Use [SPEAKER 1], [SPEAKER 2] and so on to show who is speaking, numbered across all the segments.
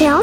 [SPEAKER 1] 聊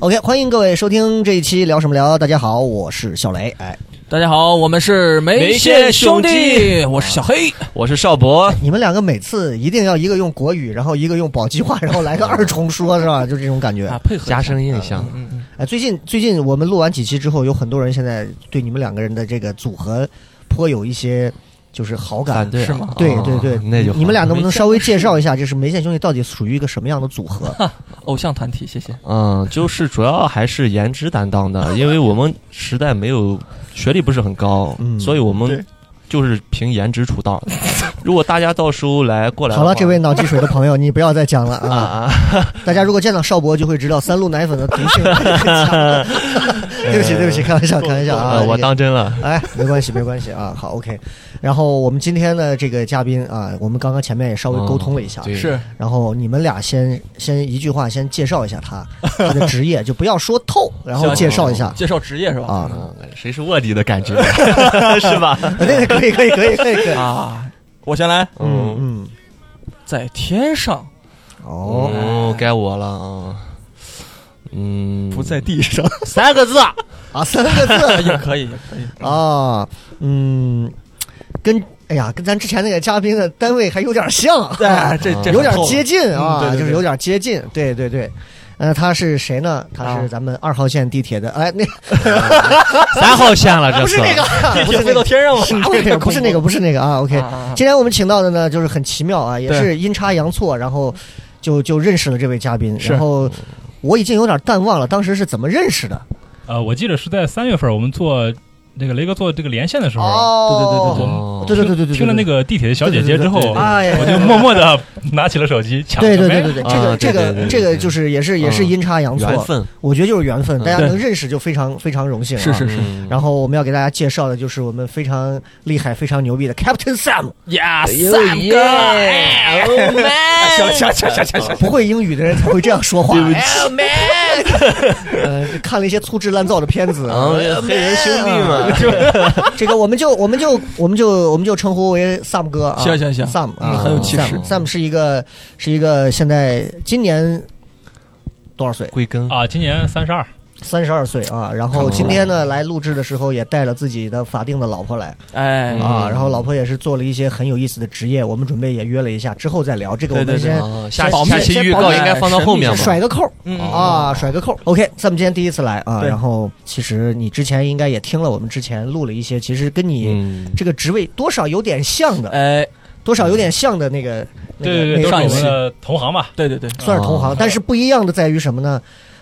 [SPEAKER 2] OK，欢迎各位收听这一期聊什么聊。大家好，我是小雷。哎，
[SPEAKER 3] 大家好，我们是梅县兄
[SPEAKER 4] 梅
[SPEAKER 3] 弟，我是小黑。
[SPEAKER 4] 我是邵博，
[SPEAKER 2] 你们两个每次一定要一个用国语，然后一个用宝鸡话，然后来个二重说，是吧？就这种感觉
[SPEAKER 3] 啊，。配合一下
[SPEAKER 4] 加深印象。
[SPEAKER 2] 哎，最近最近我们录完几期之后，有很多人现在对你们两个人的这个组合颇有一些就是好感。
[SPEAKER 4] 对
[SPEAKER 3] 是吗
[SPEAKER 2] 对
[SPEAKER 4] 哦
[SPEAKER 2] 对对，
[SPEAKER 4] 那就好
[SPEAKER 2] 你们俩能不能稍微介绍一下，就是梅县兄弟到底属于一个什么样的组 合？
[SPEAKER 3] 偶像团体，谢谢。
[SPEAKER 4] 嗯，就是主要还是颜值担当的，因为我们时代没有学历不是很高
[SPEAKER 2] 嗯，
[SPEAKER 4] 所以我
[SPEAKER 2] 对
[SPEAKER 4] 们就是凭颜值出道。如果大家到时候来过来的
[SPEAKER 2] 好
[SPEAKER 4] 话，
[SPEAKER 2] 了，这位脑积水的朋友，你不要再讲了
[SPEAKER 4] 啊
[SPEAKER 2] 啊！
[SPEAKER 4] 啊，
[SPEAKER 2] 大家如果见到邵博，就会知道三鹿奶粉的毒 性很强。对不起，对不起，开玩笑，开玩笑啊！
[SPEAKER 4] 呃我
[SPEAKER 2] 这个
[SPEAKER 4] 当真了。
[SPEAKER 2] 哎，没关系，没关系啊。好，OK。然后我们今天的这个嘉宾啊，我们刚刚前面也稍微沟通了一下，
[SPEAKER 4] 嗯对
[SPEAKER 3] 是
[SPEAKER 2] 然后你们俩先先一句话先介绍一下他他的职业，就不要说透，然后介绍一 下
[SPEAKER 3] 介绍职业是吧？
[SPEAKER 2] 啊。
[SPEAKER 4] 嗯，谁是卧底 的感觉是吧？
[SPEAKER 2] 对，可以，可以，可以，可以， 可以。
[SPEAKER 3] 啊，我先来，
[SPEAKER 2] 嗯
[SPEAKER 4] 嗯，
[SPEAKER 2] 嗯，
[SPEAKER 3] 在天上
[SPEAKER 2] 哦，
[SPEAKER 4] 哦，该我了啊。嗯，
[SPEAKER 3] 不在地 上
[SPEAKER 4] 三个字，
[SPEAKER 2] 啊，三个字
[SPEAKER 3] 也可以，也可 以。
[SPEAKER 2] 啊，嗯，跟哎呀，跟咱之前那个嘉宾的单位还有点像，啊
[SPEAKER 3] 哎，这这
[SPEAKER 2] 有点
[SPEAKER 3] 很透
[SPEAKER 2] 接近啊，
[SPEAKER 3] 嗯对对对
[SPEAKER 2] 就是有点接近，对对对。呃，他是谁呢？他是
[SPEAKER 3] 啊
[SPEAKER 2] 咱们二号线地铁的，哎，那
[SPEAKER 4] 三号线了，这
[SPEAKER 2] 不是那个，不
[SPEAKER 3] 地铁飞
[SPEAKER 2] 是那
[SPEAKER 3] 到
[SPEAKER 2] 个，
[SPEAKER 3] 天上了，
[SPEAKER 2] 不是那个，不是那个，不是那个啊。OK，
[SPEAKER 3] 啊啊啊
[SPEAKER 2] 今天我们请到的呢，就是很奇妙啊，也
[SPEAKER 3] 对
[SPEAKER 2] 是阴差阳错，然后就就认识了这位嘉宾，
[SPEAKER 3] 是
[SPEAKER 2] 然后我已经有点淡忘了当时是怎么认识的。
[SPEAKER 5] 呃，我记得是在三月份我们做那个雷哥做这个连线的时候，
[SPEAKER 2] 哦
[SPEAKER 5] 对
[SPEAKER 4] 哦
[SPEAKER 2] 对对对对对对，
[SPEAKER 5] 听了那
[SPEAKER 2] 个。
[SPEAKER 5] 个地铁小姐姐之后，
[SPEAKER 4] 对对对对
[SPEAKER 2] 哎呀，
[SPEAKER 5] 哦我就默默的拿起了手机，抢
[SPEAKER 2] 对对
[SPEAKER 5] 着呗
[SPEAKER 2] 对对对，
[SPEAKER 4] 啊
[SPEAKER 2] 这个这
[SPEAKER 4] 对对对
[SPEAKER 2] 个
[SPEAKER 4] 对
[SPEAKER 2] 这个就是也是也是
[SPEAKER 4] 嗯
[SPEAKER 2] 阴差阳错，
[SPEAKER 4] 缘分，
[SPEAKER 2] 我觉得就是缘分，
[SPEAKER 4] 嗯
[SPEAKER 2] 大家
[SPEAKER 3] 对
[SPEAKER 2] 能认识就非常非常荣幸、啊。
[SPEAKER 3] 是是是
[SPEAKER 4] 嗯
[SPEAKER 2] 然后我们要给大家介绍的就是我们非常厉害、非常牛逼的 Captain
[SPEAKER 4] 哦
[SPEAKER 2] Sam，
[SPEAKER 3] 呀，
[SPEAKER 2] 哎
[SPEAKER 3] 啊三
[SPEAKER 2] 呦
[SPEAKER 3] 个，
[SPEAKER 2] 耶
[SPEAKER 3] 哎，Oh man，行行行行行
[SPEAKER 2] 不会英语的人才会这样 说话。
[SPEAKER 3] ，Oh man，
[SPEAKER 2] 呃，看了一些粗制滥造的片子，
[SPEAKER 4] 啊，黑人兄弟
[SPEAKER 2] 哎
[SPEAKER 4] 嘛，
[SPEAKER 2] 这个我们就我们就我们就我们就称呼为 Sam 哥啊。
[SPEAKER 3] 行行行
[SPEAKER 2] ，Sam 啊，
[SPEAKER 3] 嗯很有气势
[SPEAKER 2] Sam Sam 是一个是一个现在今年多少岁？
[SPEAKER 4] 归根
[SPEAKER 5] 啊，今年三十二，
[SPEAKER 2] 三十二岁啊。然
[SPEAKER 4] 差不
[SPEAKER 2] 后
[SPEAKER 4] 多
[SPEAKER 2] 今天呢来录制的时候也带了自己的法定的老婆来。
[SPEAKER 3] 哎，
[SPEAKER 2] 啊，
[SPEAKER 4] 嗯
[SPEAKER 2] 然后老婆也是做了一些很有意思的职业，我们准备也约了一下，之后再聊这个。我
[SPEAKER 3] 对
[SPEAKER 2] 们
[SPEAKER 3] 对对
[SPEAKER 2] 先
[SPEAKER 4] 啊，下
[SPEAKER 2] 保密
[SPEAKER 4] 下期
[SPEAKER 2] 哎先
[SPEAKER 4] 预
[SPEAKER 2] 保
[SPEAKER 4] 告
[SPEAKER 2] 密
[SPEAKER 4] 应该放到后面
[SPEAKER 3] 保密
[SPEAKER 2] 甩
[SPEAKER 4] 吧。
[SPEAKER 2] 个扣儿
[SPEAKER 3] 嗯
[SPEAKER 2] 啊，甩个扣儿。OK，咱们今天第一次来啊，
[SPEAKER 3] 对
[SPEAKER 2] 然后其实你之前应该也听了我们之前录了一些，其实跟你
[SPEAKER 4] 嗯，
[SPEAKER 2] 这个职位多少有点像的，
[SPEAKER 3] 哎，
[SPEAKER 2] 多少有点像的那个那个
[SPEAKER 5] 对
[SPEAKER 2] 那
[SPEAKER 5] 对
[SPEAKER 2] 个
[SPEAKER 5] 对，都是
[SPEAKER 3] 上一
[SPEAKER 5] 我
[SPEAKER 3] 期
[SPEAKER 5] 们的同行吧。
[SPEAKER 3] 对对对，
[SPEAKER 2] 算是同行
[SPEAKER 4] 哦，
[SPEAKER 2] 但是不一样的在于什么呢？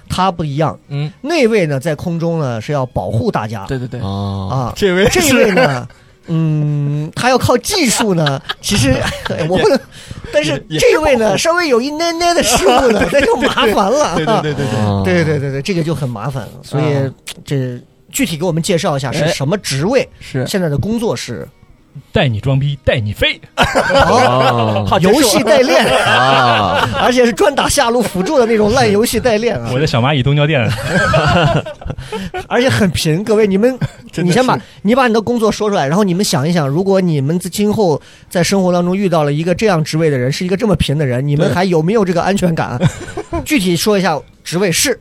[SPEAKER 2] 他不一样，
[SPEAKER 3] 嗯，
[SPEAKER 2] 那位呢在空中呢是要保护大家
[SPEAKER 3] 对对对，
[SPEAKER 4] 啊，
[SPEAKER 2] 啊，
[SPEAKER 3] 这位
[SPEAKER 2] 这位呢，嗯，他要靠技术呢，其实哎我不能，但是
[SPEAKER 3] 也也
[SPEAKER 2] 这位呢，稍微有一奶奶的失误呢，那就麻烦了啊。
[SPEAKER 3] 对对
[SPEAKER 4] 啊
[SPEAKER 2] 对对对对这个就很麻烦了。所以
[SPEAKER 3] 啊
[SPEAKER 2] 这具体给我们介绍一下是
[SPEAKER 3] 哎
[SPEAKER 2] 什么职位，
[SPEAKER 3] 是
[SPEAKER 2] 现在的工作是
[SPEAKER 5] 带你装逼，带你飞，
[SPEAKER 4] 啊
[SPEAKER 2] 游戏代练，
[SPEAKER 4] 啊，
[SPEAKER 2] 而且是专打下路辅助的那种烂游戏代练啊
[SPEAKER 5] 我，的小蚂蚁东郊 店，
[SPEAKER 2] 而且很贫。各位，你们
[SPEAKER 3] 真的
[SPEAKER 2] 你先把
[SPEAKER 3] 是
[SPEAKER 2] 你把你的工作说出来，然后你们想一想，如果你们今后在生活当中遇到了一个这样职位的人，是一个这么贫的人，你们
[SPEAKER 3] 对
[SPEAKER 2] 还有没有这个安 全感？啊具体说一下，职位是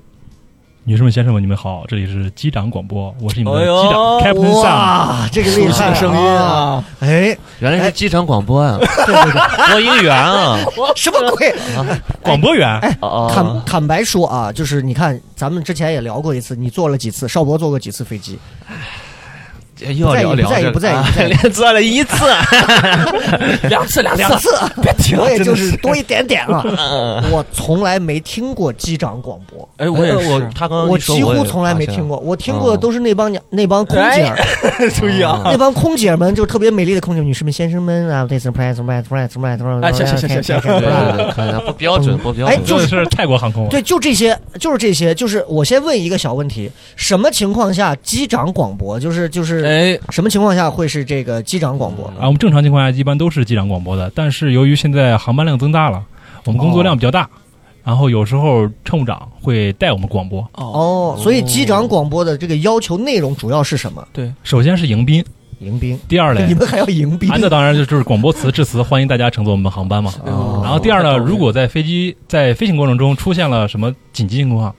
[SPEAKER 5] 女士们先生们，你们好，这里是机长广播，我是你们
[SPEAKER 3] 哎
[SPEAKER 5] 的
[SPEAKER 3] 呦
[SPEAKER 5] 机长 Captain Sam。
[SPEAKER 2] 哇，这个厉害啊
[SPEAKER 3] 声音！啊，
[SPEAKER 2] 哎，
[SPEAKER 4] 原来是机场广播啊，
[SPEAKER 2] 对对对，
[SPEAKER 4] 播音员啊，
[SPEAKER 2] 什么 鬼？
[SPEAKER 5] 广播员，
[SPEAKER 2] 坦
[SPEAKER 4] 啊，
[SPEAKER 2] 坦白说啊，就是你看，咱们之前也聊过一次，你坐了几次？邵博坐过几次飞 机？
[SPEAKER 4] 哎又要聊聊这 个
[SPEAKER 2] 不在意不在意不在意不在意
[SPEAKER 4] 啊连做了一次，
[SPEAKER 3] 两次两
[SPEAKER 2] 两
[SPEAKER 3] 次，
[SPEAKER 2] 次。
[SPEAKER 3] 别提行，
[SPEAKER 2] 我也
[SPEAKER 3] 真的
[SPEAKER 2] 就是多一点点 啊。
[SPEAKER 4] 嗯
[SPEAKER 2] 我从来没听过机长广播，
[SPEAKER 4] 哎，我也
[SPEAKER 3] 哎
[SPEAKER 4] 是，
[SPEAKER 3] 我
[SPEAKER 4] 他刚刚
[SPEAKER 2] 呃我
[SPEAKER 4] 一说
[SPEAKER 2] 几乎
[SPEAKER 4] 也
[SPEAKER 2] 从来没
[SPEAKER 4] 发现哦
[SPEAKER 2] 听
[SPEAKER 4] 了。
[SPEAKER 2] 过，我听过的都是那帮娘、那帮空姐儿、
[SPEAKER 3] 注意啊！
[SPEAKER 2] 那帮空姐们，就特别美丽的空姐女士们、先生们啊，这是 press press press press press，
[SPEAKER 3] 哎行行行行行
[SPEAKER 4] 对对对，可能不标准，不标
[SPEAKER 2] 嗯哎
[SPEAKER 4] 准。
[SPEAKER 2] 就
[SPEAKER 5] 这
[SPEAKER 2] 是
[SPEAKER 5] 是泰国航空啊，
[SPEAKER 2] 对，就这些，就是这些，就是我先问一个小问题：什么情况下机长广播？就是就是
[SPEAKER 3] 哎，
[SPEAKER 2] 什么情况下会是这个机长广播？
[SPEAKER 5] 啊，我们正常情况下一般都是机长广播的，但是由于现在航班量增大了，我们工作量比较大，然后有时候乘务长会带我们广播。
[SPEAKER 3] 哦，
[SPEAKER 2] 哦，所以机长广播的这个要求内容主要是什么？
[SPEAKER 3] 对，
[SPEAKER 5] 首先是迎宾，
[SPEAKER 2] 迎宾，
[SPEAKER 5] 第二
[SPEAKER 2] 你
[SPEAKER 5] 嘞，
[SPEAKER 2] 们还要迎宾
[SPEAKER 5] 啊，那当然就是广播词致辞，欢迎大家乘坐我们航班
[SPEAKER 6] 哎
[SPEAKER 5] 嘛。
[SPEAKER 2] 哦
[SPEAKER 5] 然后第二呢，如果在飞机在飞行过程中出现了什么紧急情况，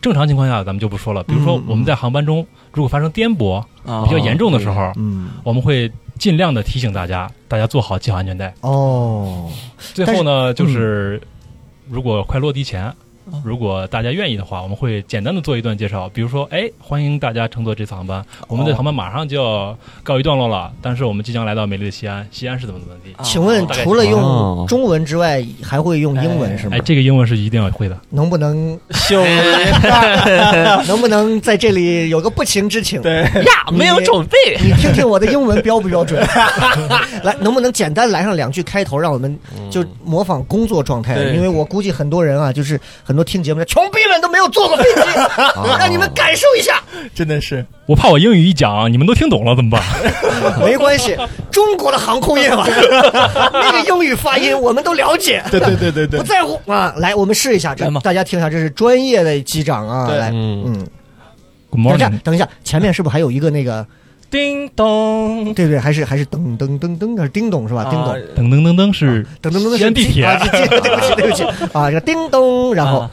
[SPEAKER 5] 正常情况下咱们就不说了。比如说
[SPEAKER 2] 嗯嗯
[SPEAKER 5] 我们在航班中如果发生颠簸
[SPEAKER 3] 比
[SPEAKER 5] 比较严重的时候，
[SPEAKER 2] 嗯，
[SPEAKER 5] 我们会尽量的提醒大家，大家做好系好安全带。
[SPEAKER 2] 哦，
[SPEAKER 5] 最后呢，就是如果快落地前
[SPEAKER 3] 啊，
[SPEAKER 5] 如果大家愿意的话，我们会简单的做一段介绍，比如说，哎，欢迎大家乘坐这次航班，我
[SPEAKER 2] 哦
[SPEAKER 5] 们的航班马上就要告一段落了，但是我们即将来到美丽的西安，西安是怎么怎么地。
[SPEAKER 2] 哦请问
[SPEAKER 5] 大概
[SPEAKER 2] 除了用
[SPEAKER 4] 哦
[SPEAKER 2] 中文之外，还会用英文是吗
[SPEAKER 5] 哎，？这个英文是一定要会的。
[SPEAKER 2] 能不 能
[SPEAKER 3] 秀
[SPEAKER 6] 哎
[SPEAKER 2] 能不能在这里有个不情之请？
[SPEAKER 3] 对
[SPEAKER 4] 呀
[SPEAKER 2] 没有准
[SPEAKER 4] 备，
[SPEAKER 2] 你听听我的英文标 不标准？来，能不能简单来上两句开头，让我们就模仿工作状态？
[SPEAKER 3] 嗯对
[SPEAKER 2] 因为我估计很多人啊，就是很多听节目的穷逼们都没有坐过飞 机，
[SPEAKER 3] 啊
[SPEAKER 2] 让你们感受一下。
[SPEAKER 3] 真的是
[SPEAKER 5] 我怕我英语一讲，你们都听懂了怎么办？
[SPEAKER 2] 没关系，中国的航空业 嘛，那个英语发音我们都了解，
[SPEAKER 3] 对对对对
[SPEAKER 2] 不
[SPEAKER 3] 对，
[SPEAKER 2] 在乎啊。来，我们试一下，这
[SPEAKER 3] 来嘛
[SPEAKER 2] 大家听一下，这是专业的机长啊。
[SPEAKER 3] 对
[SPEAKER 2] 来，
[SPEAKER 4] 嗯
[SPEAKER 2] 嗯，
[SPEAKER 5] Good
[SPEAKER 2] 等一下
[SPEAKER 5] morning，，
[SPEAKER 2] 等一下，前面是不是还有一个那个？
[SPEAKER 3] 叮咚，
[SPEAKER 2] 对对，还是还是噔噔噔噔，还是叮咚是
[SPEAKER 3] 啊
[SPEAKER 6] 啊
[SPEAKER 2] 吧？叮咚。
[SPEAKER 5] 噔噔噔噔是
[SPEAKER 2] 噔噔噔噔，
[SPEAKER 5] 西安地铁
[SPEAKER 2] 啊，对对对不起对不起啊，这个叮咚，然后
[SPEAKER 3] 啊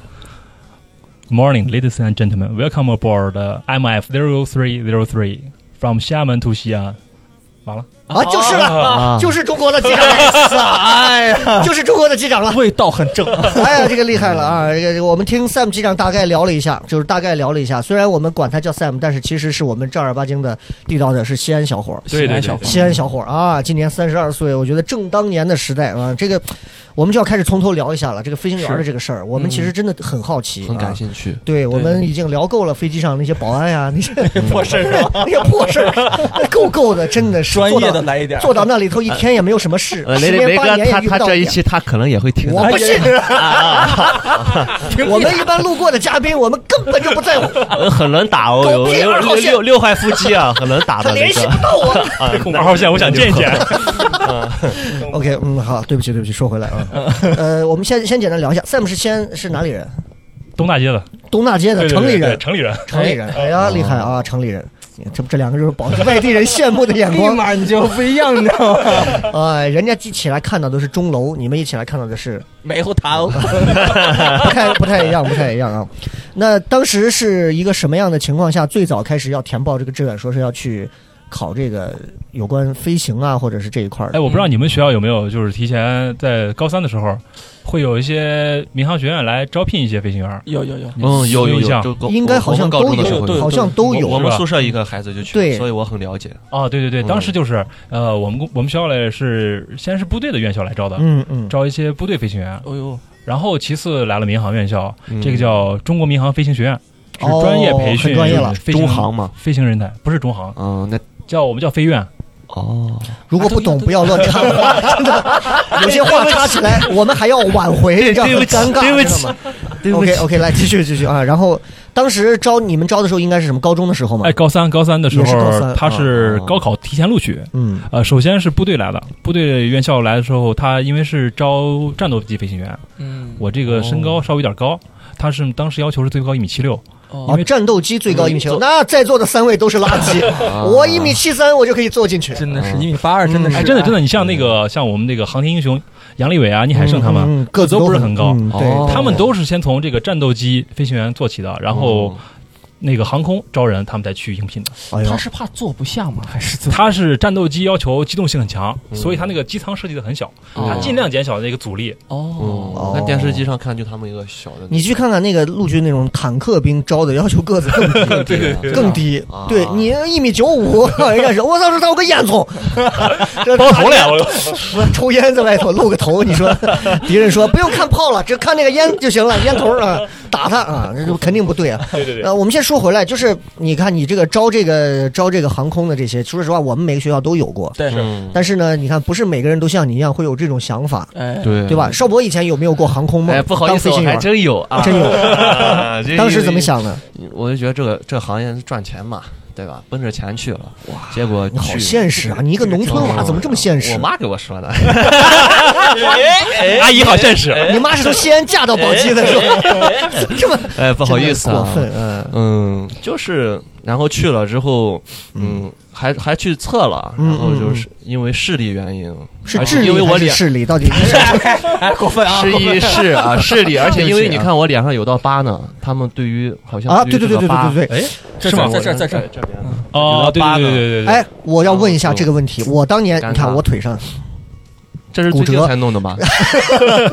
[SPEAKER 5] Good morning, ladies and gentlemen. Welcome aboard uh, MF 0303 from 厦门 to 西安。完了，
[SPEAKER 2] 啊就是了，
[SPEAKER 4] 啊
[SPEAKER 2] 就是中国的机长了，
[SPEAKER 3] 哎呀，
[SPEAKER 2] 就是中国的机长了。
[SPEAKER 3] 味道很正，
[SPEAKER 2] 哎呀，这个厉害了啊！这个这个我们听 Sam 机长大概聊了一下，就是大概聊了一下。虽然我们管他叫 Sam，但是其实是我们正儿八经的地道的是西安小伙儿。
[SPEAKER 6] 嗯
[SPEAKER 5] 对
[SPEAKER 6] 哎
[SPEAKER 5] 对对
[SPEAKER 3] 小
[SPEAKER 2] 西安小伙儿啊，今年三十二岁，我觉得正当年的时代啊，这个我们就要开始从头聊一下了。这个飞行员的这个事儿，我们其实真的很好奇，
[SPEAKER 4] 很感
[SPEAKER 2] 啊。
[SPEAKER 4] 兴趣。
[SPEAKER 2] 对我们已经聊够了飞机上那些保安呀、那些
[SPEAKER 3] 破事儿是吧？
[SPEAKER 2] 那个破事儿，够够的，真的是
[SPEAKER 3] 专业
[SPEAKER 2] 做
[SPEAKER 3] 的
[SPEAKER 2] 到
[SPEAKER 3] 来一点，
[SPEAKER 2] 坐到那里头一天也没有什么事，
[SPEAKER 4] 呃，雷
[SPEAKER 2] 十
[SPEAKER 4] 雷
[SPEAKER 2] 年
[SPEAKER 4] 雷
[SPEAKER 2] 八
[SPEAKER 4] 哥，
[SPEAKER 2] 年也
[SPEAKER 4] 他
[SPEAKER 2] 遇不
[SPEAKER 4] 他
[SPEAKER 2] 到
[SPEAKER 4] 这一
[SPEAKER 2] 点
[SPEAKER 4] 期他可能也会听的。
[SPEAKER 2] 我不信，
[SPEAKER 3] 屏蔽
[SPEAKER 2] 我们一般路过的嘉宾，我们根本就不在乎，
[SPEAKER 4] 呃很能打哦，
[SPEAKER 2] 狗
[SPEAKER 4] 有
[SPEAKER 2] 屁
[SPEAKER 4] 有
[SPEAKER 2] 二号
[SPEAKER 4] 六
[SPEAKER 2] 线
[SPEAKER 4] 六六块腹肌啊，很能打
[SPEAKER 2] 他
[SPEAKER 4] 的
[SPEAKER 2] 联
[SPEAKER 4] 那
[SPEAKER 2] 系
[SPEAKER 4] 个
[SPEAKER 2] 不。到我。
[SPEAKER 4] 啊
[SPEAKER 5] 二号线我想见一见。
[SPEAKER 2] OK，嗯，好，对不起，对不起，说回来啊， 呃，我们先先简单聊一下，Sam 是先是哪里人？
[SPEAKER 5] 东大街的，
[SPEAKER 2] 东大街的
[SPEAKER 5] 对对
[SPEAKER 2] 城里
[SPEAKER 5] 对对
[SPEAKER 2] 人，
[SPEAKER 5] 城里人。
[SPEAKER 2] 城里人，哎呀，厉害啊，城里人。这这两个就是保持外地人羡慕的眼
[SPEAKER 3] 立
[SPEAKER 6] 哎
[SPEAKER 2] 光
[SPEAKER 3] 马你就不一样，你知道吗？
[SPEAKER 2] 啊！人家一起来看到的是钟楼，你们一起来看到的是
[SPEAKER 3] 没后头，
[SPEAKER 2] 不太不太一样，不太一样啊。那当时是一个什么样的情况下，最早开始要填报这个志愿，说是要去考这个有关飞行啊，或者是这一块儿
[SPEAKER 5] 哎，
[SPEAKER 2] 的？
[SPEAKER 5] 我不知道你们学校有没有，就是提前在高三的时候，会有一些民航学院来招聘一些飞行员。
[SPEAKER 3] 有有有，
[SPEAKER 4] 嗯，有有
[SPEAKER 5] 有印象
[SPEAKER 4] 有，就
[SPEAKER 2] 应该好像
[SPEAKER 4] 我们高
[SPEAKER 2] 都
[SPEAKER 4] 中的时
[SPEAKER 2] 有，
[SPEAKER 4] 候
[SPEAKER 3] 对
[SPEAKER 2] 好像都
[SPEAKER 4] 我
[SPEAKER 2] 有。
[SPEAKER 4] 们宿舍一个孩子就去
[SPEAKER 2] 对
[SPEAKER 4] 了，所以我很了解。
[SPEAKER 5] 哦，对对对，
[SPEAKER 4] 嗯
[SPEAKER 5] 当时就是，呃，我们我们学校嘞是先是部队的院校来招的，
[SPEAKER 2] 嗯嗯，
[SPEAKER 5] 招一些部队飞行员，
[SPEAKER 3] 哦呦，
[SPEAKER 5] 然后其次来了民航院校，
[SPEAKER 4] 嗯
[SPEAKER 5] 这个叫中国民航飞行学院，是
[SPEAKER 2] 哦
[SPEAKER 5] 专业培训
[SPEAKER 2] 很专业了
[SPEAKER 5] 飞行
[SPEAKER 4] 中航嘛，
[SPEAKER 5] 飞行人才，不是中航，
[SPEAKER 4] 嗯，那
[SPEAKER 5] 叫我们叫飞院。
[SPEAKER 4] 哦，
[SPEAKER 2] 如果不懂不要乱 插话，真的有些话插起来，我们还要挽回，这样很尴尬，
[SPEAKER 4] 对不
[SPEAKER 2] 知
[SPEAKER 4] 起
[SPEAKER 2] 道吗
[SPEAKER 4] 对不
[SPEAKER 2] ？OK
[SPEAKER 4] 起，
[SPEAKER 2] OK，来继续继续啊。然后当时招你们招的时候，应该是什么高中的时候嘛
[SPEAKER 5] 哎，？高三高三的时
[SPEAKER 2] 也是高
[SPEAKER 5] 候
[SPEAKER 2] 三，啊
[SPEAKER 5] 他是
[SPEAKER 4] 哦
[SPEAKER 5] 高考提前录取，
[SPEAKER 2] 嗯
[SPEAKER 5] 呃，首先是部队来的，部队院校来的时候，他因为是招战斗机飞行员，
[SPEAKER 3] 嗯，
[SPEAKER 5] 我这个身高稍微有点高，他是当时要求是最高一米七六，
[SPEAKER 2] 哦
[SPEAKER 3] 哦，
[SPEAKER 2] 战斗机最高一米七六，那在座的三位都是垃圾。
[SPEAKER 4] 啊
[SPEAKER 2] 我一米七三，我就可以坐进去。
[SPEAKER 3] 真的
[SPEAKER 6] 嗯
[SPEAKER 3] 是一米八二，真
[SPEAKER 2] 啊
[SPEAKER 3] 的是，
[SPEAKER 5] 哎，真的真的，你像那个像我们那个航天英雄杨利伟啊、倪海胜他们，
[SPEAKER 2] 嗯嗯个子
[SPEAKER 5] 都不是
[SPEAKER 2] 很
[SPEAKER 5] 很高
[SPEAKER 2] 嗯对，
[SPEAKER 4] 哦
[SPEAKER 5] 他们都是先从这个战斗机飞行员做起的，然后
[SPEAKER 4] 哦
[SPEAKER 5] 那个航空招人，他们才去应聘的。
[SPEAKER 2] 哎呦
[SPEAKER 6] 他，是怕坐不下吗？还是怎么？
[SPEAKER 5] 它是战斗机，要求机动性很强，所以它那个机舱设计的很小，它
[SPEAKER 6] 哦
[SPEAKER 5] 尽量减小那个阻力。
[SPEAKER 6] 哦，
[SPEAKER 4] 哦，那电视机上看就他们一个小的，
[SPEAKER 2] 你去看看那个陆军那种坦克兵招的要求个子更低，
[SPEAKER 5] 对对对
[SPEAKER 2] 更低
[SPEAKER 4] 啊。
[SPEAKER 2] 对你一米九五， 人家是我操，这找个烟 囱，这
[SPEAKER 5] 包头了呀！我又
[SPEAKER 2] 抽烟在外头露个头，你说敌人说不用看炮了，只看那个烟就行了，烟头啊，打他啊，那就肯定不对啊。
[SPEAKER 5] 对对对，
[SPEAKER 2] 呃，我们先说回来，就是你看你这个招这个招这个航空的这些，说实话，我们每个学校都有过，
[SPEAKER 3] 但是
[SPEAKER 4] 嗯，
[SPEAKER 2] 但是呢，你看不是每个人都像你一样会有这种想法，
[SPEAKER 6] 哎，
[SPEAKER 4] 对
[SPEAKER 2] 对吧？？邵博以前有没有过航空梦？
[SPEAKER 4] 哎，不好意思，
[SPEAKER 2] 当飞
[SPEAKER 4] 我
[SPEAKER 2] 行
[SPEAKER 4] 还
[SPEAKER 2] 员。
[SPEAKER 4] 真有啊，
[SPEAKER 2] 真有
[SPEAKER 4] 啊。 这
[SPEAKER 2] 当时怎么？想的？
[SPEAKER 4] 我就觉得这个这个行业是赚钱嘛，对吧？奔着钱去了，哇！结果
[SPEAKER 2] 你好
[SPEAKER 4] 去
[SPEAKER 2] 现实啊！你一个农村娃怎么这么现实
[SPEAKER 4] 我？妈给我说的，哎
[SPEAKER 5] 阿姨好现实，
[SPEAKER 2] 你妈是从西安嫁到宝鸡的是吧？这么
[SPEAKER 4] 哎，不
[SPEAKER 2] 不
[SPEAKER 4] 好意思
[SPEAKER 2] 过
[SPEAKER 4] 啊，
[SPEAKER 2] 分嗯。
[SPEAKER 4] 嗯，就是，然后去了之后，嗯，还还去测了，
[SPEAKER 2] 嗯
[SPEAKER 4] 然后就是因为视力原因，
[SPEAKER 2] 是
[SPEAKER 4] 而且
[SPEAKER 2] 智力
[SPEAKER 4] 因为我
[SPEAKER 2] 还是
[SPEAKER 4] 脸
[SPEAKER 2] 视力到底是
[SPEAKER 3] 哎，过分啊！
[SPEAKER 4] 视一视啊 视力，而且因
[SPEAKER 2] 对
[SPEAKER 4] 为
[SPEAKER 2] 不起
[SPEAKER 4] 你
[SPEAKER 2] 啊
[SPEAKER 4] 看我脸上有道疤呢，他们对于好像
[SPEAKER 2] 啊？
[SPEAKER 4] 于
[SPEAKER 2] 对对对
[SPEAKER 4] 这个
[SPEAKER 2] 对
[SPEAKER 4] 疤
[SPEAKER 2] 对对对。
[SPEAKER 3] 是吗？在
[SPEAKER 4] 我
[SPEAKER 3] 这儿，在这
[SPEAKER 4] 在
[SPEAKER 3] 儿，
[SPEAKER 4] 这边
[SPEAKER 5] 哦，对对对对对对，
[SPEAKER 2] 哎，我要问一下这个问题。我当年
[SPEAKER 4] 尴尬
[SPEAKER 2] 你看我腿上，
[SPEAKER 4] 这是
[SPEAKER 2] 骨
[SPEAKER 4] 最近
[SPEAKER 2] 折
[SPEAKER 4] 才弄 的吧？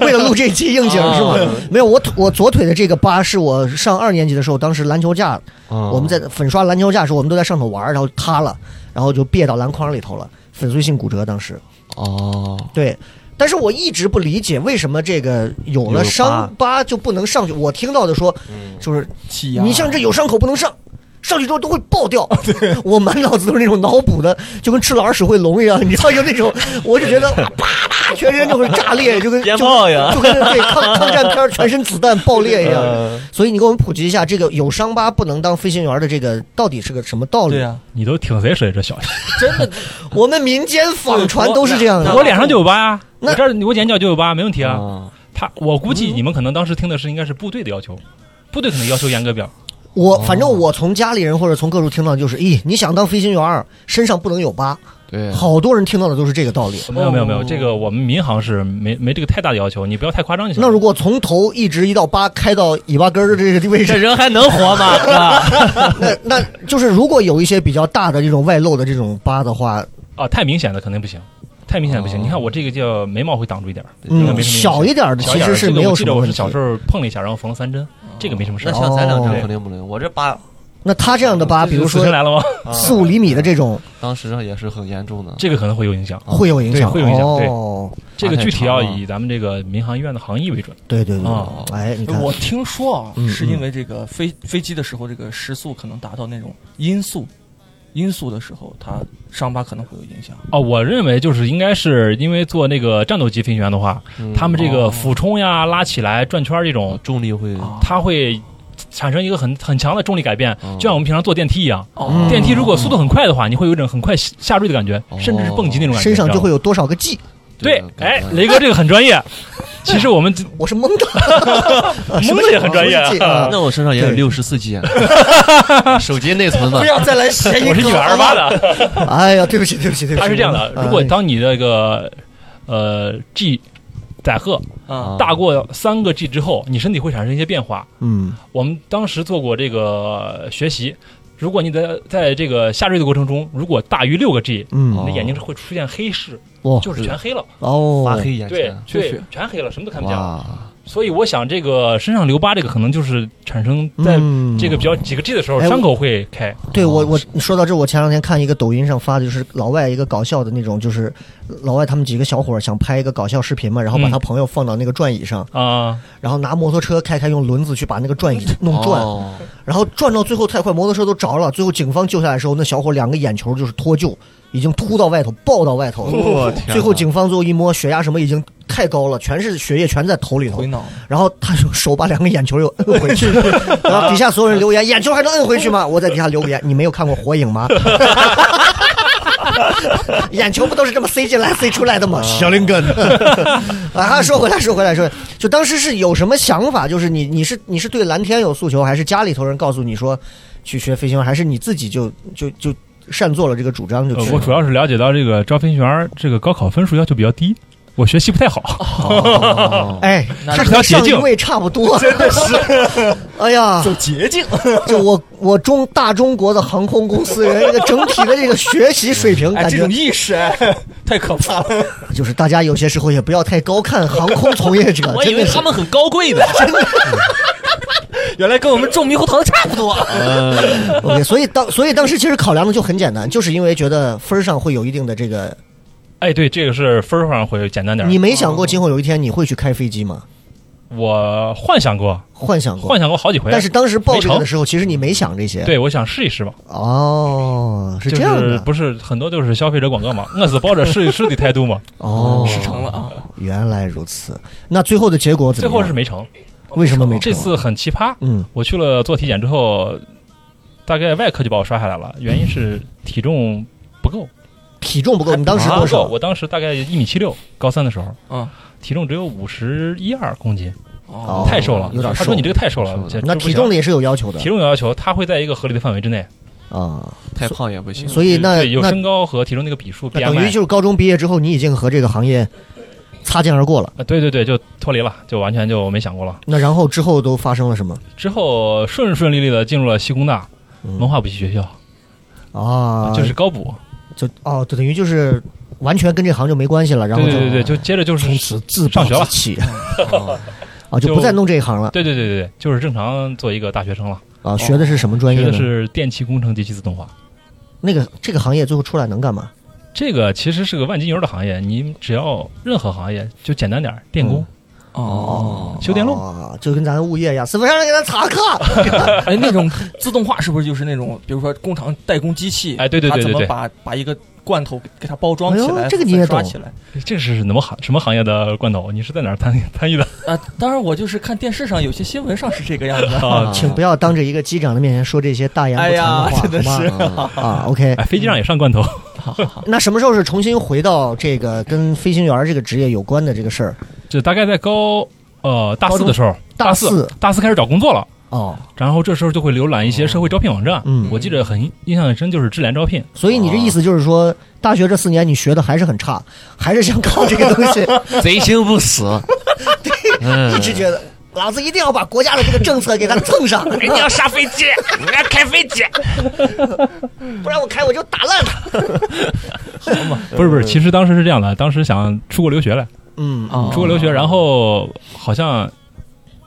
[SPEAKER 2] 为了录这期应景是吗？没有，我腿我左腿的这个疤是我上二年级的时候，当时篮球架我
[SPEAKER 4] 我
[SPEAKER 2] 们在粉刷篮球架的时候，我们都在上头玩，然后塌了，然后就别到篮筐里头了，粉碎性骨折。当时
[SPEAKER 4] 哦，
[SPEAKER 2] 对，但是我一直不理解为什么这个有
[SPEAKER 4] 有
[SPEAKER 2] 了
[SPEAKER 4] 疤
[SPEAKER 2] 伤疤就不能上去。我听到的说，就是
[SPEAKER 6] 气压，
[SPEAKER 2] 你像这有伤口不能上。上去之后都会爆 掉，我满脑子都是那种脑补的，就跟吃了耳屎会聋一样，你 知道就那种，我就觉得 啊啪啪，全身就会炸裂， 就跟就跟
[SPEAKER 4] 一样。
[SPEAKER 2] 就跟那对抗抗战片儿全身子弹爆裂一 样。
[SPEAKER 4] 呃
[SPEAKER 2] 所以你给我们普及一下，这个有伤疤不能当飞行员的这个到底是个什么道理？
[SPEAKER 4] 啊
[SPEAKER 6] 对呀，
[SPEAKER 5] 你都挺谁谁这消息？
[SPEAKER 6] 真的
[SPEAKER 2] 我们民间坊传都是这样
[SPEAKER 5] 我
[SPEAKER 2] 的。
[SPEAKER 5] 脸上就有疤呀，
[SPEAKER 2] 那
[SPEAKER 5] 我这儿我眼角就有疤，没问题啊。
[SPEAKER 4] 啊，
[SPEAKER 5] 他我估计你们可能当时听的是应该是部队的要求，部队可能要求严格点儿。
[SPEAKER 4] 哦
[SPEAKER 2] 我反正我从家里人或者从各处听到就是，咦，你想当飞行员儿，身上不能有疤。
[SPEAKER 4] 对，
[SPEAKER 2] 好多人听到的都是这个道理。
[SPEAKER 5] 没有没有没有，这个我们民航是没没这个太大的要求，你不要太夸张就行。
[SPEAKER 2] 那如果从头一直一到疤开到尾巴根儿的这个位置，
[SPEAKER 4] 人还能 活吗？
[SPEAKER 2] 那那就是如果有一些比较大的这种外露的这种疤的话，
[SPEAKER 5] 啊，太明显的肯定不行，太明显不行。你看我这个叫眉毛会挡住一点儿，这个
[SPEAKER 2] 嗯，
[SPEAKER 5] 没什么
[SPEAKER 2] 小一点儿的
[SPEAKER 5] 小
[SPEAKER 2] 其
[SPEAKER 5] 一点儿
[SPEAKER 2] 实是没有什
[SPEAKER 5] 这个
[SPEAKER 2] 么
[SPEAKER 5] 我记得我
[SPEAKER 2] 问
[SPEAKER 5] 是
[SPEAKER 2] 题。
[SPEAKER 5] 小时候碰了一下，然后缝了三针，这个没什么事
[SPEAKER 4] 那
[SPEAKER 5] 儿。
[SPEAKER 4] 像咱俩这
[SPEAKER 2] 哦
[SPEAKER 4] 样肯定不能。我这疤
[SPEAKER 2] 那他这样的疤，比如
[SPEAKER 5] 死
[SPEAKER 2] 说
[SPEAKER 5] 神来了吗？
[SPEAKER 4] 啊
[SPEAKER 2] 四五厘米的这种
[SPEAKER 4] 当时也是很严重的。
[SPEAKER 5] 这个可能会有影响。
[SPEAKER 2] 会有影响，
[SPEAKER 5] 啊对会有影响
[SPEAKER 2] 哦，
[SPEAKER 5] 这个具体要
[SPEAKER 4] 太长了
[SPEAKER 5] 以咱们这个民航医院的行医为准。
[SPEAKER 2] 对对对
[SPEAKER 5] 哦，
[SPEAKER 2] 哎，你看，
[SPEAKER 6] 我听说啊
[SPEAKER 2] 嗯，
[SPEAKER 6] 是因为这个飞飞机的时候，这个时速可能达到那种音速，音速的时候，它伤疤可能会有影响。
[SPEAKER 5] 哦，我认为就是应该是因为做那个战斗机飞行员的话，
[SPEAKER 4] 嗯
[SPEAKER 5] 他们这
[SPEAKER 6] 哦
[SPEAKER 5] 个俯冲呀、拉起来、转圈儿这种，
[SPEAKER 4] 哦重力会
[SPEAKER 6] 啊
[SPEAKER 5] 它会产生一个很很强的重力改变，
[SPEAKER 4] 哦
[SPEAKER 5] 就像我们平常坐电梯一样。
[SPEAKER 6] 哦
[SPEAKER 5] 电梯如果速度很快的话，你会有一种很快下坠的感觉，
[SPEAKER 4] 哦
[SPEAKER 5] 甚至是蹦极那种感觉。
[SPEAKER 2] 身上
[SPEAKER 5] 你知道
[SPEAKER 2] 就
[SPEAKER 5] 吗
[SPEAKER 2] 会有多少个 G？
[SPEAKER 5] 对
[SPEAKER 4] 这个，
[SPEAKER 5] 哎
[SPEAKER 4] 感，觉
[SPEAKER 5] 雷哥这个很专业。其实我们
[SPEAKER 2] 我是懵的， 什么
[SPEAKER 5] 懵的也很专业啊
[SPEAKER 2] 什么 G 啊
[SPEAKER 4] 那我身上也有六十四 G，手啊 机内存吧
[SPEAKER 2] 不。要再来谐音
[SPEAKER 5] 我是一
[SPEAKER 2] 梗
[SPEAKER 5] 百二
[SPEAKER 2] 了
[SPEAKER 5] 十八。的，
[SPEAKER 2] 哎呀，对不起，对不起，对不起。
[SPEAKER 5] 他是这样的。
[SPEAKER 2] 嗯
[SPEAKER 5] 如果当你这个呃 G 载荷
[SPEAKER 6] 啊，
[SPEAKER 5] 大过三个 G 之后，你身体会产生一些变化。
[SPEAKER 2] 嗯，
[SPEAKER 5] 我们当时做过这个学习，如果你在在这个下坠的过程中，如果大于六个 G，
[SPEAKER 2] 嗯
[SPEAKER 5] 你的眼睛是会出现黑视，
[SPEAKER 2] 哇
[SPEAKER 5] 就是全黑了，
[SPEAKER 2] 哦，
[SPEAKER 4] 发黑眼
[SPEAKER 5] 对
[SPEAKER 4] 圈，
[SPEAKER 6] 确
[SPEAKER 5] 对
[SPEAKER 6] 实，
[SPEAKER 5] 全黑了，什么都看不见了。
[SPEAKER 4] 哇，
[SPEAKER 5] 所以我想，这个身上留疤这个可能就是产生在
[SPEAKER 2] 嗯
[SPEAKER 5] 这个比较几个 G 的时候，
[SPEAKER 2] 哎我
[SPEAKER 5] 伤口会开。
[SPEAKER 2] 对我
[SPEAKER 4] 哦
[SPEAKER 2] 我你说到这，我前两天看一个抖音上发的，就是老外一个搞笑的那种，就是老外他们几个小伙儿想拍一个搞笑视频嘛，然后把
[SPEAKER 5] 嗯
[SPEAKER 2] 他朋友放到那个转椅上，
[SPEAKER 5] 啊、
[SPEAKER 2] 然后拿摩托车开开，用轮子去把那个转椅弄转，
[SPEAKER 4] 哦
[SPEAKER 2] 然后转到最后太快，摩托车都着了。最后警方救下来的时候，那小伙两个眼球就是脱臼，已经秃到外头，爆到外头。
[SPEAKER 4] 我天哪
[SPEAKER 2] 最后警方最后一摸，血压什么已经太高了，全是血液全在头里头
[SPEAKER 6] 嗯回。脑
[SPEAKER 2] 然后他用手把两个眼球又摁回去，然后底下所有人留言：眼球还能摁回去吗？我在底下留个言：你没有看过《火影》 吗？眼球不都是这么塞进来塞出来的吗？小灵根。 啊，说回来，说回来，说回来就当时是有什么想法？就是你你是你是对蓝天有诉求，还是家里头人告诉你说去学飞行员，还是你自己就就就擅作了这个主张就
[SPEAKER 5] 呃
[SPEAKER 2] 去了？
[SPEAKER 5] 我主要是了解到这个招飞行员儿这个高考分数要求比较低，我学习不太好。
[SPEAKER 4] 哦
[SPEAKER 2] 哎，
[SPEAKER 6] 那
[SPEAKER 2] 他
[SPEAKER 5] 是条
[SPEAKER 2] 和
[SPEAKER 5] 捷
[SPEAKER 2] 上一
[SPEAKER 5] 径
[SPEAKER 2] 位差不多，真的是。 哎呀，
[SPEAKER 6] 走捷径。
[SPEAKER 2] 就我我中大中国的航空公司人，这个整体的这个学习水 平，感
[SPEAKER 6] 哎，这
[SPEAKER 2] 觉
[SPEAKER 6] 种意识哎，太可怕了。
[SPEAKER 2] 就是大家有些时候也不要太高看航空从业 者，
[SPEAKER 4] 我
[SPEAKER 2] 啊
[SPEAKER 4] 以
[SPEAKER 2] 真
[SPEAKER 4] 为
[SPEAKER 2] 的是
[SPEAKER 4] 他们很高 贵的，
[SPEAKER 6] 原来跟我们种猕猴桃的差不多。
[SPEAKER 2] 哦 OK。所以当所以当时其实考量的就很简单，就是因为觉得分儿上会有一定的这个。
[SPEAKER 5] 哎，对，这个是分儿上会简单点儿。哦
[SPEAKER 2] 你没想过今后有一天你会去开飞机吗？
[SPEAKER 5] 我幻想过，
[SPEAKER 2] 幻想过
[SPEAKER 5] 幻。想过好几回，
[SPEAKER 2] 哦但是当时报这
[SPEAKER 5] 没
[SPEAKER 2] 个
[SPEAKER 5] 成
[SPEAKER 2] 的时候，其实你没想这些。，
[SPEAKER 5] 对我想试一试嘛，
[SPEAKER 2] 哦，是
[SPEAKER 5] 就
[SPEAKER 2] 这样
[SPEAKER 5] 是
[SPEAKER 2] 的，
[SPEAKER 5] 不是很多就是消费者广告嘛， 饿死抱着试一试的态 度嘛，
[SPEAKER 2] 哦，
[SPEAKER 6] 事成了啊！
[SPEAKER 2] 原来如此。那最后的结果怎
[SPEAKER 5] 最
[SPEAKER 2] 么样？
[SPEAKER 5] 后是没成。
[SPEAKER 2] 为什么没成？啊
[SPEAKER 5] 这次很奇葩，
[SPEAKER 2] 嗯，
[SPEAKER 5] 我去了做体检之后，大概外科就把我刷下来了，原因是体重不够，
[SPEAKER 2] 体重不够，你当时
[SPEAKER 5] 不
[SPEAKER 2] 多
[SPEAKER 5] 够，
[SPEAKER 2] 少？
[SPEAKER 5] 我当时大概一米七六，高三的时候，
[SPEAKER 6] 嗯，
[SPEAKER 5] 体重只有五十一二公斤，
[SPEAKER 2] 哦
[SPEAKER 5] 太瘦了，
[SPEAKER 2] 有点
[SPEAKER 5] 他说
[SPEAKER 2] 瘦
[SPEAKER 5] 你这个太瘦了
[SPEAKER 4] 瘦，了
[SPEAKER 5] 这
[SPEAKER 2] 那
[SPEAKER 5] 这不
[SPEAKER 2] 体
[SPEAKER 5] 行
[SPEAKER 2] 重的也是有要求的
[SPEAKER 5] 体重有要求，它会在一个合理的范围之内，
[SPEAKER 2] 啊，
[SPEAKER 4] 太胖也不行。
[SPEAKER 2] 所以那
[SPEAKER 5] 对有
[SPEAKER 2] 那
[SPEAKER 5] 身高和体重那个比数
[SPEAKER 2] 那等于
[SPEAKER 5] BMI，
[SPEAKER 2] 就是高中毕业之后，你已经和这个行业擦肩而过了。
[SPEAKER 5] 啊对对对，就脱离了，就完全就没想过了。
[SPEAKER 2] 那然后之后都发生了什么？
[SPEAKER 5] 之后顺顺利利的进入了西工大
[SPEAKER 2] 嗯
[SPEAKER 5] 文化补习学校，
[SPEAKER 2] 啊，
[SPEAKER 5] 就是高补，
[SPEAKER 2] 就哦，等于就是完全跟这行就没关系了，然
[SPEAKER 5] 对
[SPEAKER 2] 后就
[SPEAKER 5] 对对对，就接着就是
[SPEAKER 2] 从此自暴
[SPEAKER 5] 上学
[SPEAKER 2] 自
[SPEAKER 5] 了
[SPEAKER 2] 弃， 啊，就不再弄这一行了
[SPEAKER 5] 对对对对对，就是正常做一个大学生了，
[SPEAKER 2] 啊。学的是什么专
[SPEAKER 5] 哦学
[SPEAKER 2] 业
[SPEAKER 5] 的
[SPEAKER 2] 呢？
[SPEAKER 5] 是电气工程及其自动化。
[SPEAKER 2] 那个这个行业最后出来能干嘛？
[SPEAKER 5] 这个其实是个万金油的行业，你只要任何行业就简单点儿，电工、
[SPEAKER 6] 哦，
[SPEAKER 5] 修电路，
[SPEAKER 2] 啊，就跟咱物业一样，师傅上来给咱查课。
[SPEAKER 6] 哎，那种自动化是不是就是那种，比如说工厂代工机器？
[SPEAKER 5] 哎对对对
[SPEAKER 6] 它怎
[SPEAKER 5] 对
[SPEAKER 6] 么
[SPEAKER 5] 对
[SPEAKER 6] 把把一个罐头给给它包装起
[SPEAKER 2] 哎
[SPEAKER 6] 来，
[SPEAKER 2] 呦这个你也
[SPEAKER 6] 粉刷
[SPEAKER 2] 懂
[SPEAKER 6] 起来？
[SPEAKER 5] 这是什么行什么行业的罐头？你是在哪儿参 参与的？
[SPEAKER 6] 啊，当然我就是看电视上有些新闻上是这个样子的。
[SPEAKER 2] 啊，请不要当着一个机长的面前说这些大言
[SPEAKER 6] 哎
[SPEAKER 2] 不惭
[SPEAKER 6] 呀，
[SPEAKER 2] 话，
[SPEAKER 6] 真的
[SPEAKER 2] 好
[SPEAKER 6] 是
[SPEAKER 2] 吗啊，OK
[SPEAKER 5] 哎，。飞机上也上罐头，
[SPEAKER 7] 嗯
[SPEAKER 2] 那什么时候是重新回到这个跟飞行员儿这个职业有关的这个事儿？
[SPEAKER 5] 这大概在高呃大四的时候，
[SPEAKER 2] 大
[SPEAKER 5] 四大四开始找工作了。
[SPEAKER 2] 哦，
[SPEAKER 5] 然后这时候就会浏览一些社会招聘网站，
[SPEAKER 2] 嗯
[SPEAKER 5] 我记得很印象很深，就是智 联招聘，
[SPEAKER 2] 所以你这意思就是说，大学这四年你学的还是很差，还是想靠这个东西，
[SPEAKER 4] 贼心不死，嗯
[SPEAKER 2] 一直觉得老子一定要把国家的这个政策给它蹭上，
[SPEAKER 5] 嗯
[SPEAKER 7] 人家要上哎飞机，我要开飞机。
[SPEAKER 2] 不然我开我就打烂它。
[SPEAKER 5] 不是不是，其实当时是这样的，当时想出国留学来，
[SPEAKER 2] 嗯
[SPEAKER 6] 啊
[SPEAKER 5] 出国留学，然后好像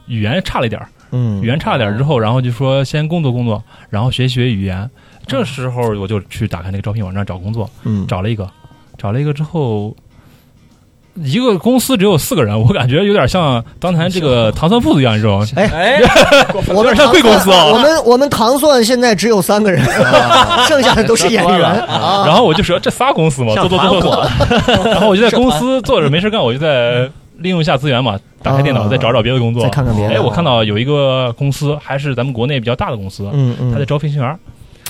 [SPEAKER 5] 语言差了一点儿，
[SPEAKER 2] 嗯
[SPEAKER 5] 语言差了点儿之后，然后就说先工作工作，然后学习学语言。这时候我就去打开那个招聘网站找工作，
[SPEAKER 2] 嗯
[SPEAKER 5] 找了一个，找了一个之后，一个公司只有四个人，我感觉有点像当年这个糖蒜铺子一样，你知道吗？
[SPEAKER 6] 哎，
[SPEAKER 2] 我们
[SPEAKER 5] 有点像贵公 司啊
[SPEAKER 2] 我们我们糖蒜现在只有三个人， 剩下的都是演员啊。
[SPEAKER 5] 然后我就说这仨公司嘛，做做做做做， 然后我就在公司坐着没事干，我就在利用一下资源嘛，打开电脑
[SPEAKER 2] 啊
[SPEAKER 5] 再找找别的工作
[SPEAKER 2] 再。看看别的。
[SPEAKER 5] 哎，我看到有一个公司还是咱们国内比较大的公司，
[SPEAKER 2] 嗯
[SPEAKER 5] 他
[SPEAKER 2] 嗯，
[SPEAKER 5] 在招飞行员，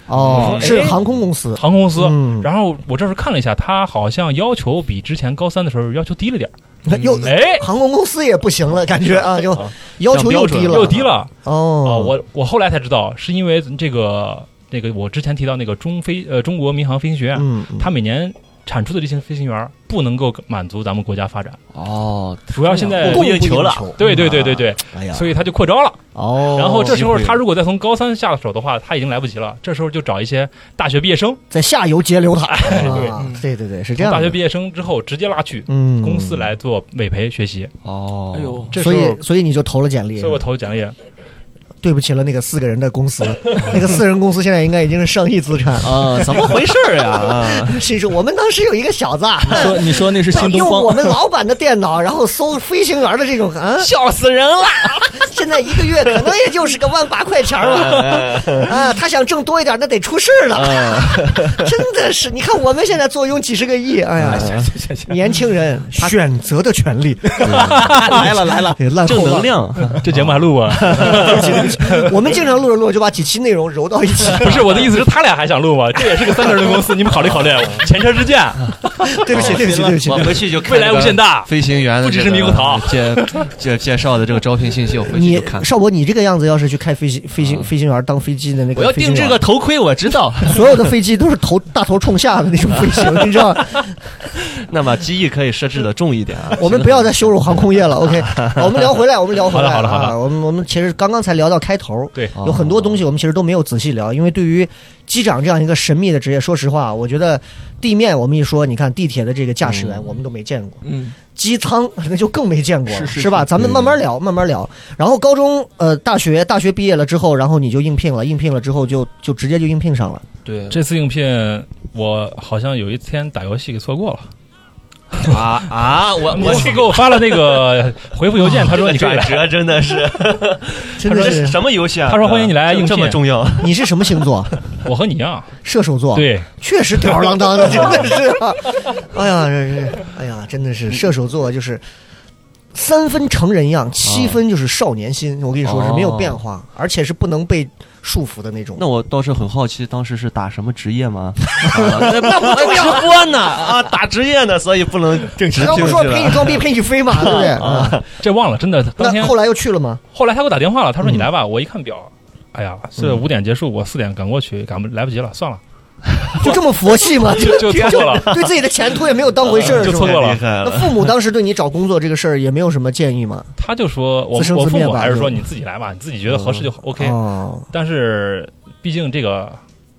[SPEAKER 2] 哦，
[SPEAKER 5] 哎
[SPEAKER 2] 是航空公司。
[SPEAKER 5] 航空公司。
[SPEAKER 2] 嗯，
[SPEAKER 5] 然后我这时候看了一下，他好像要求比之前高三的时候要求低了点儿。
[SPEAKER 2] 又
[SPEAKER 5] 哎，
[SPEAKER 2] 航空公司也不行了，感 觉啊，就要求又低了，
[SPEAKER 5] 又低了。哦，
[SPEAKER 2] 哦。
[SPEAKER 5] 我我后来才知道，是因为这个那个我之前提到那个中飞呃中国民航飞行学院，
[SPEAKER 2] 嗯，嗯
[SPEAKER 5] 它每年产出的这些飞行员不能够满足咱们国家发展，
[SPEAKER 4] 哦，
[SPEAKER 5] 主要现在
[SPEAKER 2] 供不
[SPEAKER 4] 应求了
[SPEAKER 5] 对对对对对，
[SPEAKER 2] 哎呀，
[SPEAKER 5] 所以他就扩招了。
[SPEAKER 2] 哦，
[SPEAKER 5] 然后这时候
[SPEAKER 4] 机会
[SPEAKER 5] 他如果再从高三下手的话，他已经来不及了。这时候就找一些大学毕业生，
[SPEAKER 2] 在下游截 流塔，
[SPEAKER 5] 哎对
[SPEAKER 2] 啊对对对，是这
[SPEAKER 5] 从
[SPEAKER 2] 样的。
[SPEAKER 5] 大学毕业生之后直接拉去
[SPEAKER 2] 嗯，
[SPEAKER 5] 公司来做委培学习。
[SPEAKER 4] 哦，
[SPEAKER 6] 哎呦，
[SPEAKER 5] 这时
[SPEAKER 2] 所
[SPEAKER 5] 候
[SPEAKER 2] 以，所以你就投了简历
[SPEAKER 5] 所以。我投简历，
[SPEAKER 2] 对不起了，那个四个人的公 司，那个四人公司现在应该已经是上亿资产。
[SPEAKER 4] 啊，怎么回事儿 呀？啊，
[SPEAKER 2] 谁说我们当时有一个小子啊，
[SPEAKER 6] 说你说那是新
[SPEAKER 2] 用
[SPEAKER 6] 东
[SPEAKER 2] 我
[SPEAKER 6] 方，
[SPEAKER 2] 们老板的电脑，然后搜飞行员的这种啊，
[SPEAKER 7] 笑死人了！
[SPEAKER 2] 现在一个月可能也就是个万把块钱儿了啊，他想挣多一点，那得出事儿了。 真的是，你看我们现在坐拥几十个亿，哎呀，年轻人选择的权利来了来了，烂
[SPEAKER 4] 正
[SPEAKER 2] 透
[SPEAKER 4] 能
[SPEAKER 2] 了。
[SPEAKER 4] 量，
[SPEAKER 5] 这节目还录过？
[SPEAKER 2] 我们经常录着录着就把几期内容揉到一起，
[SPEAKER 5] 不是我的意思是，他俩还想录吗？这也是个三个人的公司，你们考虑考虑，前车之鉴，
[SPEAKER 2] 对不起对不起对不起
[SPEAKER 4] 我，回去就看
[SPEAKER 5] 未来无限大。
[SPEAKER 4] 飞行员的
[SPEAKER 5] 不只
[SPEAKER 4] 这
[SPEAKER 5] 是
[SPEAKER 4] 个
[SPEAKER 5] 猕猴桃
[SPEAKER 4] 介 介介绍的这个招聘信息，我回去
[SPEAKER 2] 你
[SPEAKER 4] 就看。
[SPEAKER 2] 少博，你这个样子要是去开飞行飞行
[SPEAKER 4] 啊
[SPEAKER 2] 飞行员当飞机的那个，
[SPEAKER 4] 我要定制个，头盔，我知道。
[SPEAKER 2] 所有的飞机都是头大头冲下的那种飞行，你知道吗？
[SPEAKER 4] 那么机翼可以设置的重一点啊。
[SPEAKER 2] 我们不要再羞辱航空业了，OK？我们聊回来，我们聊回来。
[SPEAKER 5] 好的好的好的
[SPEAKER 2] 啊我们我们其实刚刚才聊到开头，
[SPEAKER 5] 对
[SPEAKER 2] 有很多东西我们其实都没有仔细聊，因为对于机长这样一个神秘的职业，说实话，我觉得地面我们一说，你看地铁的这个驾驶员，我们都没见过。
[SPEAKER 6] 嗯，
[SPEAKER 2] 机舱 那就更没见过了，
[SPEAKER 6] 是是
[SPEAKER 2] 吧？
[SPEAKER 6] 是
[SPEAKER 5] 嗯
[SPEAKER 2] 咱们慢慢聊，慢慢聊。然后高中呃，大学大学毕业了之后，然后你就应聘了，应聘了之后就就直接就应聘上了。
[SPEAKER 6] 对，
[SPEAKER 5] 这次应聘我好像有一天打游戏给错过了，
[SPEAKER 4] 啊啊！我
[SPEAKER 5] 我 去给我发了那个回复邮件，他说你可
[SPEAKER 4] 转
[SPEAKER 5] 以来，
[SPEAKER 4] 折真的是，
[SPEAKER 2] 真
[SPEAKER 4] 这
[SPEAKER 2] 的
[SPEAKER 4] 是
[SPEAKER 2] 是，
[SPEAKER 4] 什么游戏啊？
[SPEAKER 5] 他说欢迎你来
[SPEAKER 4] 这
[SPEAKER 5] 应聘
[SPEAKER 4] 这么重要？
[SPEAKER 2] 你是什么星 座？
[SPEAKER 5] 我和你一样，
[SPEAKER 2] 射手座。，
[SPEAKER 5] 对，
[SPEAKER 2] 确实吊儿郎当 的，真的是、啊。哎呀，这是，哎呀，真的是射手座就是。三分成人样，七分就是少年心。我跟你说是没有变化，而且是不能被束缚的那种。
[SPEAKER 4] 那我倒是很好奇，当时是打什么职业吗？啊那那不能 直播呢啊，打职业呢，所以不 能正
[SPEAKER 2] 刚不说陪你装逼陪你飞嘛，对不对？啊，
[SPEAKER 5] 这忘了，真的。当天
[SPEAKER 2] 那后来又去了 吗？
[SPEAKER 5] 后来他给我打电话了，他说你
[SPEAKER 2] 嗯
[SPEAKER 5] 来吧，我一看表，哎呀，是五点结束，我四点赶过去，赶不来不及了，算了，
[SPEAKER 2] 就这么佛系吗？
[SPEAKER 5] 就就错过了，
[SPEAKER 2] 对自己的前途也没有当回事儿，
[SPEAKER 5] 就是错
[SPEAKER 2] 吧？
[SPEAKER 5] 过了
[SPEAKER 4] 厉害
[SPEAKER 2] 那
[SPEAKER 4] 了。。
[SPEAKER 2] 父母当时对你找工作这个事儿也没有什么建议吗？
[SPEAKER 5] 他就说我
[SPEAKER 2] 自生
[SPEAKER 5] 我
[SPEAKER 2] 自
[SPEAKER 5] 父
[SPEAKER 2] 灭
[SPEAKER 5] 母
[SPEAKER 2] 吧
[SPEAKER 5] 还是说
[SPEAKER 2] 就
[SPEAKER 5] 你自己来吧，你自己觉得合适就好 OK，
[SPEAKER 2] 哦，
[SPEAKER 5] 但是毕竟这个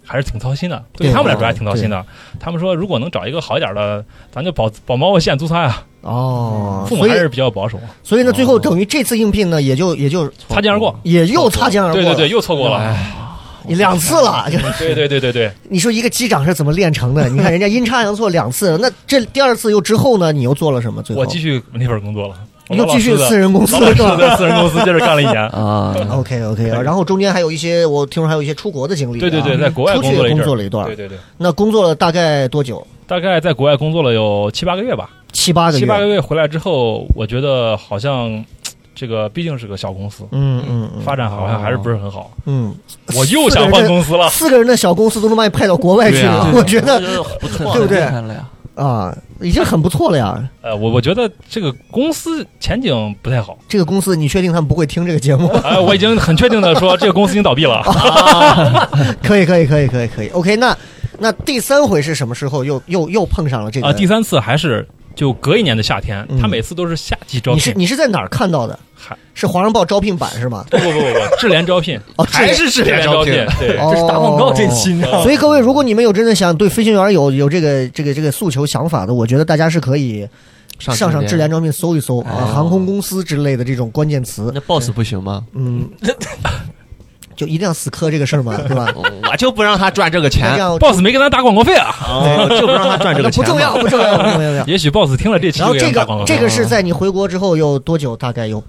[SPEAKER 5] 还是挺操心的，对
[SPEAKER 2] 对
[SPEAKER 5] 他们来说还挺操心的。他们说如果能找一个好一点的，咱就保保毛线租他呀。
[SPEAKER 2] 哦，
[SPEAKER 5] 啊父母
[SPEAKER 2] 所
[SPEAKER 5] 还
[SPEAKER 2] 以
[SPEAKER 5] 是比较保守，
[SPEAKER 2] 所以呢，最后等于这次应聘呢，也就也就
[SPEAKER 5] 擦肩而过。
[SPEAKER 2] 也又擦肩嗯而过
[SPEAKER 5] 对
[SPEAKER 2] 了，哎
[SPEAKER 5] 对对，又错过了。
[SPEAKER 2] 你两次了。就
[SPEAKER 5] 对对对对对，
[SPEAKER 2] 你说一个机长是怎么练成 的？你看人家阴差阳错两次，那这第二次又之后呢，你又做了什么？最后
[SPEAKER 5] 我继续那份工作了，
[SPEAKER 2] 你又继续私
[SPEAKER 5] 私
[SPEAKER 2] 人公司
[SPEAKER 5] 老老
[SPEAKER 2] 了，
[SPEAKER 5] 实
[SPEAKER 2] 是
[SPEAKER 5] 实
[SPEAKER 2] 吧
[SPEAKER 5] 的私人公司，接着干了一 年
[SPEAKER 4] 啊，
[SPEAKER 2] ？OK OK，然后中间还有一些，我听说还有一些出国的经历啊。
[SPEAKER 5] 对对对，在国外
[SPEAKER 2] 出
[SPEAKER 5] 工
[SPEAKER 2] 去
[SPEAKER 5] 作
[SPEAKER 2] 也
[SPEAKER 5] 了一
[SPEAKER 2] 工
[SPEAKER 5] 阵
[SPEAKER 2] 作
[SPEAKER 5] 儿。
[SPEAKER 2] 了一段
[SPEAKER 5] 对
[SPEAKER 2] 儿，
[SPEAKER 5] 对对，
[SPEAKER 2] 那工作了大概多久？
[SPEAKER 5] 大概在国外工作了有七八个月吧，
[SPEAKER 2] 七八个月。
[SPEAKER 5] 七八个月回来之后，我觉得好像这个毕竟是个小公司，
[SPEAKER 2] 嗯嗯嗯
[SPEAKER 5] 发展好像还是不是很好。
[SPEAKER 2] 嗯，
[SPEAKER 5] 我又想换公司了，
[SPEAKER 2] 四个人的小公司都能把你派到国外去
[SPEAKER 4] 对啊
[SPEAKER 2] 了，我觉得
[SPEAKER 6] 不错，
[SPEAKER 2] 对不对
[SPEAKER 6] 很厉害了呀？
[SPEAKER 2] 啊，已经很不错了呀。
[SPEAKER 5] 呃，我我觉得这个公司前景不太好。
[SPEAKER 2] 这个公司，你确定他们不会听这个节目？
[SPEAKER 5] 呃，我已经很确定的 说，这个公司已经倒闭了。
[SPEAKER 2] 哦可以，可以，可以，可以，可以。OK，那那第三回是什么时候又又又碰上了这个？
[SPEAKER 5] 啊，第三次还是就隔一年的夏天
[SPEAKER 2] 嗯，
[SPEAKER 5] 他每次都是夏季招
[SPEAKER 2] 你是
[SPEAKER 5] 聘，
[SPEAKER 2] 你是在哪儿看到的
[SPEAKER 5] 嗨？
[SPEAKER 2] 是《华商报》招聘版是吗？
[SPEAKER 5] 不不不不不，智联 招聘，
[SPEAKER 2] 哦，
[SPEAKER 5] 还是智联招聘，对，
[SPEAKER 2] 哦
[SPEAKER 6] 这是打广告这期，你知道吗
[SPEAKER 2] 所以各位，如果你们有真的想对飞行员有有这个这个这个诉求想法的，我觉得大家是可以上上智联招聘搜一搜啊，
[SPEAKER 4] 哦
[SPEAKER 2] 航空公司之类的这种关键词，
[SPEAKER 4] 那 boss 不行吗？
[SPEAKER 2] 嗯， 就一定要死磕这个事儿嘛，对吧？
[SPEAKER 4] 我就不让他赚这个
[SPEAKER 2] 那这
[SPEAKER 4] 钱，
[SPEAKER 2] 样
[SPEAKER 5] boss 没给咱打广告费啊，
[SPEAKER 4] 我 就不让他赚这
[SPEAKER 2] 那
[SPEAKER 4] 个
[SPEAKER 2] 不
[SPEAKER 4] 钱。
[SPEAKER 2] 重要，不重要，不重要不重要。
[SPEAKER 5] 也许 boss 听了这期
[SPEAKER 2] 哦然后
[SPEAKER 5] 就给
[SPEAKER 2] 这
[SPEAKER 5] 咱打广
[SPEAKER 2] 个
[SPEAKER 5] 告嗯
[SPEAKER 2] 这
[SPEAKER 5] 费，
[SPEAKER 2] 个是在你回国之后有多久？大概有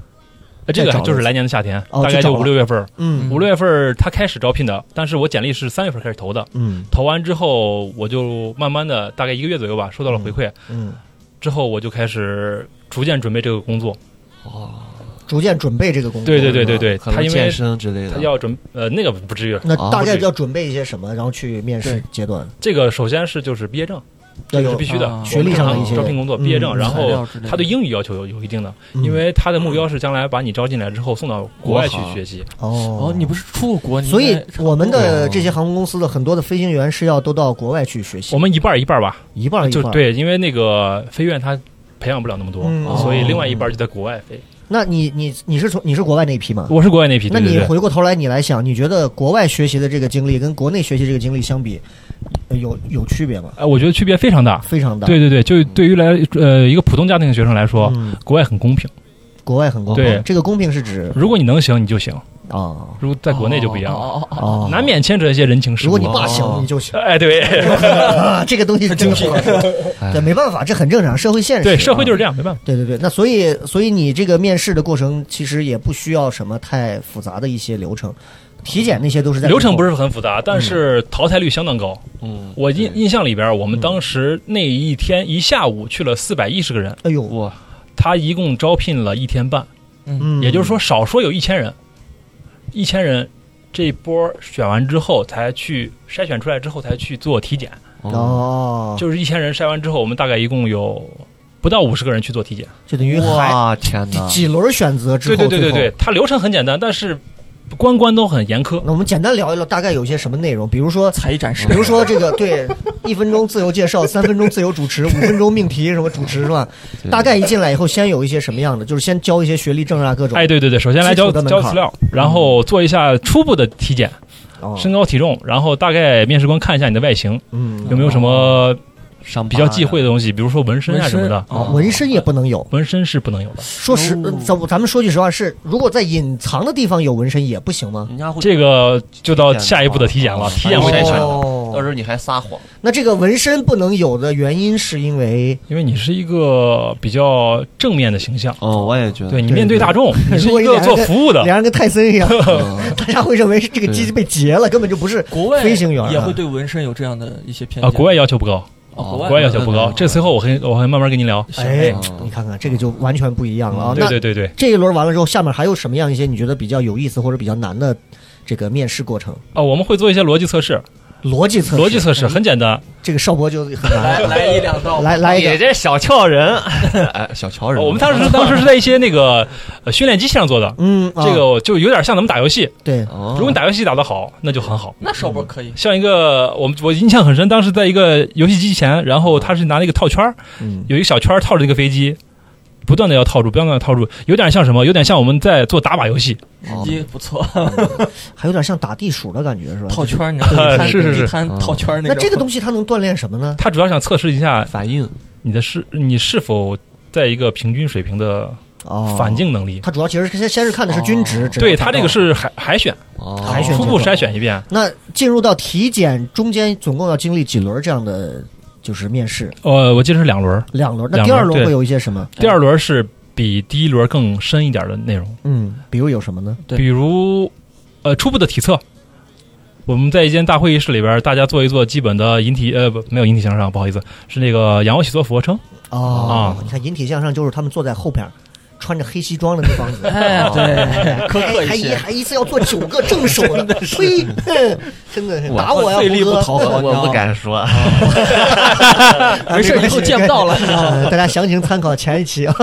[SPEAKER 5] 呃这个
[SPEAKER 2] 再找
[SPEAKER 5] 就是来年的夏天，
[SPEAKER 2] 哦
[SPEAKER 5] 大概
[SPEAKER 2] 就找
[SPEAKER 5] 就五
[SPEAKER 2] 了
[SPEAKER 5] 六月份儿，
[SPEAKER 2] 嗯
[SPEAKER 5] 五六月份儿他开始招聘的，但是我简历是三月份开始投的，
[SPEAKER 2] 嗯
[SPEAKER 5] 投完之后我就慢慢的大概一个月左右吧，收到了回馈，
[SPEAKER 2] 嗯，
[SPEAKER 5] 之后我就开始逐渐准备这个工作，
[SPEAKER 2] 逐渐准备这个工作。
[SPEAKER 5] 对对对对对，
[SPEAKER 4] 可能
[SPEAKER 5] 他因为
[SPEAKER 4] 健身之类
[SPEAKER 5] 他
[SPEAKER 4] 的。
[SPEAKER 5] 要准呃那个不 至于，
[SPEAKER 2] 那
[SPEAKER 4] 啊
[SPEAKER 2] 大概
[SPEAKER 5] 不至于
[SPEAKER 2] 要准备一些什么，然后去面试阶段
[SPEAKER 5] 这个首先是就是毕业证，
[SPEAKER 2] 要
[SPEAKER 5] 这个是
[SPEAKER 2] 有
[SPEAKER 5] 必须的，
[SPEAKER 6] 啊
[SPEAKER 2] 学历上的一些
[SPEAKER 5] 招聘工作毕业证，
[SPEAKER 2] 嗯
[SPEAKER 5] 然
[SPEAKER 6] 材
[SPEAKER 5] 后
[SPEAKER 6] 料之类的
[SPEAKER 5] 他对英语要求有有一定的，
[SPEAKER 2] 嗯
[SPEAKER 5] 因为他的目标是将来把你招进来之后送到国外去
[SPEAKER 4] 国行
[SPEAKER 5] 学习，
[SPEAKER 2] 哦
[SPEAKER 6] 哦，你不是出过国？你
[SPEAKER 2] 所以
[SPEAKER 6] 应该
[SPEAKER 2] 我们的
[SPEAKER 5] 啊
[SPEAKER 4] 哦
[SPEAKER 2] 这些航空公司的很多的飞行员是要都到国外去学习，
[SPEAKER 5] 我们一半儿一半儿吧，
[SPEAKER 2] 一半儿一
[SPEAKER 5] 就
[SPEAKER 2] 半儿。
[SPEAKER 5] 对，因为那个飞院他培养不了那么多
[SPEAKER 2] 嗯，
[SPEAKER 5] 所以另外一半儿就在国外飞。
[SPEAKER 2] 那你你你是从你是国外那一批吗？
[SPEAKER 5] 我是国外那批，
[SPEAKER 2] 那
[SPEAKER 5] 对对
[SPEAKER 2] 你
[SPEAKER 5] 对，
[SPEAKER 2] 回过头来你来想，你觉得国外学习的这个经历跟国内学习这个经历相比，呃有有区别吗？
[SPEAKER 5] 哎，我觉得区别非常大。
[SPEAKER 2] 非常大。
[SPEAKER 5] 对对对，就对于来呃一个普通家庭的学生来说，
[SPEAKER 2] 嗯，
[SPEAKER 5] 国外很公平，
[SPEAKER 2] 国外很公
[SPEAKER 5] 对
[SPEAKER 2] 平。这个公平是指
[SPEAKER 5] 如果你能行你就行，
[SPEAKER 2] 啊
[SPEAKER 5] 如果在国内就不一样了，
[SPEAKER 6] 哦哦哦
[SPEAKER 2] 啊，
[SPEAKER 6] 哦
[SPEAKER 5] 难免牵扯一些人情世
[SPEAKER 2] 如
[SPEAKER 5] 故
[SPEAKER 2] 果。你爸
[SPEAKER 4] 哦
[SPEAKER 2] 行，你就行。
[SPEAKER 5] 哎，对
[SPEAKER 2] 啊，这个东西是真的不好说， 对，没办法，这很正常，社会现实。
[SPEAKER 5] 哎对，社会就是这样，没办法。
[SPEAKER 2] 对对对，那所以所以你这个面试的过程其实也不需要什么太复杂的一些流程，体检那些都是在
[SPEAKER 5] 流程不
[SPEAKER 2] 是
[SPEAKER 5] 是很复杂，但是淘汰率相当高。
[SPEAKER 4] 嗯，
[SPEAKER 5] 我印印象里边，我们
[SPEAKER 2] 嗯
[SPEAKER 5] 当时那一天一下午去了四百一十个人，
[SPEAKER 2] 哎呦，
[SPEAKER 4] 我
[SPEAKER 5] 他一共招聘了一天半，
[SPEAKER 2] 嗯，
[SPEAKER 5] 也就是说少说有一千人，一千人这一波选完之后才去筛选出来之后才去做体检，
[SPEAKER 2] 哦，
[SPEAKER 5] 就是一千人筛完之后，我们大概一共有不到五十个人去做体检。
[SPEAKER 2] 就等于还
[SPEAKER 4] 哇天
[SPEAKER 2] 几
[SPEAKER 4] 哪！
[SPEAKER 2] 几轮选择之
[SPEAKER 5] 对
[SPEAKER 2] 后，
[SPEAKER 5] 对对
[SPEAKER 2] 最
[SPEAKER 5] 对
[SPEAKER 2] 后
[SPEAKER 5] 对，它流程很简单，但是关关都很严苛。
[SPEAKER 2] 那我们简单聊一聊，大概有些什么内容？比如说，
[SPEAKER 6] 才艺展示
[SPEAKER 2] 比，如说这个对，一分钟自由介绍，三分钟自由主持，五分钟命题什么主持是吧？
[SPEAKER 4] 对
[SPEAKER 2] 大概一进来以后，先有一些什么样的？就是先交一些学历证啊，各种。
[SPEAKER 5] 哎，对对对，首先来交
[SPEAKER 2] 基础的门槛嗯
[SPEAKER 5] 交资料，然后做一下初步的体检，
[SPEAKER 2] 哦，
[SPEAKER 5] 身高体重，然后大概面试官看一下你的外形
[SPEAKER 2] 嗯，
[SPEAKER 5] 有没有什么
[SPEAKER 4] 上
[SPEAKER 5] 比较忌讳的东西，比如说纹身啊什么的，
[SPEAKER 2] 哦纹身也不能有。
[SPEAKER 5] 纹身是不能有的。
[SPEAKER 2] 说实，呃咱咱们说句实话，是如果在隐藏的地方有纹身也不行吗？哎
[SPEAKER 4] 人家会
[SPEAKER 5] 这个就到下一
[SPEAKER 2] 啊
[SPEAKER 5] 步的体检了，
[SPEAKER 2] 哦
[SPEAKER 5] 体检
[SPEAKER 4] 不
[SPEAKER 5] 会
[SPEAKER 4] 筛选
[SPEAKER 5] 看，
[SPEAKER 4] 到时候你还撒谎，
[SPEAKER 2] 那这个纹身不能有的原因是因为，
[SPEAKER 5] 因为你是一个比较正面的形象，
[SPEAKER 4] 哦，我也觉得
[SPEAKER 5] 对
[SPEAKER 2] 嗯
[SPEAKER 5] 你
[SPEAKER 2] 对
[SPEAKER 5] 面对大众，你是
[SPEAKER 2] 如果
[SPEAKER 5] 一
[SPEAKER 2] 你
[SPEAKER 5] 个
[SPEAKER 2] 两
[SPEAKER 5] 做
[SPEAKER 2] 个
[SPEAKER 5] 服务的，
[SPEAKER 2] 两人跟泰森一样，哦
[SPEAKER 4] 嗯
[SPEAKER 2] 大家会认为是这个鸡
[SPEAKER 4] 对
[SPEAKER 2] 被劫了，根本就不是
[SPEAKER 6] 国外
[SPEAKER 2] 飞行员啊
[SPEAKER 6] 也会对纹身有这样的一些偏
[SPEAKER 5] 啊，
[SPEAKER 6] 见。
[SPEAKER 5] 国外要求不高，
[SPEAKER 6] 哦
[SPEAKER 4] 国
[SPEAKER 6] 国
[SPEAKER 5] 国外要
[SPEAKER 6] 求
[SPEAKER 5] 求不高。这随后我很我很慢慢跟您聊。
[SPEAKER 2] 哎
[SPEAKER 4] 哦，
[SPEAKER 2] 你看看这个就完全不一样了啊！
[SPEAKER 5] 对
[SPEAKER 2] 那
[SPEAKER 5] 嗯对对对，
[SPEAKER 2] 这一轮完了之后，下面还有什么样一些你觉得比较有意思或者比较难的这个面试过程？
[SPEAKER 5] 哦，我们会做一些逻辑测试，
[SPEAKER 2] 逻辑测试，嗯
[SPEAKER 5] 逻辑测试很简单。
[SPEAKER 2] 这个邵博就很难
[SPEAKER 6] 来
[SPEAKER 2] 了，
[SPEAKER 6] 来一两道，
[SPEAKER 2] 来来一个，
[SPEAKER 4] 这小俏人， 哎，小乔人，
[SPEAKER 5] 哦我们当时当时是在一些 那个呃训练机器上做的，
[SPEAKER 2] 嗯，啊
[SPEAKER 5] 这个就有点像咱们打游戏。
[SPEAKER 2] 对，
[SPEAKER 4] 哦，
[SPEAKER 5] 如果你打游戏打得好，那就很好。
[SPEAKER 6] 那手不可以。
[SPEAKER 5] 像一个我们我印象很深，当时在一个游戏机前，然后他是拿那个套圈儿，
[SPEAKER 2] 嗯，
[SPEAKER 5] 有一个小圈儿套着一个飞机，不断的要套住，不断的套住，有点像什么？有点像我们在做打靶游戏。
[SPEAKER 2] 哦
[SPEAKER 6] 一不错，
[SPEAKER 2] 还有点像打地鼠的感觉是吧？
[SPEAKER 6] 套圈儿，你知
[SPEAKER 5] 对
[SPEAKER 6] 道吗？
[SPEAKER 5] 是是是嗯
[SPEAKER 6] 地摊套圈儿
[SPEAKER 2] 那
[SPEAKER 6] 那
[SPEAKER 2] 这个
[SPEAKER 6] 东
[SPEAKER 2] 东西它能锻炼什么呢？
[SPEAKER 5] 他主要想测试一下
[SPEAKER 4] 反应，
[SPEAKER 5] 你的是你是否在一个平均水平的
[SPEAKER 2] 哦，
[SPEAKER 5] 反，应能力。
[SPEAKER 2] 它主要其实先先是看的是均值，只要
[SPEAKER 5] 对
[SPEAKER 2] 达
[SPEAKER 5] 他这
[SPEAKER 2] 到
[SPEAKER 5] 个是海海选，
[SPEAKER 4] 哦
[SPEAKER 2] 海选
[SPEAKER 5] 初步筛选一遍。
[SPEAKER 2] 哦那进入到体检中间，总共要经历几轮这样的就是面试？
[SPEAKER 5] 呃，我记得是两轮儿，
[SPEAKER 2] 两轮。那
[SPEAKER 5] 两轮
[SPEAKER 2] 第二轮
[SPEAKER 5] 对
[SPEAKER 2] 会有一些什么？
[SPEAKER 5] 第二轮是比第一轮更深一点的内容，
[SPEAKER 2] 嗯，比如有什么呢？
[SPEAKER 6] 对
[SPEAKER 5] 比如呃初步的体测。我们在一间大会议室里边，大家做一做基本的引体，呃，不，没有引体向上，不好意思，是那个仰卧起坐俯卧撑。
[SPEAKER 2] 哦
[SPEAKER 5] 啊，
[SPEAKER 2] 你看引体向上就是他们坐在后边儿，穿着黑西装的那帮 子。
[SPEAKER 6] 哎，对，苛刻
[SPEAKER 2] 哎还
[SPEAKER 6] 一
[SPEAKER 2] 一
[SPEAKER 6] 些，
[SPEAKER 2] 还一次要做九个正手了，呸！哼真的是
[SPEAKER 4] 我
[SPEAKER 2] 打我呀，
[SPEAKER 6] 费力
[SPEAKER 2] 胡
[SPEAKER 6] 不
[SPEAKER 2] 歌
[SPEAKER 4] 哦
[SPEAKER 6] 讨好，
[SPEAKER 4] 我不敢说，
[SPEAKER 2] 啊
[SPEAKER 6] 没事
[SPEAKER 2] 关系
[SPEAKER 6] 以后见不到了
[SPEAKER 2] 没关系呃 大家详情参考前一期啊。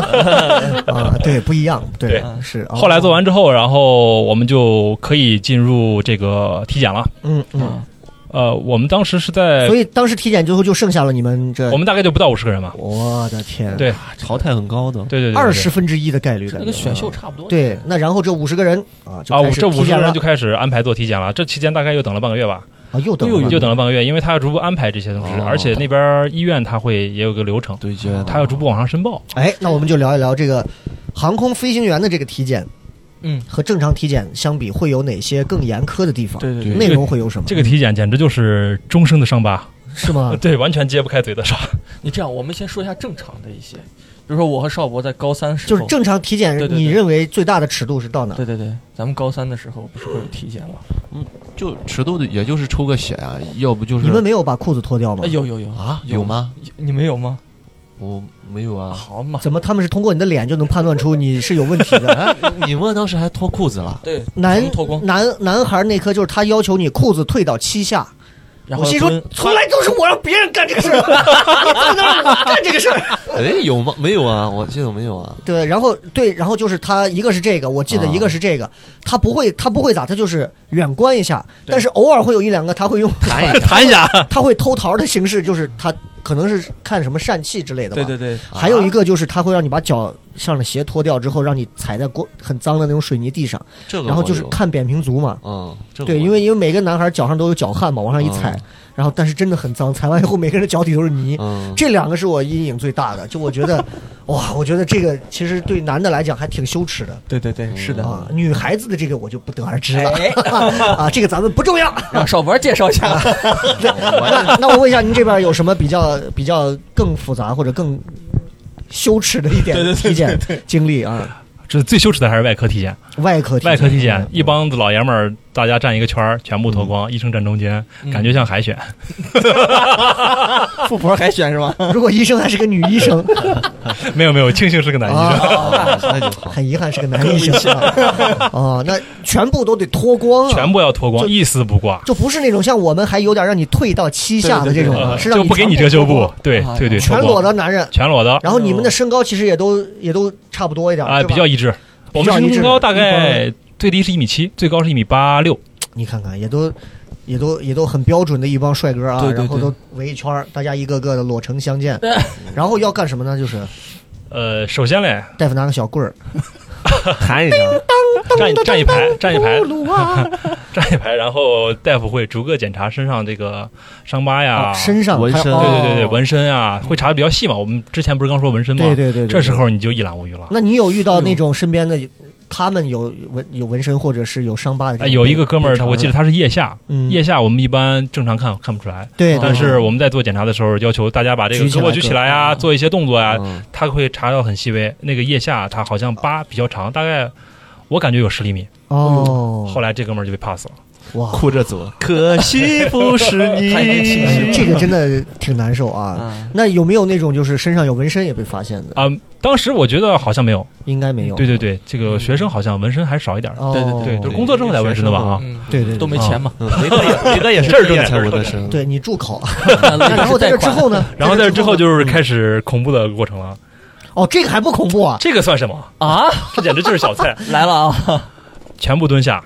[SPEAKER 2] 啊，对，不一样，对，是。哦
[SPEAKER 5] 后来做完，之后，然后我们就可以进入这个体检了。
[SPEAKER 2] 嗯嗯，
[SPEAKER 5] 呃，我们当时是在
[SPEAKER 2] 所，以当时体检最后就剩下了你们这
[SPEAKER 5] 我，们大概就不到五十个人嘛。
[SPEAKER 2] 我的天，
[SPEAKER 5] 对
[SPEAKER 4] 淘汰很高的，
[SPEAKER 5] 对对对对，对
[SPEAKER 2] 二十分之一的概率的啊
[SPEAKER 6] 那个选秀差不多。
[SPEAKER 2] 对，那然后这五十个人啊，就
[SPEAKER 5] 啊，
[SPEAKER 2] 开
[SPEAKER 5] 我
[SPEAKER 2] 始
[SPEAKER 5] 这五
[SPEAKER 2] 体
[SPEAKER 5] 十
[SPEAKER 2] 检
[SPEAKER 5] 个人
[SPEAKER 2] 了
[SPEAKER 5] 就开始安排做体检了。这期间大概又等了半个月吧，
[SPEAKER 2] 啊，又等
[SPEAKER 5] 又
[SPEAKER 2] 又
[SPEAKER 5] 等了半个月，因为他要逐步安排这些东西，
[SPEAKER 4] 哦
[SPEAKER 5] 而且那边医院他会也有个流程，
[SPEAKER 4] 对接
[SPEAKER 2] 啊
[SPEAKER 4] 的，
[SPEAKER 5] 他要逐步往上申报。
[SPEAKER 2] 哎，那我们就聊一聊这个航空飞行员的这个体检，
[SPEAKER 6] 嗯，
[SPEAKER 2] 和正常体检相比，会有哪些更严苛的地方？
[SPEAKER 6] 对对
[SPEAKER 4] 对
[SPEAKER 2] 内容会有什么？
[SPEAKER 5] 这个体检简直就是终生的伤疤，？
[SPEAKER 2] 是吗
[SPEAKER 5] 对，完全揭不开嘴的伤。
[SPEAKER 6] 你这样，我们先说一下正常的一些，比如说我和邵博在高三时
[SPEAKER 2] 就
[SPEAKER 6] 候，
[SPEAKER 2] 是正常体检
[SPEAKER 6] 对，对对
[SPEAKER 2] 你认为最大的尺度是到哪？
[SPEAKER 6] 对对对，咱们高三的时候不是会有体检吗？
[SPEAKER 4] 就尺度的，也就是抽个血啊，要不就是
[SPEAKER 2] 你们没有把裤子脱掉吗
[SPEAKER 6] 嗯哎，？有有有
[SPEAKER 4] 啊有？吗？
[SPEAKER 6] 有你们有吗？
[SPEAKER 4] 我没有 啊，
[SPEAKER 6] 好嘛，
[SPEAKER 2] 怎么他们是通过你的脸就能判断出你是有问题 的？
[SPEAKER 4] 哎，你们当时还脱裤子了，
[SPEAKER 6] 对，
[SPEAKER 2] 男
[SPEAKER 6] 全部脱光，
[SPEAKER 2] 男男孩那科就是他要求你裤子退到膝下，
[SPEAKER 6] 然
[SPEAKER 2] 我
[SPEAKER 6] 后
[SPEAKER 2] 心说
[SPEAKER 6] 蹲啊
[SPEAKER 2] 从来都是我让别人干这 个事儿，你怎么能让我干这个事儿？
[SPEAKER 4] 哎，有吗？没有啊，我记得我没有啊，
[SPEAKER 2] 对，然后对，然后就是他一个是这个，我记得
[SPEAKER 4] 啊
[SPEAKER 2] 一个是这个，他不会他不会咋，他就是远观一下，但是偶尔会有一两个他会用
[SPEAKER 4] 弹一
[SPEAKER 5] 谈一下，
[SPEAKER 2] 他会偷桃的形式，就是他可能是看什么疝气之类的吧。
[SPEAKER 6] 对对对，
[SPEAKER 2] 还有一个就是他会让你把脚上的鞋脱掉之后，让你踩在过很脏的那种水泥地上，
[SPEAKER 4] 这个
[SPEAKER 2] 然后就是
[SPEAKER 4] 我有
[SPEAKER 2] 看扁平足嘛。
[SPEAKER 4] 嗯，这个
[SPEAKER 2] 对，
[SPEAKER 4] 我
[SPEAKER 2] 因为因为每个男孩脚上都有脚汗嘛，往上一踩
[SPEAKER 4] 嗯，
[SPEAKER 2] 然后但是真的很脏，踩完以后每个人的脚底都是泥。
[SPEAKER 4] 嗯
[SPEAKER 2] 这两个是我阴影最大的，就我觉得， 哇，我觉得这个其实对男的来讲还挺羞耻的
[SPEAKER 6] 对对对，是
[SPEAKER 4] 嗯
[SPEAKER 6] 的。
[SPEAKER 2] 啊。女孩子的这个我就不得而知了、
[SPEAKER 4] 哎
[SPEAKER 2] 啊，这个咱们不重要。
[SPEAKER 6] 让邵博介绍一下，
[SPEAKER 2] 那那我问一下，您这边有什么比较比较更复杂或者更羞耻的一点体检经历啊？
[SPEAKER 5] 这最羞耻的还是外科体检。
[SPEAKER 2] 外科体嗯
[SPEAKER 5] 外科体检，一帮子老爷们儿，大家站一个圈儿，全部脱光，医生站中间，
[SPEAKER 2] 嗯
[SPEAKER 5] 感觉像海选。
[SPEAKER 6] 富婆海选是 吗？
[SPEAKER 2] 如果医生还是个女医生
[SPEAKER 5] 没有没有，庆幸是个 男医生。
[SPEAKER 2] 啊，
[SPEAKER 4] 哦那就 好，
[SPEAKER 2] 很遗憾是个男医生啊。哦，那全部都得脱光啊，
[SPEAKER 5] 全部要脱光，
[SPEAKER 2] 就
[SPEAKER 5] 一丝不挂，
[SPEAKER 2] 就不是那种像我们还有点让你退到膝下的这种啊，
[SPEAKER 5] 呃
[SPEAKER 2] 是让
[SPEAKER 5] 就不给
[SPEAKER 2] 全
[SPEAKER 5] 你
[SPEAKER 2] 部
[SPEAKER 5] 遮羞
[SPEAKER 2] 脱光
[SPEAKER 5] 布，对
[SPEAKER 6] 啊
[SPEAKER 5] 对对，
[SPEAKER 2] 全
[SPEAKER 5] 脱
[SPEAKER 2] 裸
[SPEAKER 5] 光，
[SPEAKER 2] 的男人，
[SPEAKER 5] 全裸的
[SPEAKER 2] 然后你们的身高其实也都也都差不多一点
[SPEAKER 5] 啊，
[SPEAKER 2] 是吧
[SPEAKER 5] 比较一致。
[SPEAKER 2] 比
[SPEAKER 5] 我
[SPEAKER 2] 较
[SPEAKER 5] 们
[SPEAKER 2] 一致
[SPEAKER 5] 身高大概最低是一米七，最高是一米八六。
[SPEAKER 2] 你看看，也都也都也都很标准的一帮帅哥啊，
[SPEAKER 6] 对对
[SPEAKER 2] 然后
[SPEAKER 6] 对
[SPEAKER 2] 都围一圈儿，大家一个个的裸成相 见，然后要干什么呢？就是
[SPEAKER 5] 呃，首先嘞，
[SPEAKER 2] 大夫拿个小棍儿，
[SPEAKER 4] 弹一下，
[SPEAKER 5] 站站一排，站一排，
[SPEAKER 1] 噜啊，
[SPEAKER 5] 站一排， 然后大夫会逐个检查身上这个伤疤呀，
[SPEAKER 2] 啊身上
[SPEAKER 4] 纹
[SPEAKER 2] 还有
[SPEAKER 4] 身
[SPEAKER 2] 哦
[SPEAKER 5] 对对对对，纹身啊，会查的比较细嘛。我们之前不是刚说纹身吗？
[SPEAKER 2] 对对对对
[SPEAKER 5] 这时候你就一览无余了。
[SPEAKER 2] 那你有遇到
[SPEAKER 5] 哎
[SPEAKER 2] 那种身边的，他们有纹有纹身或者是有伤疤的这
[SPEAKER 5] 哎，
[SPEAKER 2] 种？
[SPEAKER 5] 有一个哥们儿，他我记得他是腋下，
[SPEAKER 2] 嗯
[SPEAKER 5] 腋下我们一般正常看看不出来，
[SPEAKER 2] 对，对
[SPEAKER 5] 但是我们在做检查的时候，要求大家把这个
[SPEAKER 2] 举起
[SPEAKER 5] 胳
[SPEAKER 2] 来哦
[SPEAKER 5] 膊举起来呀，
[SPEAKER 6] 对
[SPEAKER 5] 做一些动作呀，
[SPEAKER 4] 嗯
[SPEAKER 5] 他会查到很细微。那个腋下他好像疤比较长，大概我感觉有十厘米。
[SPEAKER 2] 哦，
[SPEAKER 5] 后来这哥们儿就被 pass 了。
[SPEAKER 2] 哇，
[SPEAKER 4] 哭着走，可惜不是
[SPEAKER 6] 太年轻了
[SPEAKER 2] 哎
[SPEAKER 4] 你。
[SPEAKER 2] 这个真的挺难受啊。
[SPEAKER 6] 啊，
[SPEAKER 2] 那有没有那种就是身上有纹身也被发现的？
[SPEAKER 5] 啊、当时我觉得好像没有，
[SPEAKER 2] 应该没有。
[SPEAKER 5] 对对对，这个学生好像纹身还少一点儿，
[SPEAKER 2] 哦，
[SPEAKER 6] 对对
[SPEAKER 5] 对，就是
[SPEAKER 6] 对
[SPEAKER 5] 工作之后才纹身的吧啊。
[SPEAKER 6] 嗯，
[SPEAKER 2] 对对对
[SPEAKER 6] 都没钱嘛，
[SPEAKER 4] 嗯雷哥也，雷哥也是这儿才纹的身，
[SPEAKER 2] 对你住口。 那
[SPEAKER 6] 然
[SPEAKER 2] 然后在这之后呢？
[SPEAKER 5] 然后在
[SPEAKER 2] 在
[SPEAKER 5] 这之后
[SPEAKER 2] 呢
[SPEAKER 5] 就是开始恐怖的过程了，
[SPEAKER 2] 哦，这个还不恐怖啊？
[SPEAKER 5] 这个算什么？
[SPEAKER 6] 啊
[SPEAKER 5] 这简直就是小 菜，
[SPEAKER 6] 来了啊，
[SPEAKER 5] 全部蹲下，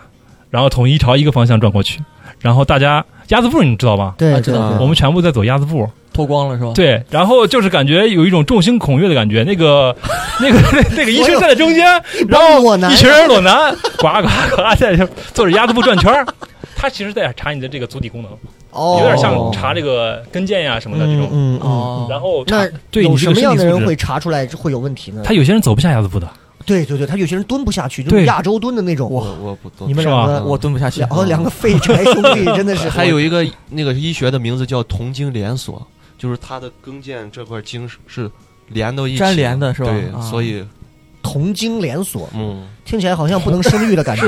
[SPEAKER 5] 然后统一朝一个方向转过去，然后大家鸭子步你知道吧？
[SPEAKER 2] 对
[SPEAKER 6] 啊
[SPEAKER 2] 对
[SPEAKER 6] 知道
[SPEAKER 2] 对，
[SPEAKER 5] 我们全部在走鸭子步，
[SPEAKER 2] 哦
[SPEAKER 6] 脱光了是吧？
[SPEAKER 5] 对，然后就是感觉有一种众星拱月的感觉，那 个、那个、那个医生站在中间，然
[SPEAKER 2] 帮
[SPEAKER 5] 后
[SPEAKER 2] 裸男
[SPEAKER 5] 一群人裸男，呱呱呱在这坐着鸭子步转圈儿，他其实在查你的这个足底功能，
[SPEAKER 2] 哦，
[SPEAKER 5] 有点像查这个跟腱呀、什么的这
[SPEAKER 2] 嗯
[SPEAKER 5] 种。
[SPEAKER 2] 嗯嗯。
[SPEAKER 6] 哦，
[SPEAKER 5] 然后查
[SPEAKER 2] 那
[SPEAKER 5] 对
[SPEAKER 2] 有
[SPEAKER 5] 你
[SPEAKER 2] 什
[SPEAKER 5] 这
[SPEAKER 2] 么
[SPEAKER 5] 个
[SPEAKER 2] 样的
[SPEAKER 5] 身体素
[SPEAKER 2] 人
[SPEAKER 5] 质
[SPEAKER 2] 会查出来会有问题呢？
[SPEAKER 5] 他有些人走不下鸭子步的，
[SPEAKER 2] 对对对，他有些人蹲不下去，就是
[SPEAKER 5] 对
[SPEAKER 2] 亚洲蹲的那种。
[SPEAKER 4] 我我不懂
[SPEAKER 2] 你。们
[SPEAKER 5] 是
[SPEAKER 2] 两
[SPEAKER 5] 吧
[SPEAKER 2] 个，
[SPEAKER 6] 我蹲不下去，
[SPEAKER 2] 嗯
[SPEAKER 6] 哦
[SPEAKER 2] 两个两个废柴兄弟真的是
[SPEAKER 4] 还有一个那个医学的名字叫同经连锁，就是它的跟腱这块经是是连到一起
[SPEAKER 6] 粘连的是吧
[SPEAKER 4] 对
[SPEAKER 6] 啊，
[SPEAKER 4] 所以
[SPEAKER 2] 同经连锁，
[SPEAKER 4] 嗯，
[SPEAKER 2] 听起来好像不能生育的感觉。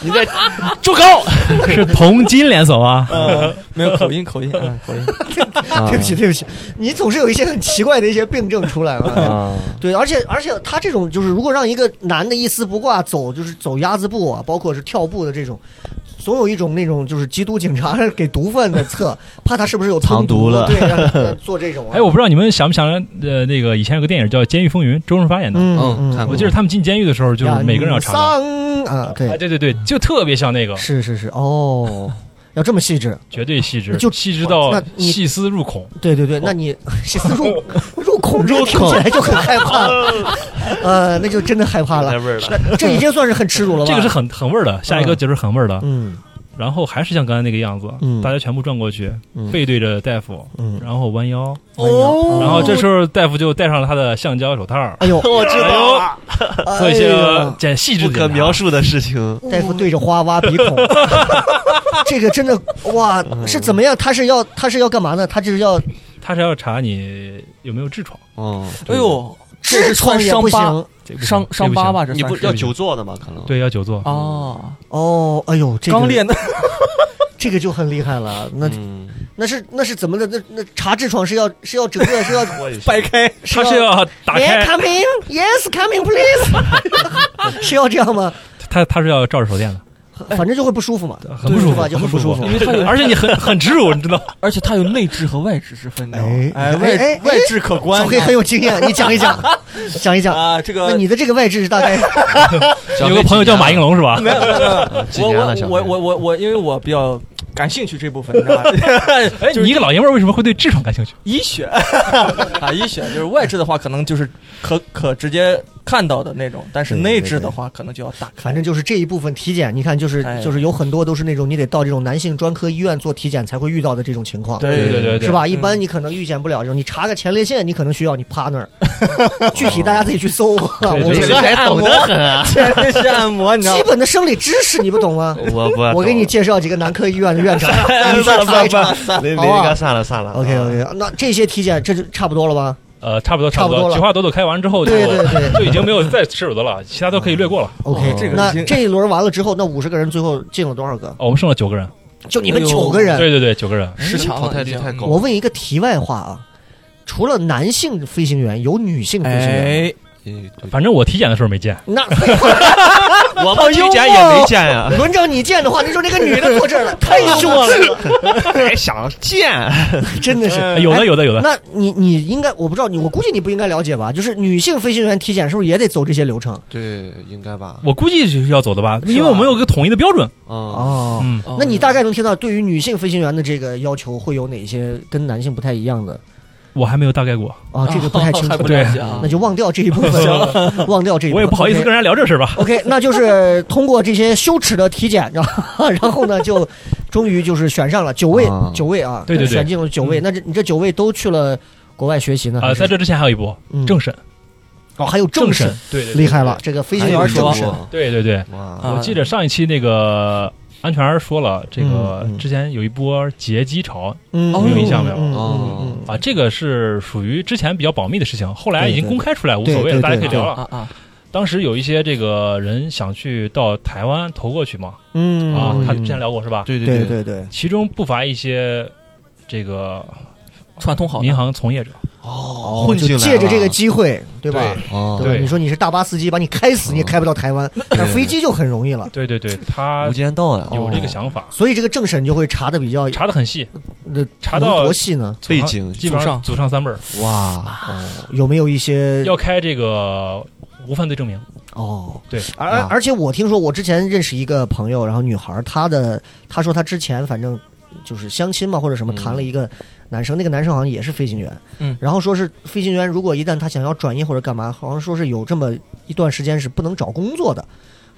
[SPEAKER 4] 你在
[SPEAKER 5] 住口！是同金啊连锁 吗？
[SPEAKER 6] 嗯没有口音口音嗯口音，
[SPEAKER 2] 对
[SPEAKER 4] 啊
[SPEAKER 2] 不起对不起，你总是有一些很奇怪的一些病症出来了。
[SPEAKER 4] 啊，
[SPEAKER 2] 对，而且而且他这种就是，如果让一个男的一丝不挂走，就是走鸭子步啊，包括是跳步的这种，总有一种那种就是缉毒警察给毒贩的测， 怕他是不是有
[SPEAKER 4] 藏毒
[SPEAKER 2] 毒
[SPEAKER 4] 了
[SPEAKER 2] 对，让他做这种、啊。
[SPEAKER 5] 哎，我不知道你们想不想呃，那个以前有个电影叫《监狱风云》，周润发演的。
[SPEAKER 2] 嗯
[SPEAKER 4] 嗯看
[SPEAKER 5] 我
[SPEAKER 4] 过
[SPEAKER 5] 记得他们进监狱的时候，就是每个人要查的。
[SPEAKER 2] 桑啊，
[SPEAKER 5] 哎，
[SPEAKER 2] 对，
[SPEAKER 5] 对对对，就特别像那个，
[SPEAKER 2] 是是是，哦，要这么细致，
[SPEAKER 5] 绝对细致，
[SPEAKER 2] 就
[SPEAKER 5] 细致到
[SPEAKER 2] 那你
[SPEAKER 5] 细思入恐。
[SPEAKER 2] 对对对，那你
[SPEAKER 5] 哦
[SPEAKER 2] 细思入入孔入听起来就很害怕，
[SPEAKER 5] 哦
[SPEAKER 2] 呃，那就真的害怕
[SPEAKER 4] 太
[SPEAKER 2] 了，
[SPEAKER 4] 味儿了。
[SPEAKER 2] 那这已经算是很耻辱了吧？
[SPEAKER 5] 这个是很很味儿的，下一个就是很味儿的。
[SPEAKER 2] 嗯
[SPEAKER 5] 然后还是像刚才那个样子，
[SPEAKER 2] 嗯
[SPEAKER 5] 大家全部转过去，
[SPEAKER 2] 嗯
[SPEAKER 5] 背对着大夫，
[SPEAKER 2] 嗯，
[SPEAKER 5] 然后弯腰，
[SPEAKER 2] 哦
[SPEAKER 5] 然后这时候大夫就戴上了他的橡胶手套，
[SPEAKER 2] 哎 呦，
[SPEAKER 4] 我知道了，
[SPEAKER 5] 做一
[SPEAKER 2] 哎
[SPEAKER 5] 些
[SPEAKER 2] 呦
[SPEAKER 5] 简细致
[SPEAKER 4] 不
[SPEAKER 5] 的
[SPEAKER 4] 可
[SPEAKER 5] 检查
[SPEAKER 4] 描。述的事情。
[SPEAKER 2] 大夫对着花挖鼻 孔，这个真的哇，
[SPEAKER 5] 嗯
[SPEAKER 2] 是怎么样？他是要他是要干嘛呢？他就是要
[SPEAKER 5] 他是要查你有没有痔疮，
[SPEAKER 4] 嗯，
[SPEAKER 6] 哎呦，这
[SPEAKER 2] 痔
[SPEAKER 6] 是
[SPEAKER 2] 疮
[SPEAKER 6] 穿
[SPEAKER 2] 也
[SPEAKER 6] 伤
[SPEAKER 2] 不
[SPEAKER 6] 疤
[SPEAKER 2] 行
[SPEAKER 5] 这个不行
[SPEAKER 6] 伤伤疤？吧？
[SPEAKER 5] 这
[SPEAKER 6] 这
[SPEAKER 4] 你
[SPEAKER 6] 算
[SPEAKER 4] 不
[SPEAKER 6] 是
[SPEAKER 4] 要久坐的吗？可能
[SPEAKER 5] 不行对，要久坐。
[SPEAKER 6] 哦，
[SPEAKER 2] 哦，哎呦，这个
[SPEAKER 6] 刚 练的
[SPEAKER 2] 这个就很厉害了。那
[SPEAKER 4] 嗯，
[SPEAKER 2] 那是那是怎么的？那那查痔疮是要是要整个是要
[SPEAKER 6] 掰开，
[SPEAKER 5] 他是要打
[SPEAKER 2] Yeah,
[SPEAKER 5] 开，
[SPEAKER 2] coming, yes, coming, please，是 要这样吗？
[SPEAKER 5] 他他是要照着手电的，
[SPEAKER 2] 反正就会不舒服嘛，
[SPEAKER 5] 很不舒
[SPEAKER 2] 是吧
[SPEAKER 5] 服，
[SPEAKER 2] 就很
[SPEAKER 5] 很
[SPEAKER 2] 不舒
[SPEAKER 5] 舒
[SPEAKER 2] 服。
[SPEAKER 5] 而且你很很耻辱，你知道吗？
[SPEAKER 6] 而且它有内痔和外痔之分的
[SPEAKER 2] 哎，哎
[SPEAKER 6] 外
[SPEAKER 2] 哎
[SPEAKER 6] 外痔可观啊
[SPEAKER 2] 小黑很有经验，你讲一讲，讲一讲。
[SPEAKER 6] 啊，这个
[SPEAKER 2] 那你的这个外置是大概
[SPEAKER 5] 有个
[SPEAKER 2] 啊
[SPEAKER 5] 朋友叫马应龙是吧？
[SPEAKER 6] 没有没有没有，
[SPEAKER 4] 几年了小
[SPEAKER 6] 我我我我
[SPEAKER 4] 黑
[SPEAKER 6] 我我，因为我比较感兴趣这部分，你知 道吧？
[SPEAKER 5] 哎，你一个老爷们儿为什么会对痔疮感兴趣？
[SPEAKER 6] 医学 啊，医学就是外痔的话，可能就是可可直接看到的那种，但是
[SPEAKER 2] 对
[SPEAKER 6] 内
[SPEAKER 2] 对
[SPEAKER 6] 痔
[SPEAKER 2] 对
[SPEAKER 6] 的话，可能就要打开
[SPEAKER 2] 反正就是这一部分体检，你看就是
[SPEAKER 6] 哎
[SPEAKER 2] 就是有很多都是那种你得到这种男性专科医院做体检才会遇到的这种情况，
[SPEAKER 6] 对
[SPEAKER 5] 对对对，
[SPEAKER 2] 是吧？一
[SPEAKER 6] 嗯
[SPEAKER 2] 般你可能遇见不了这种，你查个前列腺，你可能需要你趴那儿。具体大家自己去搜，啊
[SPEAKER 5] 对
[SPEAKER 2] 我
[SPEAKER 5] 对
[SPEAKER 2] 这
[SPEAKER 5] 对
[SPEAKER 2] 个
[SPEAKER 4] 还懂得很啊！
[SPEAKER 6] 前列腺按摩，你知道
[SPEAKER 2] 基
[SPEAKER 6] 吗？
[SPEAKER 2] 本的生理知识你不懂吗？
[SPEAKER 4] 我不，
[SPEAKER 2] 我给你介绍几个男科医院的 院长，你去
[SPEAKER 4] 啊算
[SPEAKER 2] 查
[SPEAKER 4] 了算
[SPEAKER 2] 一
[SPEAKER 4] 了
[SPEAKER 2] 查。
[SPEAKER 4] 算了，雷
[SPEAKER 2] 好不好
[SPEAKER 4] 雷哥算了算了。啊
[SPEAKER 2] OK OK，那这些体检这就差不多了吧？
[SPEAKER 5] 呃，差不多，
[SPEAKER 2] 差不
[SPEAKER 5] 不
[SPEAKER 2] 多了
[SPEAKER 5] 菊花朵朵开完之后，就
[SPEAKER 2] 对对对
[SPEAKER 5] 就已经没有再吃有的了，其他都可以略过了。
[SPEAKER 2] OK，、
[SPEAKER 4] 哦这个
[SPEAKER 2] 那
[SPEAKER 6] 已经
[SPEAKER 2] 这一轮完了之后，那五十个人最后进了多少个？
[SPEAKER 5] 哦，我们剩了九个人，
[SPEAKER 2] 就你们
[SPEAKER 6] 哎呦
[SPEAKER 2] 九个人。
[SPEAKER 5] 对对对，九个人。
[SPEAKER 6] 十强
[SPEAKER 4] 淘
[SPEAKER 6] 了
[SPEAKER 4] 汰
[SPEAKER 6] 已
[SPEAKER 4] 率
[SPEAKER 6] 经哦
[SPEAKER 4] 太高
[SPEAKER 2] 我问一个题外话啊，除了男性飞行员，有女性飞行员吗？
[SPEAKER 6] 哎，
[SPEAKER 4] 对对，
[SPEAKER 5] 反正我体检的时候没见，
[SPEAKER 2] 那，
[SPEAKER 4] 我们体检也没见呀
[SPEAKER 2] 轮着你见的话，那时候那个女的坐这儿了，太羞耻了，
[SPEAKER 4] 还想见？
[SPEAKER 2] 真的是。
[SPEAKER 4] 哎
[SPEAKER 5] 哎
[SPEAKER 2] 哎
[SPEAKER 5] 有的有的有的，
[SPEAKER 2] 嗯那你你应该，我不知道你，我估计你不应该了解吧？就是女性飞行员体检是不是也得走这些流程？
[SPEAKER 4] 对，应该吧。
[SPEAKER 5] 我估计是要走的吧，因为我们有个统一的标准。
[SPEAKER 4] 嗯，
[SPEAKER 2] 哦，
[SPEAKER 5] 嗯，
[SPEAKER 6] 哦
[SPEAKER 2] 那你大概能听到对于女性飞行员的这个要求会有哪些跟男性不太一样的
[SPEAKER 5] 我还没有大概过，
[SPEAKER 2] 啊？这个不太清
[SPEAKER 6] 还
[SPEAKER 2] 楚，
[SPEAKER 6] 不了解啊
[SPEAKER 2] 那就忘掉这一部分， 忘掉这一部分，
[SPEAKER 5] 我也不好意思
[SPEAKER 2] OK
[SPEAKER 5] 跟人家聊这事儿吧。
[SPEAKER 2] OK，那就是通过这些羞耻的体检，然后 然后呢，就终于就是选上了九位
[SPEAKER 4] 啊，
[SPEAKER 2] 九位啊，
[SPEAKER 5] 对对对
[SPEAKER 2] 选进了九位。那这你这九位都去了国外学习呢？
[SPEAKER 5] 啊，在这之前还有一波
[SPEAKER 2] 嗯
[SPEAKER 5] 政审，
[SPEAKER 2] 哦，还有政
[SPEAKER 5] 政
[SPEAKER 2] 审
[SPEAKER 5] 审，，对对对
[SPEAKER 2] 厉害了，这个飞行员
[SPEAKER 6] 还有
[SPEAKER 2] 政审
[SPEAKER 6] 说
[SPEAKER 5] 对对对，
[SPEAKER 4] 哇，
[SPEAKER 6] 啊
[SPEAKER 5] 我记得上一期那个安全儿说了，这个
[SPEAKER 2] 嗯嗯
[SPEAKER 5] 之前有一波劫机潮
[SPEAKER 2] 嗯，
[SPEAKER 6] 哦有印
[SPEAKER 5] 象没有
[SPEAKER 2] 嗯
[SPEAKER 4] 哦
[SPEAKER 2] 嗯嗯
[SPEAKER 5] 啊，这个是属于之前比较保密的事情，后来已经
[SPEAKER 2] 对对
[SPEAKER 5] 公开出来，无
[SPEAKER 2] 对
[SPEAKER 5] 所谓了，
[SPEAKER 2] 对
[SPEAKER 5] 大家可以
[SPEAKER 2] 对
[SPEAKER 5] 聊了。
[SPEAKER 6] 啊啊！
[SPEAKER 5] 当时有一些这个人想去到台湾投过去嘛，
[SPEAKER 2] 嗯
[SPEAKER 5] 啊，
[SPEAKER 2] 嗯
[SPEAKER 5] 他之前聊过是吧？
[SPEAKER 4] 对
[SPEAKER 2] 对
[SPEAKER 4] 对，
[SPEAKER 2] 对对，
[SPEAKER 5] 其中不乏一些这个
[SPEAKER 6] 串通好的
[SPEAKER 5] 民航从业者，
[SPEAKER 4] 哦混进
[SPEAKER 2] 就
[SPEAKER 4] 来
[SPEAKER 2] 借着
[SPEAKER 4] 了
[SPEAKER 2] 这个机会，对吧？
[SPEAKER 4] 哦，
[SPEAKER 2] 吧？
[SPEAKER 5] 对哦
[SPEAKER 2] 你说你是大巴司机，把你开死，你也开不到台湾，但飞机就很容易了。
[SPEAKER 5] 对对对，他
[SPEAKER 4] 无间道呀，
[SPEAKER 5] 有这个
[SPEAKER 4] 哦
[SPEAKER 5] 想法，
[SPEAKER 2] 所以这个政审就会查的比较，
[SPEAKER 5] 查的很细，
[SPEAKER 2] 那
[SPEAKER 5] 查到
[SPEAKER 2] 能多细呢？
[SPEAKER 4] 背景
[SPEAKER 5] 基本
[SPEAKER 6] 祖
[SPEAKER 5] 上
[SPEAKER 6] 上
[SPEAKER 5] 祖上三辈儿
[SPEAKER 4] 哇，
[SPEAKER 2] 有没有一些
[SPEAKER 5] 要开这个无犯罪证明，
[SPEAKER 2] 哦，
[SPEAKER 5] 对，
[SPEAKER 2] 而而
[SPEAKER 4] 啊
[SPEAKER 2] 而且我听说，我之前认识一个朋友，然后女孩儿，她的她说她之前反正就是相亲嘛或者什么，
[SPEAKER 4] 嗯
[SPEAKER 2] 谈了一个男生，那个男生好像也是飞行员，
[SPEAKER 6] 嗯
[SPEAKER 2] 然后说是飞行员，如果一旦他想要转业或者干嘛，好像说是有这么一段时间是不能找工作的。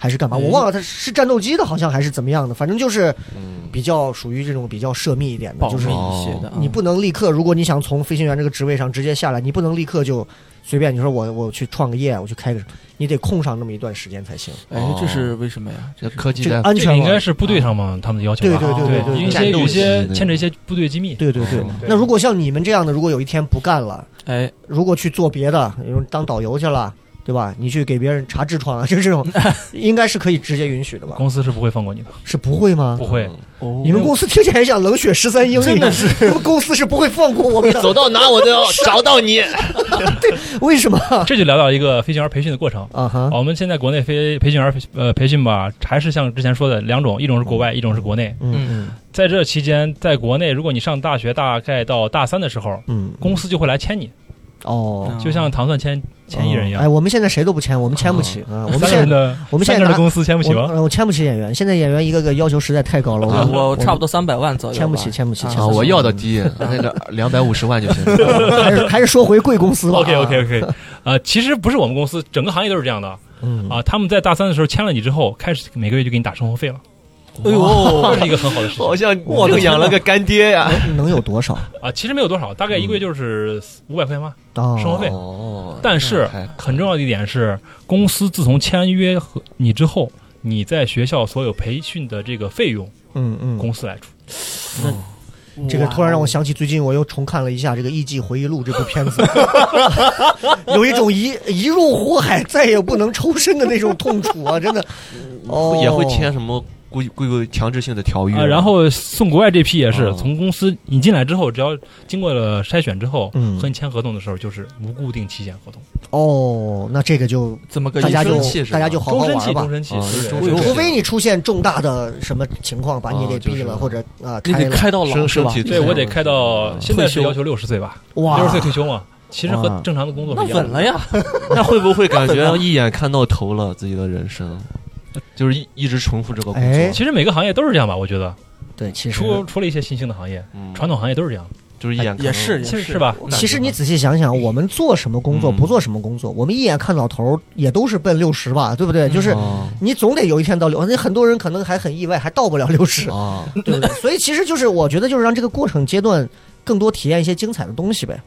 [SPEAKER 2] 还是干嘛？
[SPEAKER 6] 哎
[SPEAKER 2] 我忘了他是战斗机的，好像还是怎么样的，反正就是
[SPEAKER 4] 嗯，
[SPEAKER 2] 比较属于这种比较涉密一点的，
[SPEAKER 6] 保
[SPEAKER 2] 就是
[SPEAKER 6] 密一些的啊，
[SPEAKER 2] 你不能立刻，如果你想从飞行员这个职位上直接下来，你不能立刻就随便你说我我去创个业，我去开个，你得空上那么一段时间才行。
[SPEAKER 6] 哎，这是为什么呀？这
[SPEAKER 4] 这
[SPEAKER 6] 是
[SPEAKER 4] 科技
[SPEAKER 2] 这个
[SPEAKER 4] 在
[SPEAKER 2] 安
[SPEAKER 5] 这个
[SPEAKER 2] 全
[SPEAKER 5] 应
[SPEAKER 2] 网
[SPEAKER 5] 该是部队上嘛，他们的要求吧？
[SPEAKER 2] 对
[SPEAKER 6] 对对对
[SPEAKER 5] 因为一
[SPEAKER 4] 战
[SPEAKER 5] 些
[SPEAKER 4] 斗
[SPEAKER 5] 有些
[SPEAKER 4] 机那
[SPEAKER 5] 牵扯一些部队机密，
[SPEAKER 2] 对对对
[SPEAKER 4] 哦。
[SPEAKER 2] 那如果像你们这样的，如果有一天不干了，
[SPEAKER 6] 哎，
[SPEAKER 2] 如果去做别的，比如当导游去了，对吧？你去给别人查痔疮啊，就这种，应该是可以直接允许的吧？
[SPEAKER 5] 公司是不会放过你的，
[SPEAKER 2] 是不会吗？
[SPEAKER 5] 不会。
[SPEAKER 6] 哦
[SPEAKER 2] 你们公司听起来像冷血十三英，真的是，你们 公司是不会放过我们 的。
[SPEAKER 7] 走到哪我都要找到你。
[SPEAKER 2] 为什么？
[SPEAKER 5] 这就聊到一个飞行员培训的过程。
[SPEAKER 2] 啊哈，
[SPEAKER 5] 我们现在国内飞培训员呃培训吧，还是像之前说的两种，一种是国外，一种是国内。
[SPEAKER 2] 嗯
[SPEAKER 5] 在这期间，在国内，如果你上大学大概到大三的时候，
[SPEAKER 2] 嗯嗯，
[SPEAKER 5] 公司就会来签你，
[SPEAKER 2] 哦，
[SPEAKER 5] 就像糖蒜签签嗯艺人一样哦
[SPEAKER 2] 哎，。我们现在谁都不签，我们签不起啊，我们
[SPEAKER 5] 三
[SPEAKER 2] 现
[SPEAKER 5] 个人
[SPEAKER 2] 在。
[SPEAKER 5] 的
[SPEAKER 2] 我们现在
[SPEAKER 5] 三个人
[SPEAKER 2] 拿
[SPEAKER 5] 的公司签不起吗？
[SPEAKER 2] 我我签不起演员，现在演员一个个要求实在太高了，
[SPEAKER 6] 啊我差不
[SPEAKER 2] 多
[SPEAKER 6] 多三百万左右吧，
[SPEAKER 2] 签不起，签不起，
[SPEAKER 6] 啊
[SPEAKER 2] 签
[SPEAKER 4] 啊，
[SPEAKER 2] 不起
[SPEAKER 4] 我要的低，那个两百五十万就行。
[SPEAKER 2] 还是还是说回贵公司吧。啊
[SPEAKER 5] OK OK OK，呃，其实不是我们公司，整个行业都是这样的
[SPEAKER 2] 嗯
[SPEAKER 5] 啊。他们在大三的时候签了你之后，开始每个月就给你打生活费了，
[SPEAKER 6] 哎呦，
[SPEAKER 5] 这哦是一个很好的事情
[SPEAKER 4] 像我都养了个干爹呀。
[SPEAKER 2] 能能有多少
[SPEAKER 5] 啊。其实没有多少，大概一个月就是五百块钱吧。
[SPEAKER 2] 啊？
[SPEAKER 5] 生活费
[SPEAKER 4] 哦，
[SPEAKER 5] 但是
[SPEAKER 4] 那还
[SPEAKER 5] 很重要的一点是，公司自从签约和你之后，你在学校所有培训的这个费用，
[SPEAKER 2] 嗯嗯，
[SPEAKER 5] 公司来出。
[SPEAKER 2] 这个突然让我想起最近我又重看了一下这个《艺伎回忆录》这部片 子，有一种一一入火海再也不能抽身的那种痛楚啊！真的，哦，
[SPEAKER 4] 也会签什么规规规强制性的条约
[SPEAKER 5] 啊，然后送国外这批也是
[SPEAKER 4] 哦
[SPEAKER 5] 从公司你进来之后，只要经过了筛选之后
[SPEAKER 2] 嗯，
[SPEAKER 5] 和你签合同的时候就是无固定期限合同，
[SPEAKER 2] 哦，那这个就
[SPEAKER 6] 怎么个
[SPEAKER 2] 大
[SPEAKER 6] 意
[SPEAKER 2] 家
[SPEAKER 6] 思？
[SPEAKER 2] 就
[SPEAKER 4] 终身制是
[SPEAKER 6] 啊
[SPEAKER 4] 吧
[SPEAKER 2] 大家就好好
[SPEAKER 5] 终
[SPEAKER 2] 玩
[SPEAKER 5] 身期，
[SPEAKER 2] 吧哦
[SPEAKER 5] 终。身期
[SPEAKER 4] 啊，
[SPEAKER 5] 对
[SPEAKER 6] 哎
[SPEAKER 4] 终
[SPEAKER 5] 对
[SPEAKER 4] 身
[SPEAKER 5] 对
[SPEAKER 2] 除非你出现重大的什么情况，把你给毙了，
[SPEAKER 4] 哦就是
[SPEAKER 2] 或者啊
[SPEAKER 6] 你
[SPEAKER 2] 开
[SPEAKER 6] 得
[SPEAKER 2] 了，
[SPEAKER 6] 开到老
[SPEAKER 4] 生
[SPEAKER 6] 是
[SPEAKER 4] 生
[SPEAKER 6] 吧？
[SPEAKER 4] 体嗯
[SPEAKER 5] 对我得开到现在是
[SPEAKER 6] 退休
[SPEAKER 5] 要求六十岁吧，
[SPEAKER 2] 哇，
[SPEAKER 5] 六十岁退休嘛，其实和
[SPEAKER 2] 哇
[SPEAKER 5] 正常的工作
[SPEAKER 6] 那
[SPEAKER 5] 是一样
[SPEAKER 6] 稳
[SPEAKER 5] 的。
[SPEAKER 6] 了呀，
[SPEAKER 4] 那会不会 感觉一眼看到头了自己的人生，就是一一直重复这个工
[SPEAKER 2] 哎
[SPEAKER 4] 作？
[SPEAKER 5] 其实每个行业都是这样吧，我觉得，
[SPEAKER 2] 对，其实
[SPEAKER 5] 除除了一些新兴的行业，
[SPEAKER 4] 嗯
[SPEAKER 5] 传统行业都是这样，
[SPEAKER 4] 就是一眼看到
[SPEAKER 6] 哎也是
[SPEAKER 5] 其
[SPEAKER 6] 也
[SPEAKER 5] 实是？吧？
[SPEAKER 2] 其实你仔细想想，我们做什么工作，
[SPEAKER 4] 嗯
[SPEAKER 2] 不做什么工作，我们一眼看到头儿也都是奔六十吧，对不对？
[SPEAKER 6] 嗯
[SPEAKER 2] 就是
[SPEAKER 4] 哦
[SPEAKER 2] 你总得有一天到六，那很多人可能还很意外，还到不了六十，
[SPEAKER 4] 哦，
[SPEAKER 2] 对不对？所以其实就是我觉得就是让这个过程阶段更多体验一些精彩的东西呗，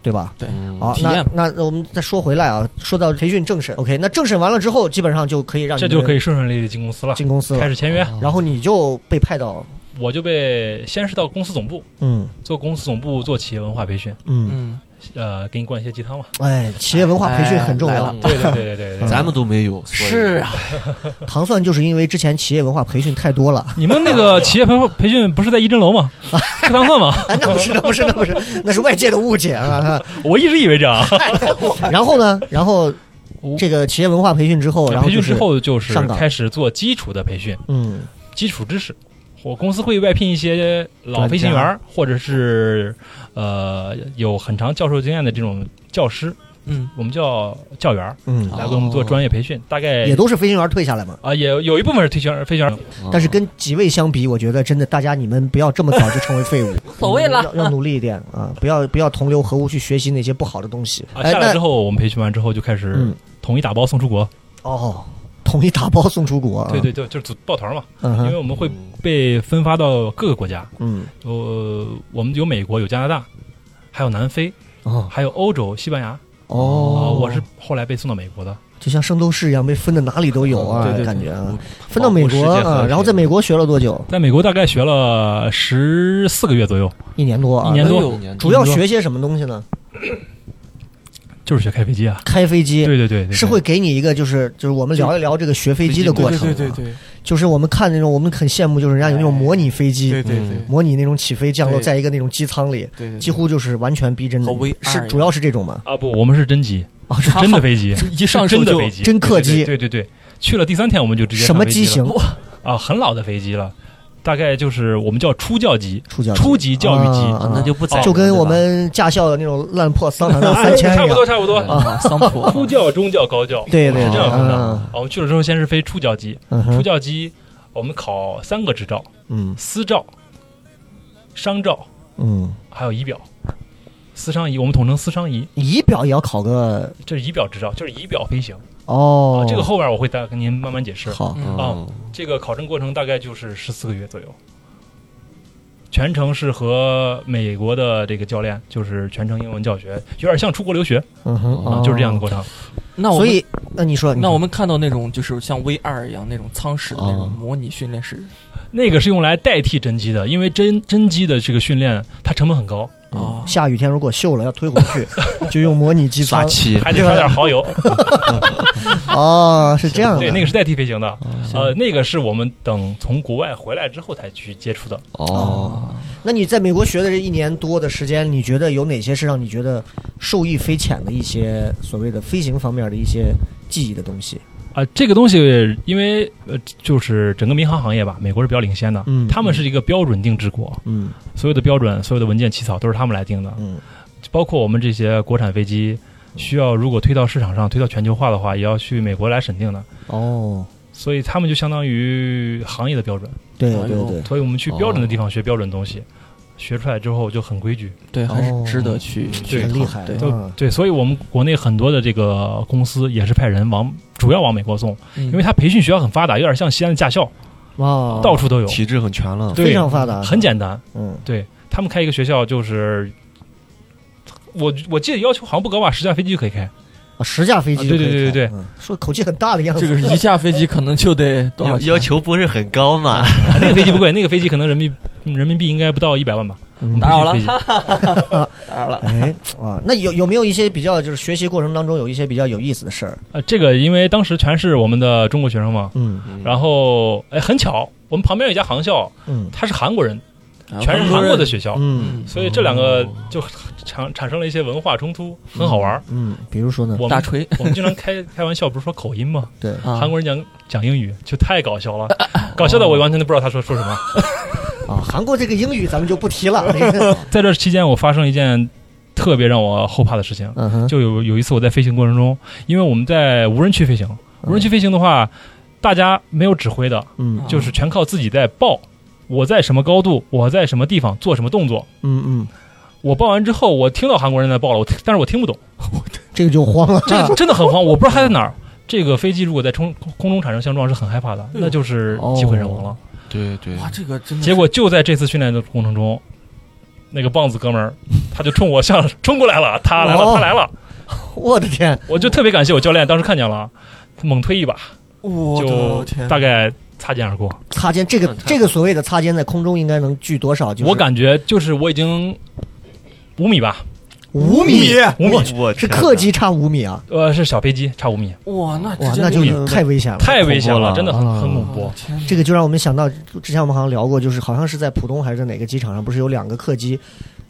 [SPEAKER 2] 对吧？
[SPEAKER 6] 对，
[SPEAKER 4] 嗯
[SPEAKER 2] 好，
[SPEAKER 6] 体
[SPEAKER 2] 那
[SPEAKER 6] 验
[SPEAKER 2] 那我们再说回来啊，说到培训政审，OK，那政审完了之后，基本上就可以啊让你
[SPEAKER 5] 这就可
[SPEAKER 2] 以
[SPEAKER 5] 以顺顺利利进公司了，
[SPEAKER 2] 进公司
[SPEAKER 5] 开
[SPEAKER 2] 了，哦
[SPEAKER 5] 始签约。
[SPEAKER 2] 然后你就被派到，
[SPEAKER 5] 我就被先是到公司总部
[SPEAKER 2] 嗯
[SPEAKER 5] 做公司总部做企业文化培训，
[SPEAKER 2] 嗯，
[SPEAKER 6] 嗯，
[SPEAKER 5] 呃，给你灌一些鸡汤嘛。
[SPEAKER 2] 哎，企业文化培训很重
[SPEAKER 6] 哎来
[SPEAKER 2] 要
[SPEAKER 6] 了。
[SPEAKER 5] 对对对对对
[SPEAKER 2] 嗯
[SPEAKER 5] 对，
[SPEAKER 4] 咱们都没有，所以
[SPEAKER 6] 是啊，
[SPEAKER 2] 糖蒜就是因为之前企业文化培训太多 了，
[SPEAKER 5] 你们那个企业培训培训不是在一真楼吗？课堂课吗？
[SPEAKER 2] 啊那不是，那不是，那不是，那是外界的误解啊。
[SPEAKER 5] 我一直以为这样。
[SPEAKER 2] 然后呢，然后
[SPEAKER 5] 我
[SPEAKER 2] 这个企业文化培训之后，然后
[SPEAKER 5] 哦培
[SPEAKER 2] 就
[SPEAKER 5] 训
[SPEAKER 2] 是
[SPEAKER 5] 之后就是
[SPEAKER 2] 上岗
[SPEAKER 5] 开始做基础的培训，
[SPEAKER 2] 嗯，
[SPEAKER 5] 基础知识。我公司会外聘一些老飞行员儿，或者是呃有很长教授经验的这种教师，
[SPEAKER 6] 嗯，
[SPEAKER 5] 我们叫教员儿，
[SPEAKER 2] 嗯，
[SPEAKER 5] 来给我们做专业培训。大概
[SPEAKER 2] 也都是飞行员退下来嘛。
[SPEAKER 5] 啊，也有有一部分是退学飞行员儿，
[SPEAKER 2] 但
[SPEAKER 4] 嗯
[SPEAKER 2] 是跟几位相比，我觉得真的大家你们不要这么早就成为废 物，
[SPEAKER 6] 无所谓了
[SPEAKER 2] 要，要努力一点啊！不要不要同流合污去学习那些不好的东西。
[SPEAKER 5] 啊，
[SPEAKER 2] 哎，
[SPEAKER 5] 下来之
[SPEAKER 2] 那
[SPEAKER 5] 后我们培训完之后就开始
[SPEAKER 2] 嗯
[SPEAKER 5] 统一打包送出国，
[SPEAKER 2] 哦，统一打包送出国啊，
[SPEAKER 5] 对对对，就是组抱团嘛，
[SPEAKER 2] 嗯
[SPEAKER 5] 因为
[SPEAKER 2] 哼，
[SPEAKER 5] 我们会被分发到各个国家，
[SPEAKER 2] 嗯
[SPEAKER 5] 呃，我们有美国，有加拿大，还有南非，
[SPEAKER 2] 哦
[SPEAKER 5] 还有欧洲、西班牙。啊、
[SPEAKER 2] 哦，
[SPEAKER 5] 我是后来被送到美国的，
[SPEAKER 2] 就像圣斗士一样被分的哪里都有 啊，感觉啊，分到
[SPEAKER 4] 保护
[SPEAKER 2] 美
[SPEAKER 4] 世
[SPEAKER 2] 国
[SPEAKER 4] 界和
[SPEAKER 2] 啊，
[SPEAKER 4] 平
[SPEAKER 2] 然后在美国学了多久？
[SPEAKER 5] 在美国大概学了十四个月左右，
[SPEAKER 2] 一年多啊，
[SPEAKER 5] 一年多
[SPEAKER 2] 那
[SPEAKER 6] 有
[SPEAKER 4] 嗯
[SPEAKER 2] 主要学些什么东西呢？
[SPEAKER 5] 就是学开飞机啊。
[SPEAKER 2] 开飞机。
[SPEAKER 5] 对对对对，
[SPEAKER 2] 是会给你一个，就是就是我们聊一聊这个学飞机的过程、啊
[SPEAKER 6] 对对对，对
[SPEAKER 2] 就是我们看那种，我们很羡慕，就是人家有那种模拟飞机，
[SPEAKER 6] 对对对
[SPEAKER 4] 嗯
[SPEAKER 6] 对
[SPEAKER 2] 模拟那种起飞降落，
[SPEAKER 6] 对
[SPEAKER 2] 在一个那种机舱里，
[SPEAKER 6] 对对，
[SPEAKER 2] 几乎就是完全逼真的
[SPEAKER 6] 和 VR，
[SPEAKER 5] 哎
[SPEAKER 2] 是主要是这种嘛？
[SPEAKER 5] 啊，不，我们是真机，
[SPEAKER 2] 啊，
[SPEAKER 5] 是真的飞机，
[SPEAKER 6] 一上
[SPEAKER 5] 是
[SPEAKER 6] 手
[SPEAKER 5] 真的
[SPEAKER 6] 就
[SPEAKER 5] 飞机，
[SPEAKER 2] 真客机
[SPEAKER 5] 对对对对对去了第三天我们就直接
[SPEAKER 2] 什么
[SPEAKER 5] 上飞
[SPEAKER 2] 机
[SPEAKER 5] 机
[SPEAKER 2] 型
[SPEAKER 5] 了？啊？很老的飞机了，大概就是我们叫初教机、
[SPEAKER 2] 初教
[SPEAKER 5] 初级教育机，
[SPEAKER 2] 啊
[SPEAKER 4] 那就不宰
[SPEAKER 2] 就跟
[SPEAKER 4] 了
[SPEAKER 2] 我
[SPEAKER 4] 对吧
[SPEAKER 2] 们驾校的那种烂破桑 塔纳三千
[SPEAKER 5] 啊哎差
[SPEAKER 2] 一
[SPEAKER 5] 不
[SPEAKER 2] 样
[SPEAKER 5] 多，差不多。
[SPEAKER 2] 啊，
[SPEAKER 6] 桑普
[SPEAKER 5] 初教、中教、高教，
[SPEAKER 2] 对对
[SPEAKER 5] 是这
[SPEAKER 2] 对，
[SPEAKER 5] 样分的。
[SPEAKER 2] 啊，
[SPEAKER 5] 啊，我们去了之后，先是飞初教机，
[SPEAKER 2] 嗯
[SPEAKER 5] 初
[SPEAKER 2] 哼，
[SPEAKER 5] 教机我们考三个执照：
[SPEAKER 2] 嗯
[SPEAKER 5] 私照、商照，
[SPEAKER 2] 嗯，
[SPEAKER 5] 还有仪表。私商仪，我们统称私商仪，
[SPEAKER 2] 仪表也要考个
[SPEAKER 5] 这是仪表执照，就是仪表飞行。
[SPEAKER 2] 哦
[SPEAKER 5] 啊，，这个后边我会再跟您慢慢解释。
[SPEAKER 2] 好，
[SPEAKER 6] 嗯
[SPEAKER 5] 啊，这个考证过程大概就是十四个月左右，全程是和美国的这个教练，就是全程英文教学，有点像出国留学
[SPEAKER 2] 嗯哼，
[SPEAKER 5] 啊，
[SPEAKER 2] 哦
[SPEAKER 5] 就是这样的。过程。
[SPEAKER 6] 那我
[SPEAKER 2] 所
[SPEAKER 6] 们
[SPEAKER 2] 以，那你说，
[SPEAKER 6] 那我们看到那种就是像 V 二一样那种舱室的那
[SPEAKER 2] 哦
[SPEAKER 6] 种模拟训练室，
[SPEAKER 5] 那个是用来代替真机的，因为真真机的这个训练它成本很高，
[SPEAKER 2] 嗯
[SPEAKER 6] 哦
[SPEAKER 2] 下雨天如果锈了要推回 去，就用模拟机
[SPEAKER 4] 刷
[SPEAKER 2] 舱。
[SPEAKER 4] 漆，
[SPEAKER 5] 还得刷点蚝油。
[SPEAKER 2] 哦，是这样的。
[SPEAKER 5] 对，那个是代替飞行的，
[SPEAKER 6] 行
[SPEAKER 5] 呃，那个是我们等从国外回来之后才去接触的。
[SPEAKER 4] 哦，
[SPEAKER 2] 那你在美国学的这一年多的时间，你觉得有哪些是让你觉得受益匪浅的一些所谓的飞行方面的一些记忆的东西？
[SPEAKER 5] 啊、这个东西因为呃，就是整个民航行业吧，美国是比较领先的，
[SPEAKER 2] 嗯
[SPEAKER 5] 他们是一个标准定制国，
[SPEAKER 2] 嗯
[SPEAKER 5] 所有的标准、所有的文件起草都是他们来定的，
[SPEAKER 2] 嗯
[SPEAKER 5] 包括我们这些国产飞机，需要如果推到市场上、推到全球化的话，也要去美国来审定的。
[SPEAKER 2] 哦，
[SPEAKER 5] 所以他们就相当于行业的标准，
[SPEAKER 2] 对
[SPEAKER 6] 哎
[SPEAKER 2] 对
[SPEAKER 6] 呦
[SPEAKER 2] 对，
[SPEAKER 5] 所以我们去标准的地方学标准东西，学出来之后就很规矩。
[SPEAKER 6] 对，还
[SPEAKER 2] 哦
[SPEAKER 6] 是值得去去
[SPEAKER 5] 对
[SPEAKER 2] 很
[SPEAKER 6] 看
[SPEAKER 2] 厉害。
[SPEAKER 6] 对，
[SPEAKER 5] 都
[SPEAKER 2] 嗯
[SPEAKER 5] 对，所以我们国内很多的这个公司也是派人往主要往美国送，
[SPEAKER 6] 因
[SPEAKER 5] 因为它培训学校很发达，有点像西安的驾校，
[SPEAKER 2] 哇，
[SPEAKER 5] 到处都有，
[SPEAKER 4] 体制很全了。
[SPEAKER 5] 对
[SPEAKER 2] 哦非常发达，
[SPEAKER 5] 很简单。
[SPEAKER 2] 嗯
[SPEAKER 5] 对他们开一个学校就是。我我记得要求好像不高吧，十架飞机就可以开，
[SPEAKER 2] 啊十架飞机
[SPEAKER 5] 啊
[SPEAKER 2] 就可以
[SPEAKER 5] 对
[SPEAKER 2] 开，
[SPEAKER 5] 对对对
[SPEAKER 2] 嗯，说口气很大的样子。
[SPEAKER 6] 这个一架飞机可能就得多少
[SPEAKER 4] 要
[SPEAKER 6] 钱
[SPEAKER 4] 要求不是很高嘛，
[SPEAKER 5] 那个飞机不贵，那个飞机可能人民人民币应该不到一百万吧。
[SPEAKER 2] 嗯
[SPEAKER 6] 打扰了
[SPEAKER 5] 飞机，
[SPEAKER 6] 打扰了，
[SPEAKER 2] 哎啊， 那有有没有一些比较就是学习过程当中有一些比较有意思的事儿？
[SPEAKER 5] 呃，这个因为当时全是我们的中国学生嘛，
[SPEAKER 2] 嗯
[SPEAKER 5] 然后哎，很巧，我们旁边有一家航校，
[SPEAKER 2] 嗯
[SPEAKER 5] 他是韩国人，
[SPEAKER 6] 啊
[SPEAKER 5] 全是
[SPEAKER 6] 很多
[SPEAKER 5] 韩
[SPEAKER 6] 人
[SPEAKER 5] 国的学校，
[SPEAKER 2] 嗯
[SPEAKER 5] 所以这两个就产产生了一些文化冲突，很好玩儿。
[SPEAKER 2] 嗯，比如说呢？
[SPEAKER 5] 我
[SPEAKER 6] 大
[SPEAKER 5] 们
[SPEAKER 6] 锤
[SPEAKER 5] 我们经常开开玩笑，不是说口音吗？
[SPEAKER 2] 对，
[SPEAKER 6] 啊
[SPEAKER 5] 韩国人讲讲英语就太 搞笑了，搞笑的我完全都不知道他说说什么。
[SPEAKER 2] 啊，韩国这个英语咱们就不提了。那个
[SPEAKER 5] 在这期间，我发生一件特别让我后怕的事情，
[SPEAKER 2] 嗯哼，
[SPEAKER 5] 就有有一次我在飞行过程中，因为我们在无人区飞行，无人区飞行的话，大家没有指挥的，
[SPEAKER 2] 嗯
[SPEAKER 6] 啊
[SPEAKER 5] 就是全靠自己在报。我在什么高度，我在什么地方做什么动作。
[SPEAKER 2] 嗯嗯，
[SPEAKER 5] 我报完之后，我听到韩国人在报了，我听但是我听不懂，
[SPEAKER 2] 这个就慌了。
[SPEAKER 5] 这个真的很慌，我不知道他在哪儿。这个飞机如果在空空中产生相撞是很害
[SPEAKER 2] 哎
[SPEAKER 5] 怕的，那就是
[SPEAKER 2] 哦
[SPEAKER 5] 机毁人亡了。
[SPEAKER 4] 对对
[SPEAKER 6] 哇，这个真的是
[SPEAKER 5] 结果就在这次训练的过程中，那个棒子哥们儿他就冲我向 冲过来了，他来了，
[SPEAKER 2] 哦
[SPEAKER 5] 他来了，
[SPEAKER 2] 我的天，
[SPEAKER 5] 我就特别感谢我教练，当时看见了，猛推一把，
[SPEAKER 6] 我
[SPEAKER 5] 就
[SPEAKER 6] 的天，
[SPEAKER 5] 大概擦肩而过。
[SPEAKER 2] 擦肩，这个这个所谓的擦肩，在空中应该能距多少？就是
[SPEAKER 5] 我感觉就是我已经五米吧，
[SPEAKER 2] 五米，
[SPEAKER 5] 五米
[SPEAKER 2] 我
[SPEAKER 4] 我
[SPEAKER 2] 是
[SPEAKER 4] 天哪
[SPEAKER 2] 客机差五米啊！
[SPEAKER 5] 呃，是小飞机，差五米，
[SPEAKER 6] 哇，那
[SPEAKER 2] 哇
[SPEAKER 6] 直，接
[SPEAKER 2] 那就
[SPEAKER 6] 五米
[SPEAKER 2] 是太危险了。
[SPEAKER 5] 太危险
[SPEAKER 4] 恐怖了
[SPEAKER 5] 真的很
[SPEAKER 2] 啊
[SPEAKER 5] 很恐
[SPEAKER 6] 我
[SPEAKER 5] 怖
[SPEAKER 6] 的。天哪
[SPEAKER 2] 这个就让我们想到，之前我们好像聊过，就是好像是在浦东还是在哪个机场上，不是有两个客机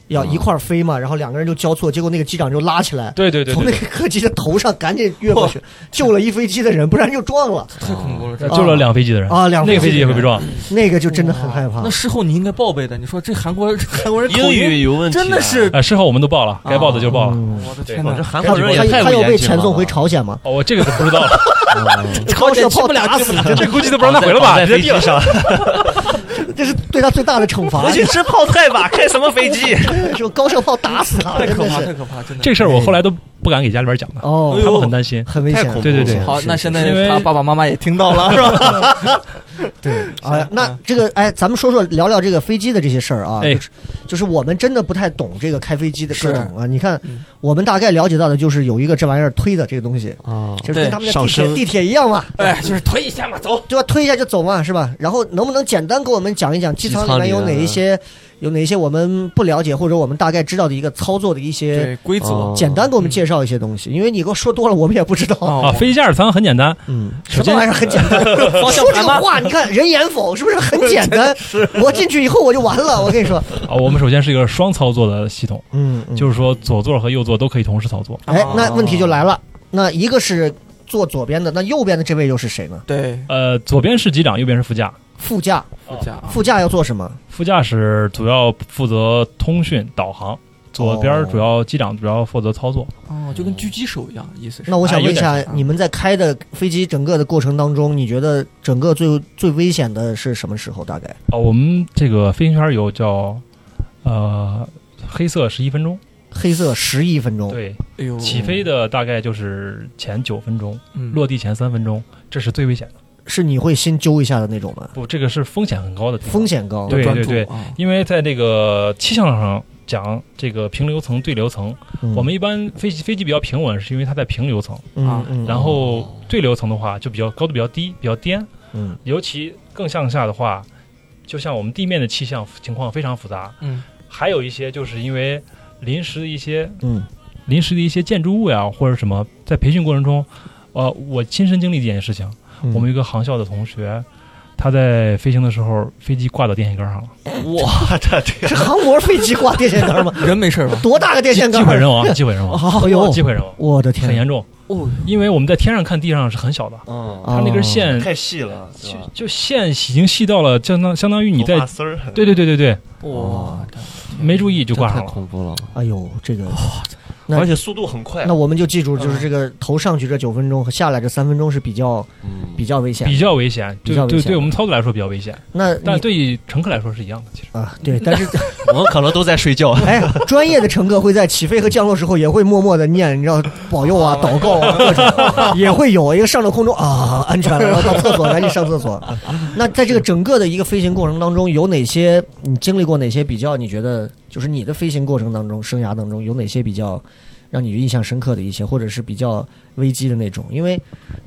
[SPEAKER 2] 要一块儿飞嘛，然后两个人就交错，结果那个机长就拉起来，
[SPEAKER 5] 嗯对对对
[SPEAKER 2] 从
[SPEAKER 5] 对
[SPEAKER 2] 那
[SPEAKER 5] 对，
[SPEAKER 2] 个客机的头上赶紧越过去，救了一飞机的人，不然就撞了。
[SPEAKER 6] 太恐怖了，这
[SPEAKER 5] 救了呃两飞机的人
[SPEAKER 2] 啊两
[SPEAKER 5] 那个
[SPEAKER 2] 飞机
[SPEAKER 5] 飞机也会被撞，
[SPEAKER 2] 那个就真的很害怕
[SPEAKER 6] 那。事后你应该报备的。你说这韩 国韩国人口
[SPEAKER 4] 英
[SPEAKER 6] 音
[SPEAKER 4] 语有问题啊，
[SPEAKER 6] 真的是，
[SPEAKER 5] 啊，事后我们都报了，该报的就报了。
[SPEAKER 2] 嗯
[SPEAKER 6] 哎我的
[SPEAKER 4] 对
[SPEAKER 6] 天
[SPEAKER 4] 我这
[SPEAKER 6] 哪！
[SPEAKER 4] 韩国人
[SPEAKER 2] 他
[SPEAKER 4] 也太
[SPEAKER 2] 他
[SPEAKER 4] 不
[SPEAKER 2] 要被
[SPEAKER 4] 严谨
[SPEAKER 2] 遣
[SPEAKER 4] 了
[SPEAKER 2] 送
[SPEAKER 4] 吧
[SPEAKER 2] 回朝鲜 吗？
[SPEAKER 5] 哦，我这个都不知道了，
[SPEAKER 2] 朝鲜炮打死你，真
[SPEAKER 5] 这
[SPEAKER 2] 的，
[SPEAKER 5] 估计都不让他回了吧？
[SPEAKER 4] 在
[SPEAKER 5] 直接
[SPEAKER 4] 飞
[SPEAKER 5] 毙了
[SPEAKER 4] 机上，
[SPEAKER 2] 这是对他最大的 惩罚
[SPEAKER 4] 回。去吃泡 菜吧，开什么飞机？
[SPEAKER 2] 说高射炮打死他，
[SPEAKER 6] 太
[SPEAKER 2] 真
[SPEAKER 6] 可
[SPEAKER 2] 的
[SPEAKER 6] 怕，太
[SPEAKER 2] 是
[SPEAKER 6] 可怕，真的。
[SPEAKER 5] 这个事儿我后来都不敢给家里边讲的，
[SPEAKER 2] 哦，
[SPEAKER 5] 他们很担心。
[SPEAKER 2] 很危
[SPEAKER 4] 太
[SPEAKER 2] 险
[SPEAKER 4] 恐。怖
[SPEAKER 5] 对对对
[SPEAKER 4] 了
[SPEAKER 6] 好，
[SPEAKER 2] 是
[SPEAKER 6] 那
[SPEAKER 2] 是
[SPEAKER 6] 现
[SPEAKER 5] 是因
[SPEAKER 6] 在
[SPEAKER 5] 为
[SPEAKER 6] 他爸爸妈妈也听到 了，是吧？
[SPEAKER 2] 对，哎，那这个哎，咱们说说聊聊这个飞机的这些事儿啊，
[SPEAKER 5] 哎
[SPEAKER 2] 就是就是我们真的不太懂这个开飞机的各
[SPEAKER 6] 是
[SPEAKER 2] 种啊。你看
[SPEAKER 6] 嗯，
[SPEAKER 2] 我们大概了解到的就是有一个这玩意儿推的这个东西，
[SPEAKER 4] 啊，
[SPEAKER 2] 就是跟他们的
[SPEAKER 4] 上
[SPEAKER 2] 地铁
[SPEAKER 4] 升
[SPEAKER 2] 地铁一样嘛，
[SPEAKER 6] 哎，就是推一下嘛，走。
[SPEAKER 2] 对吧？推一下就走嘛，是吧？然后能不能简单给我们讲一讲机舱
[SPEAKER 4] 机舱
[SPEAKER 2] 里面
[SPEAKER 4] 里
[SPEAKER 2] 有哪
[SPEAKER 4] 面
[SPEAKER 2] 一些有哪一些我们不了解或者我们大概知道的一个操作的一些，
[SPEAKER 6] 对，规则
[SPEAKER 4] 哦
[SPEAKER 2] 简单给我们介绍一些东西，因为你给我说多了我们也不知道。
[SPEAKER 5] 啊，
[SPEAKER 6] 哦，
[SPEAKER 5] 飞机二舱很简单，
[SPEAKER 2] 嗯，
[SPEAKER 5] 首
[SPEAKER 2] 什么
[SPEAKER 5] 先
[SPEAKER 2] 玩意儿很简单？
[SPEAKER 6] 方向
[SPEAKER 2] 说这
[SPEAKER 6] 盘
[SPEAKER 2] 个
[SPEAKER 6] 吗？
[SPEAKER 2] 话，你看人言否是不是很简 单？我进去以后我就完了，我跟你说。
[SPEAKER 5] 啊，我们首先是一个双操作的系统，
[SPEAKER 2] 嗯，嗯
[SPEAKER 5] 就是啊说左座和右座都可以同时操作。
[SPEAKER 2] 哎，那
[SPEAKER 6] 哦
[SPEAKER 2] 问题就来了，那一个是坐左边的，那右边的这位又是谁呢？
[SPEAKER 6] 对，
[SPEAKER 5] 呃，左边是机长，右边是副驾。
[SPEAKER 2] 副驾，
[SPEAKER 6] 副驾啊
[SPEAKER 2] 副驾要做什么？
[SPEAKER 5] 副驾驶主要负责通讯导航，左
[SPEAKER 2] 哦
[SPEAKER 5] 边主要机长主要负责操作。
[SPEAKER 6] 哦，就跟狙击手一样，意思是
[SPEAKER 2] 那我想问一
[SPEAKER 5] 啊
[SPEAKER 2] 下
[SPEAKER 6] 哎有点，像
[SPEAKER 2] 你们在开的飞机整个的过程当中，你觉得整个最最危险的是什么时候？大概？
[SPEAKER 5] 啊，我们这个飞行圈有叫呃黑色十一分钟，
[SPEAKER 2] 黑色十一分钟，
[SPEAKER 5] 对，
[SPEAKER 6] 哎呦，
[SPEAKER 5] 起飞的大概就是前九分钟，
[SPEAKER 6] 嗯
[SPEAKER 5] 落地前三分钟，这是最危险的。
[SPEAKER 2] 是你会心揪一下的那种吗？
[SPEAKER 5] 不，这个是风险很高的地方
[SPEAKER 2] 风，险高，
[SPEAKER 5] 对
[SPEAKER 6] 专注
[SPEAKER 5] 对
[SPEAKER 6] 啊
[SPEAKER 5] 因为在这个气象上讲，这个平流层、对流层，
[SPEAKER 2] 嗯
[SPEAKER 5] 我们一般飞机飞机比较平稳，是因为它在平流层，
[SPEAKER 2] 嗯
[SPEAKER 6] 啊
[SPEAKER 2] 嗯，
[SPEAKER 5] 然后对流层的话就比较高度比较低，比较颠，
[SPEAKER 2] 嗯
[SPEAKER 5] 尤其更向下的话，就像我们地面的气象情况非常复杂，
[SPEAKER 6] 嗯，
[SPEAKER 5] 还有一些就是因为临时的一些
[SPEAKER 2] 嗯
[SPEAKER 5] 临时的一些建筑物呀或者什么，在培训过程中，呃，我亲身经历这件事情，
[SPEAKER 2] 嗯
[SPEAKER 5] 我们有一个航校的同学。他在飞行的时候，飞机挂到电线杆上了，
[SPEAKER 4] 哇，这这
[SPEAKER 2] 是航模飞机挂电线杆吗？
[SPEAKER 6] 人没事吧？
[SPEAKER 2] 多大个电线
[SPEAKER 5] 机
[SPEAKER 2] 杆？
[SPEAKER 5] 会人亡，机会人亡，
[SPEAKER 2] 哎呦
[SPEAKER 5] 机，会人亡，
[SPEAKER 2] 我的
[SPEAKER 5] 啊哦很
[SPEAKER 2] 天！
[SPEAKER 5] 严重。
[SPEAKER 6] 哦，
[SPEAKER 5] 因为我们在天上看地上是很小的，
[SPEAKER 4] 嗯，
[SPEAKER 5] 它那
[SPEAKER 2] 哦
[SPEAKER 5] 根线
[SPEAKER 4] 太细了，是
[SPEAKER 5] 就
[SPEAKER 4] 吧
[SPEAKER 5] 就线已经细到了，相当相当于你在
[SPEAKER 4] 头发丝儿，
[SPEAKER 5] 对对对对对，
[SPEAKER 6] 哇，
[SPEAKER 5] 没注意就
[SPEAKER 4] 这
[SPEAKER 5] 挂
[SPEAKER 4] 太
[SPEAKER 5] 上了。
[SPEAKER 4] 恐怖了，
[SPEAKER 2] 哦，哎呦，这个那
[SPEAKER 4] 而且速度很快
[SPEAKER 2] 那，我们就记住，就是这个头上去这九分钟和下来这三分钟是比较
[SPEAKER 4] 嗯
[SPEAKER 2] 比较危险
[SPEAKER 5] 比。较危险，
[SPEAKER 2] 比较
[SPEAKER 5] 就
[SPEAKER 2] 危
[SPEAKER 5] 对
[SPEAKER 2] 险
[SPEAKER 5] 对我们操作来说比较危险，
[SPEAKER 2] 那
[SPEAKER 5] 但
[SPEAKER 2] 你
[SPEAKER 5] 对于乘客来说是一样的。其实
[SPEAKER 2] 啊，对，但是，
[SPEAKER 4] 我们可能都在睡觉
[SPEAKER 2] 哎，专业的乘客会在起飞和降落时候也会默默的念，你知道保佑啊、祷告啊，各种 也会有一个上了空中啊，安全了，然后到厕所 赶紧上厕所。那在这个整个的一个飞行过程当中，有哪些你经历过哪些比较？你觉得就是你的飞行过程当中、生涯当中有哪些比较让你印象深刻的一些，或者是比较危机的那种？因为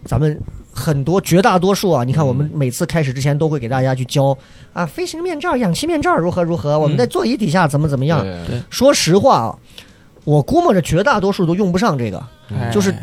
[SPEAKER 2] 咱们。很多绝大多数啊，你看我们每次开始之前都会给大家去教啊，飞行面罩、氧气面罩如何如何，我们在座椅底下怎么怎么样。说实话啊，我估摸着绝大多数都用不上这个，
[SPEAKER 4] 嗯
[SPEAKER 6] 哎
[SPEAKER 2] 就是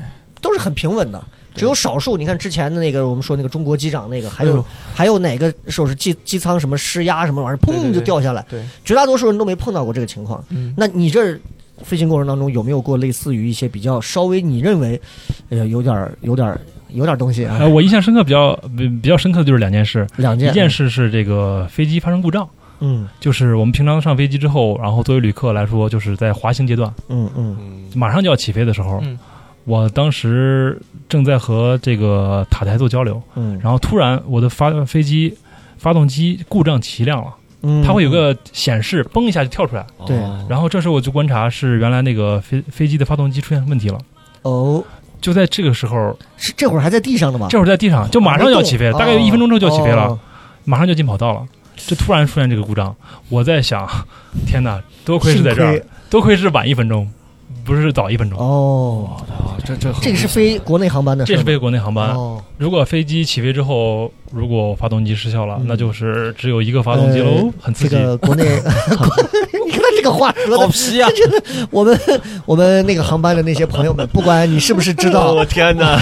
[SPEAKER 2] 都是很平稳的，只有少数。你看之前的那个，我们说那个中国机长那个，还有、
[SPEAKER 6] 哎呦
[SPEAKER 2] 还有哪个时候是机机舱什么失压什么玩意儿，
[SPEAKER 6] 对
[SPEAKER 2] 砰
[SPEAKER 6] 对
[SPEAKER 2] 就掉下来，
[SPEAKER 6] 对，
[SPEAKER 2] 绝大多数人都没碰到过这个情况。
[SPEAKER 6] 嗯，
[SPEAKER 2] 那你这儿飞行过程当中有没有过类似于一些比较稍微你认为，哎呀有点儿有点儿有点儿东西啊？
[SPEAKER 5] 呃，我印象深刻比较比比较深刻的就是两件事，
[SPEAKER 2] 两件，
[SPEAKER 5] 一件，事是这个飞机发生故障，
[SPEAKER 2] 嗯
[SPEAKER 5] 就是我们平常上飞机之后，然后作为旅客来说，就是在滑行阶段，
[SPEAKER 2] 嗯嗯，
[SPEAKER 4] 嗯，
[SPEAKER 5] 马上就要起飞的时候
[SPEAKER 6] 嗯，
[SPEAKER 5] 我当时正在和这个塔台做交流，
[SPEAKER 2] 嗯，
[SPEAKER 5] 然后突然我的发飞机发动机故障齐亮了，
[SPEAKER 2] 嗯
[SPEAKER 5] 它会有个显示，嘣一下就跳出来，
[SPEAKER 2] 对
[SPEAKER 4] 哦
[SPEAKER 5] 然后这时候我就观察是原来那个飞飞机的发动机出现问题了。
[SPEAKER 2] 哦，
[SPEAKER 5] 就在这个时候，
[SPEAKER 2] 是这会儿还在地上呢吗？
[SPEAKER 5] 这会儿在地上就马上就要起飞，
[SPEAKER 2] 啊哦
[SPEAKER 5] 大概有一分钟之后就要起飞了，
[SPEAKER 2] 哦
[SPEAKER 5] 马上就进跑道了。这突然出现这个故障，我在想， 天哪，多亏是在这
[SPEAKER 2] 幸
[SPEAKER 5] 儿
[SPEAKER 2] 亏，
[SPEAKER 5] 多亏是晚一分钟，不是早一分钟。
[SPEAKER 2] 哦，
[SPEAKER 6] 啊，这这
[SPEAKER 2] 这个是飞国内航班的事
[SPEAKER 5] 这
[SPEAKER 2] 儿吗，
[SPEAKER 5] 是飞国内航班。
[SPEAKER 2] 哦，
[SPEAKER 5] 如果飞机起飞之后，如果发动机失效了，
[SPEAKER 2] 嗯哎
[SPEAKER 5] 那就是只有一个发动机喽，很刺
[SPEAKER 2] 这
[SPEAKER 5] 激。哦
[SPEAKER 2] 个国内，你看他这个话说的
[SPEAKER 6] 好啊皮呀、
[SPEAKER 2] 真的，我们我们那个航班的那些朋友们，不管你是不是知
[SPEAKER 5] 哦
[SPEAKER 2] 道，
[SPEAKER 4] 我哦天哪！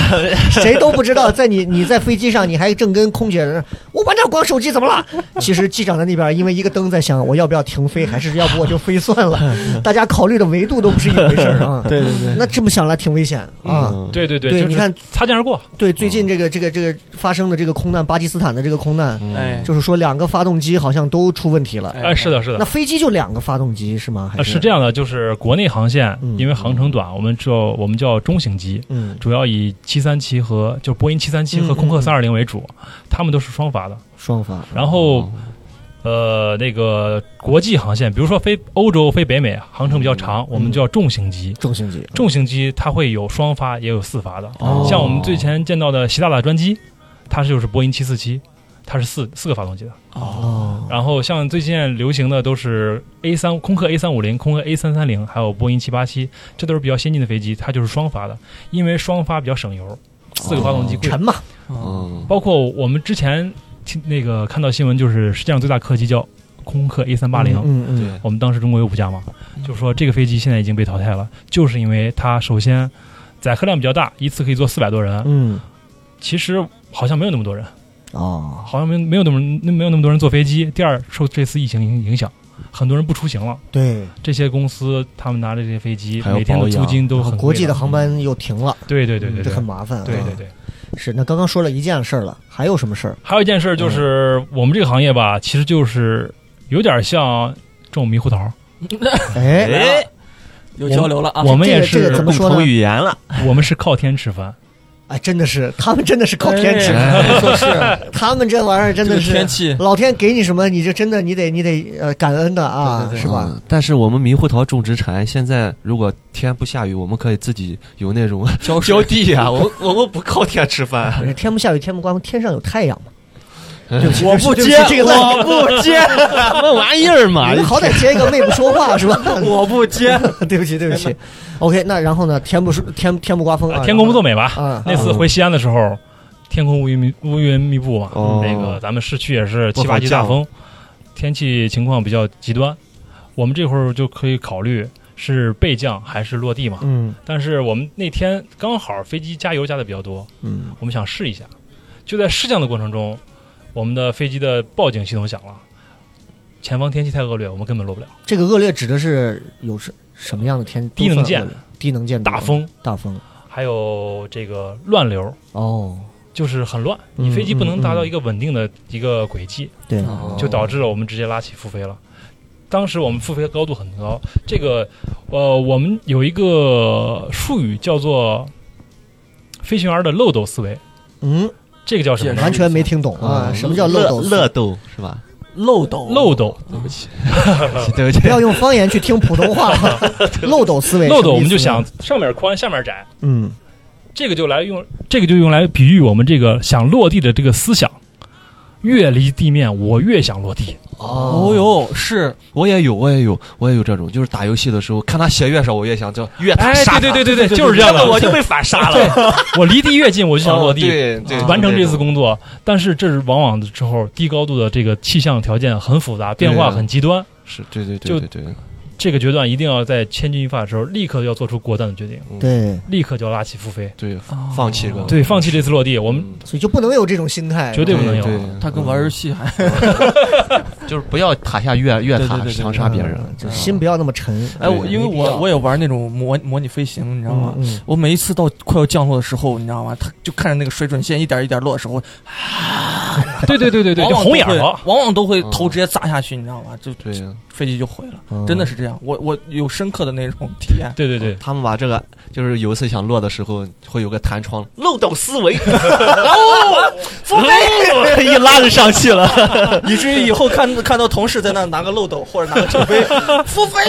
[SPEAKER 2] 谁都不知道，在你你在飞机上，你还正跟空姐那，我班长光手机怎么了？其实机长在那边，因为一个灯在响，我要不要停飞，还 是要不我就飞算了。大家考虑的维度都不是一回事儿 啊。
[SPEAKER 6] 对对对，
[SPEAKER 2] 那这么想来挺危险啊。
[SPEAKER 4] 嗯
[SPEAKER 5] 对对对，
[SPEAKER 2] 对
[SPEAKER 5] 就是
[SPEAKER 2] 你看
[SPEAKER 5] 擦肩而过，
[SPEAKER 2] 对，最近这个这个这个发生的这个空难，巴基斯坦的这个空难，
[SPEAKER 6] 哎，
[SPEAKER 2] 就是说两个发动机好像都出问题了。
[SPEAKER 5] 哎，是的，是的
[SPEAKER 2] 那。飞机就两个发动机是吗？还
[SPEAKER 5] 呃，是这
[SPEAKER 2] 样。
[SPEAKER 5] 样的，就是国内航线
[SPEAKER 2] 嗯，
[SPEAKER 5] 因为航程短，我们叫我们叫中型机，
[SPEAKER 2] 嗯，
[SPEAKER 5] 主要以七三七和就是波音七三七和空
[SPEAKER 2] 嗯嗯哦
[SPEAKER 5] 客
[SPEAKER 2] 嗯
[SPEAKER 5] 三二零为主，他们都是双发的。
[SPEAKER 2] 双发。
[SPEAKER 5] 然后，呃，那个国际航线，比如说飞欧洲、飞北美，航程比较
[SPEAKER 2] 嗯
[SPEAKER 5] 长，我们叫重型机。
[SPEAKER 2] 重型机，
[SPEAKER 5] 重型机它会有双发，也有四发的。
[SPEAKER 2] 嗯哦
[SPEAKER 5] 像我们最前见到的习大大专机，它就是波音七四七，它是四四个发动机的。
[SPEAKER 2] 哦，
[SPEAKER 5] 然后像最近流行的都是 A 三空客 A 三五零、空客 A 三三零，还有波音七八七，这都是比较先进的飞机，它就是双发的，因为双发比较省油，四个发动机贵。
[SPEAKER 2] 沉嘛，
[SPEAKER 4] 嗯
[SPEAKER 5] 包括我们之前听那个看到新闻，就是世界上最大客机叫空客 A 三八零，
[SPEAKER 2] 嗯嗯，
[SPEAKER 4] 对
[SPEAKER 5] 我们当时中国有补价嘛，
[SPEAKER 6] 嗯
[SPEAKER 5] 就说这个飞机现在已经被淘汰了，就是因为它首先载客量比较大，一次可以坐四百多人，
[SPEAKER 2] 嗯，
[SPEAKER 5] 其实好像没有那么多人，
[SPEAKER 2] 哦，
[SPEAKER 5] 好像没没有那么没有那么多人坐飞机。第二，受这次疫情影影响，很多人不出行了，
[SPEAKER 2] 对，
[SPEAKER 5] 这些公司他们拿着这些飞机，
[SPEAKER 4] 还有
[SPEAKER 5] 每天的
[SPEAKER 4] 保养
[SPEAKER 5] 租金都
[SPEAKER 2] 然后
[SPEAKER 5] 很
[SPEAKER 2] 啊国际的
[SPEAKER 5] 的，
[SPEAKER 2] 航班又停了，
[SPEAKER 5] 对对对对
[SPEAKER 2] 这
[SPEAKER 5] 对
[SPEAKER 2] 很。麻烦啊。
[SPEAKER 5] 对对对，
[SPEAKER 2] 是。那刚刚说了一件事儿了，还有什么事 儿？
[SPEAKER 5] 还有一件事就是，我们这个行业吧，其实就是有点像种猕猴桃，
[SPEAKER 2] 哎，
[SPEAKER 4] 哎，
[SPEAKER 6] 有交流了啊，
[SPEAKER 5] 我们
[SPEAKER 2] 这
[SPEAKER 5] 也
[SPEAKER 2] 个这个怎
[SPEAKER 5] 是，
[SPEAKER 2] 么
[SPEAKER 4] 共
[SPEAKER 2] 说呢
[SPEAKER 4] 同语言了，
[SPEAKER 5] 我们是靠天吃饭。
[SPEAKER 2] 哎，真的是，他们真的是靠天吃，
[SPEAKER 6] 哎没错是
[SPEAKER 2] 他们这玩意儿真
[SPEAKER 6] 这
[SPEAKER 2] 的
[SPEAKER 6] 个
[SPEAKER 2] 是
[SPEAKER 6] 天气，
[SPEAKER 2] 老天给你什么，你就真的你得你得呃感恩的啊，
[SPEAKER 6] 对对对
[SPEAKER 2] 是吧？
[SPEAKER 4] 嗯？但是我们猕猴桃种植产，现在如果天不下雨，我们可以自己有那种
[SPEAKER 6] 浇水
[SPEAKER 4] 浇地啊，我我们不靠天吃饭。
[SPEAKER 2] 不是天不下雨天不刮风，天上有太 阳嘛。
[SPEAKER 6] 我不
[SPEAKER 2] 对
[SPEAKER 6] 接
[SPEAKER 2] 不起这个，烂
[SPEAKER 6] 我 不接，
[SPEAKER 4] 什么玩意儿嘛
[SPEAKER 2] 你们好歹接一个妹不说话是吧？
[SPEAKER 6] 我不接，
[SPEAKER 2] 对不起对不起。OK，那然后呢？天不是天天不刮风啊，
[SPEAKER 5] 呃天公不作美吧？
[SPEAKER 2] 啊，
[SPEAKER 5] 那次回西安的时候，天空乌云密乌云密布嘛，
[SPEAKER 4] 哦
[SPEAKER 5] 那个咱们市区也是
[SPEAKER 4] 不
[SPEAKER 5] 七
[SPEAKER 4] 好
[SPEAKER 5] 八级大
[SPEAKER 4] 降
[SPEAKER 5] 风，天气情况比较极端，我们这会儿就可以考虑是备降还是落地嘛。
[SPEAKER 2] 嗯
[SPEAKER 5] 但是我们那天刚好飞机加油加的比较多，
[SPEAKER 2] 嗯，
[SPEAKER 5] 我们想试一下，就在试降的过程中，我们的飞机的报警系统响了，前方天气太恶劣，我们根本落不了，
[SPEAKER 2] 这个恶劣指的是有什什么样的天？
[SPEAKER 5] 低能见
[SPEAKER 2] 都算恶劣，低能见度
[SPEAKER 5] 大风
[SPEAKER 2] 大风
[SPEAKER 5] 还有这个乱流。
[SPEAKER 2] 哦，
[SPEAKER 5] 就是很乱，
[SPEAKER 2] 嗯
[SPEAKER 5] 你飞机不能达到
[SPEAKER 2] 嗯嗯哦
[SPEAKER 5] 一个稳定的一个轨迹，
[SPEAKER 2] 对，
[SPEAKER 5] 就导致了我们直接拉起复飞了。当时我们复飞的高度很高，这个呃，我们有一个术语叫做飞行员的漏斗思维，
[SPEAKER 2] 嗯，
[SPEAKER 5] 这个叫什么呢
[SPEAKER 2] 完？全没听懂啊，什么叫漏
[SPEAKER 4] 乐
[SPEAKER 2] 斗？
[SPEAKER 4] 乐斗是吧？
[SPEAKER 6] 漏斗，
[SPEAKER 5] 漏
[SPEAKER 2] 哦
[SPEAKER 5] 斗，
[SPEAKER 6] 对不起，
[SPEAKER 4] 对不起
[SPEAKER 2] 不，要用方言去听普 通话，漏斗思维。
[SPEAKER 5] 漏
[SPEAKER 2] 什
[SPEAKER 5] 斗
[SPEAKER 2] 么意思呢
[SPEAKER 5] 我们就想，上面宽，下面窄，
[SPEAKER 2] 嗯，
[SPEAKER 5] 这个就来用这个就用来比喻我们这个想落地的这个思想，越离地面我越想落地。
[SPEAKER 6] 哦哟， 是
[SPEAKER 4] 我也有，我也有，我也有这种，就是打游戏的时候，看他血越少，我越想叫越 他
[SPEAKER 5] 哎，
[SPEAKER 4] 杀他
[SPEAKER 5] 对对对对对，就是这样的，
[SPEAKER 4] 要不我就被反 杀了。
[SPEAKER 5] 对哦我离地越近我就想落地。
[SPEAKER 4] 哦对对，
[SPEAKER 5] 完成这次
[SPEAKER 4] 工
[SPEAKER 5] 工作，但是这是往往的时候，低高度的这个气象条件很复杂，变化很极端，
[SPEAKER 4] 是，对对对对对，
[SPEAKER 5] 这个决断一定要在千钧一发的时候立刻要做出果断的决定，
[SPEAKER 2] 对，
[SPEAKER 5] 立刻就要拉起复飞，
[SPEAKER 4] 对放弃这个，
[SPEAKER 5] 对，放弃这次落地，我
[SPEAKER 4] 我
[SPEAKER 5] 们
[SPEAKER 2] 所以就不能有这种心态，
[SPEAKER 5] 绝对不能有
[SPEAKER 4] 对，嗯
[SPEAKER 6] 他跟玩游戏还
[SPEAKER 4] 就是不要塔下越越塔长杀别人。
[SPEAKER 2] 嗯就心不要那么沉。
[SPEAKER 6] 哎，我
[SPEAKER 4] 对
[SPEAKER 6] 因为
[SPEAKER 2] 没必要
[SPEAKER 6] 我我也玩那种模模拟飞行，你知道吗？
[SPEAKER 2] 嗯嗯
[SPEAKER 6] 我每一次到快要降落的时候，你知道吗？他就看着那个水准线一点一点落的时候，
[SPEAKER 5] 对对对对对，
[SPEAKER 6] 往
[SPEAKER 5] 就
[SPEAKER 6] 往
[SPEAKER 5] 红眼
[SPEAKER 6] 都会
[SPEAKER 5] 了，
[SPEAKER 6] 往往都会
[SPEAKER 4] 嗯
[SPEAKER 6] 头直接砸下去，你知道吗？就
[SPEAKER 4] 对，
[SPEAKER 6] 飞机就毁了，
[SPEAKER 2] 嗯
[SPEAKER 6] 真的是这样。我我有深刻的那种体验。
[SPEAKER 5] 对对对，
[SPEAKER 4] 他们把这个就是有一次想落的时候，会有个弹窗漏斗思维，哦，一拉就上去了。
[SPEAKER 6] 以至于以后看看到同事在那拿个漏斗或者拿个酒杯复飞，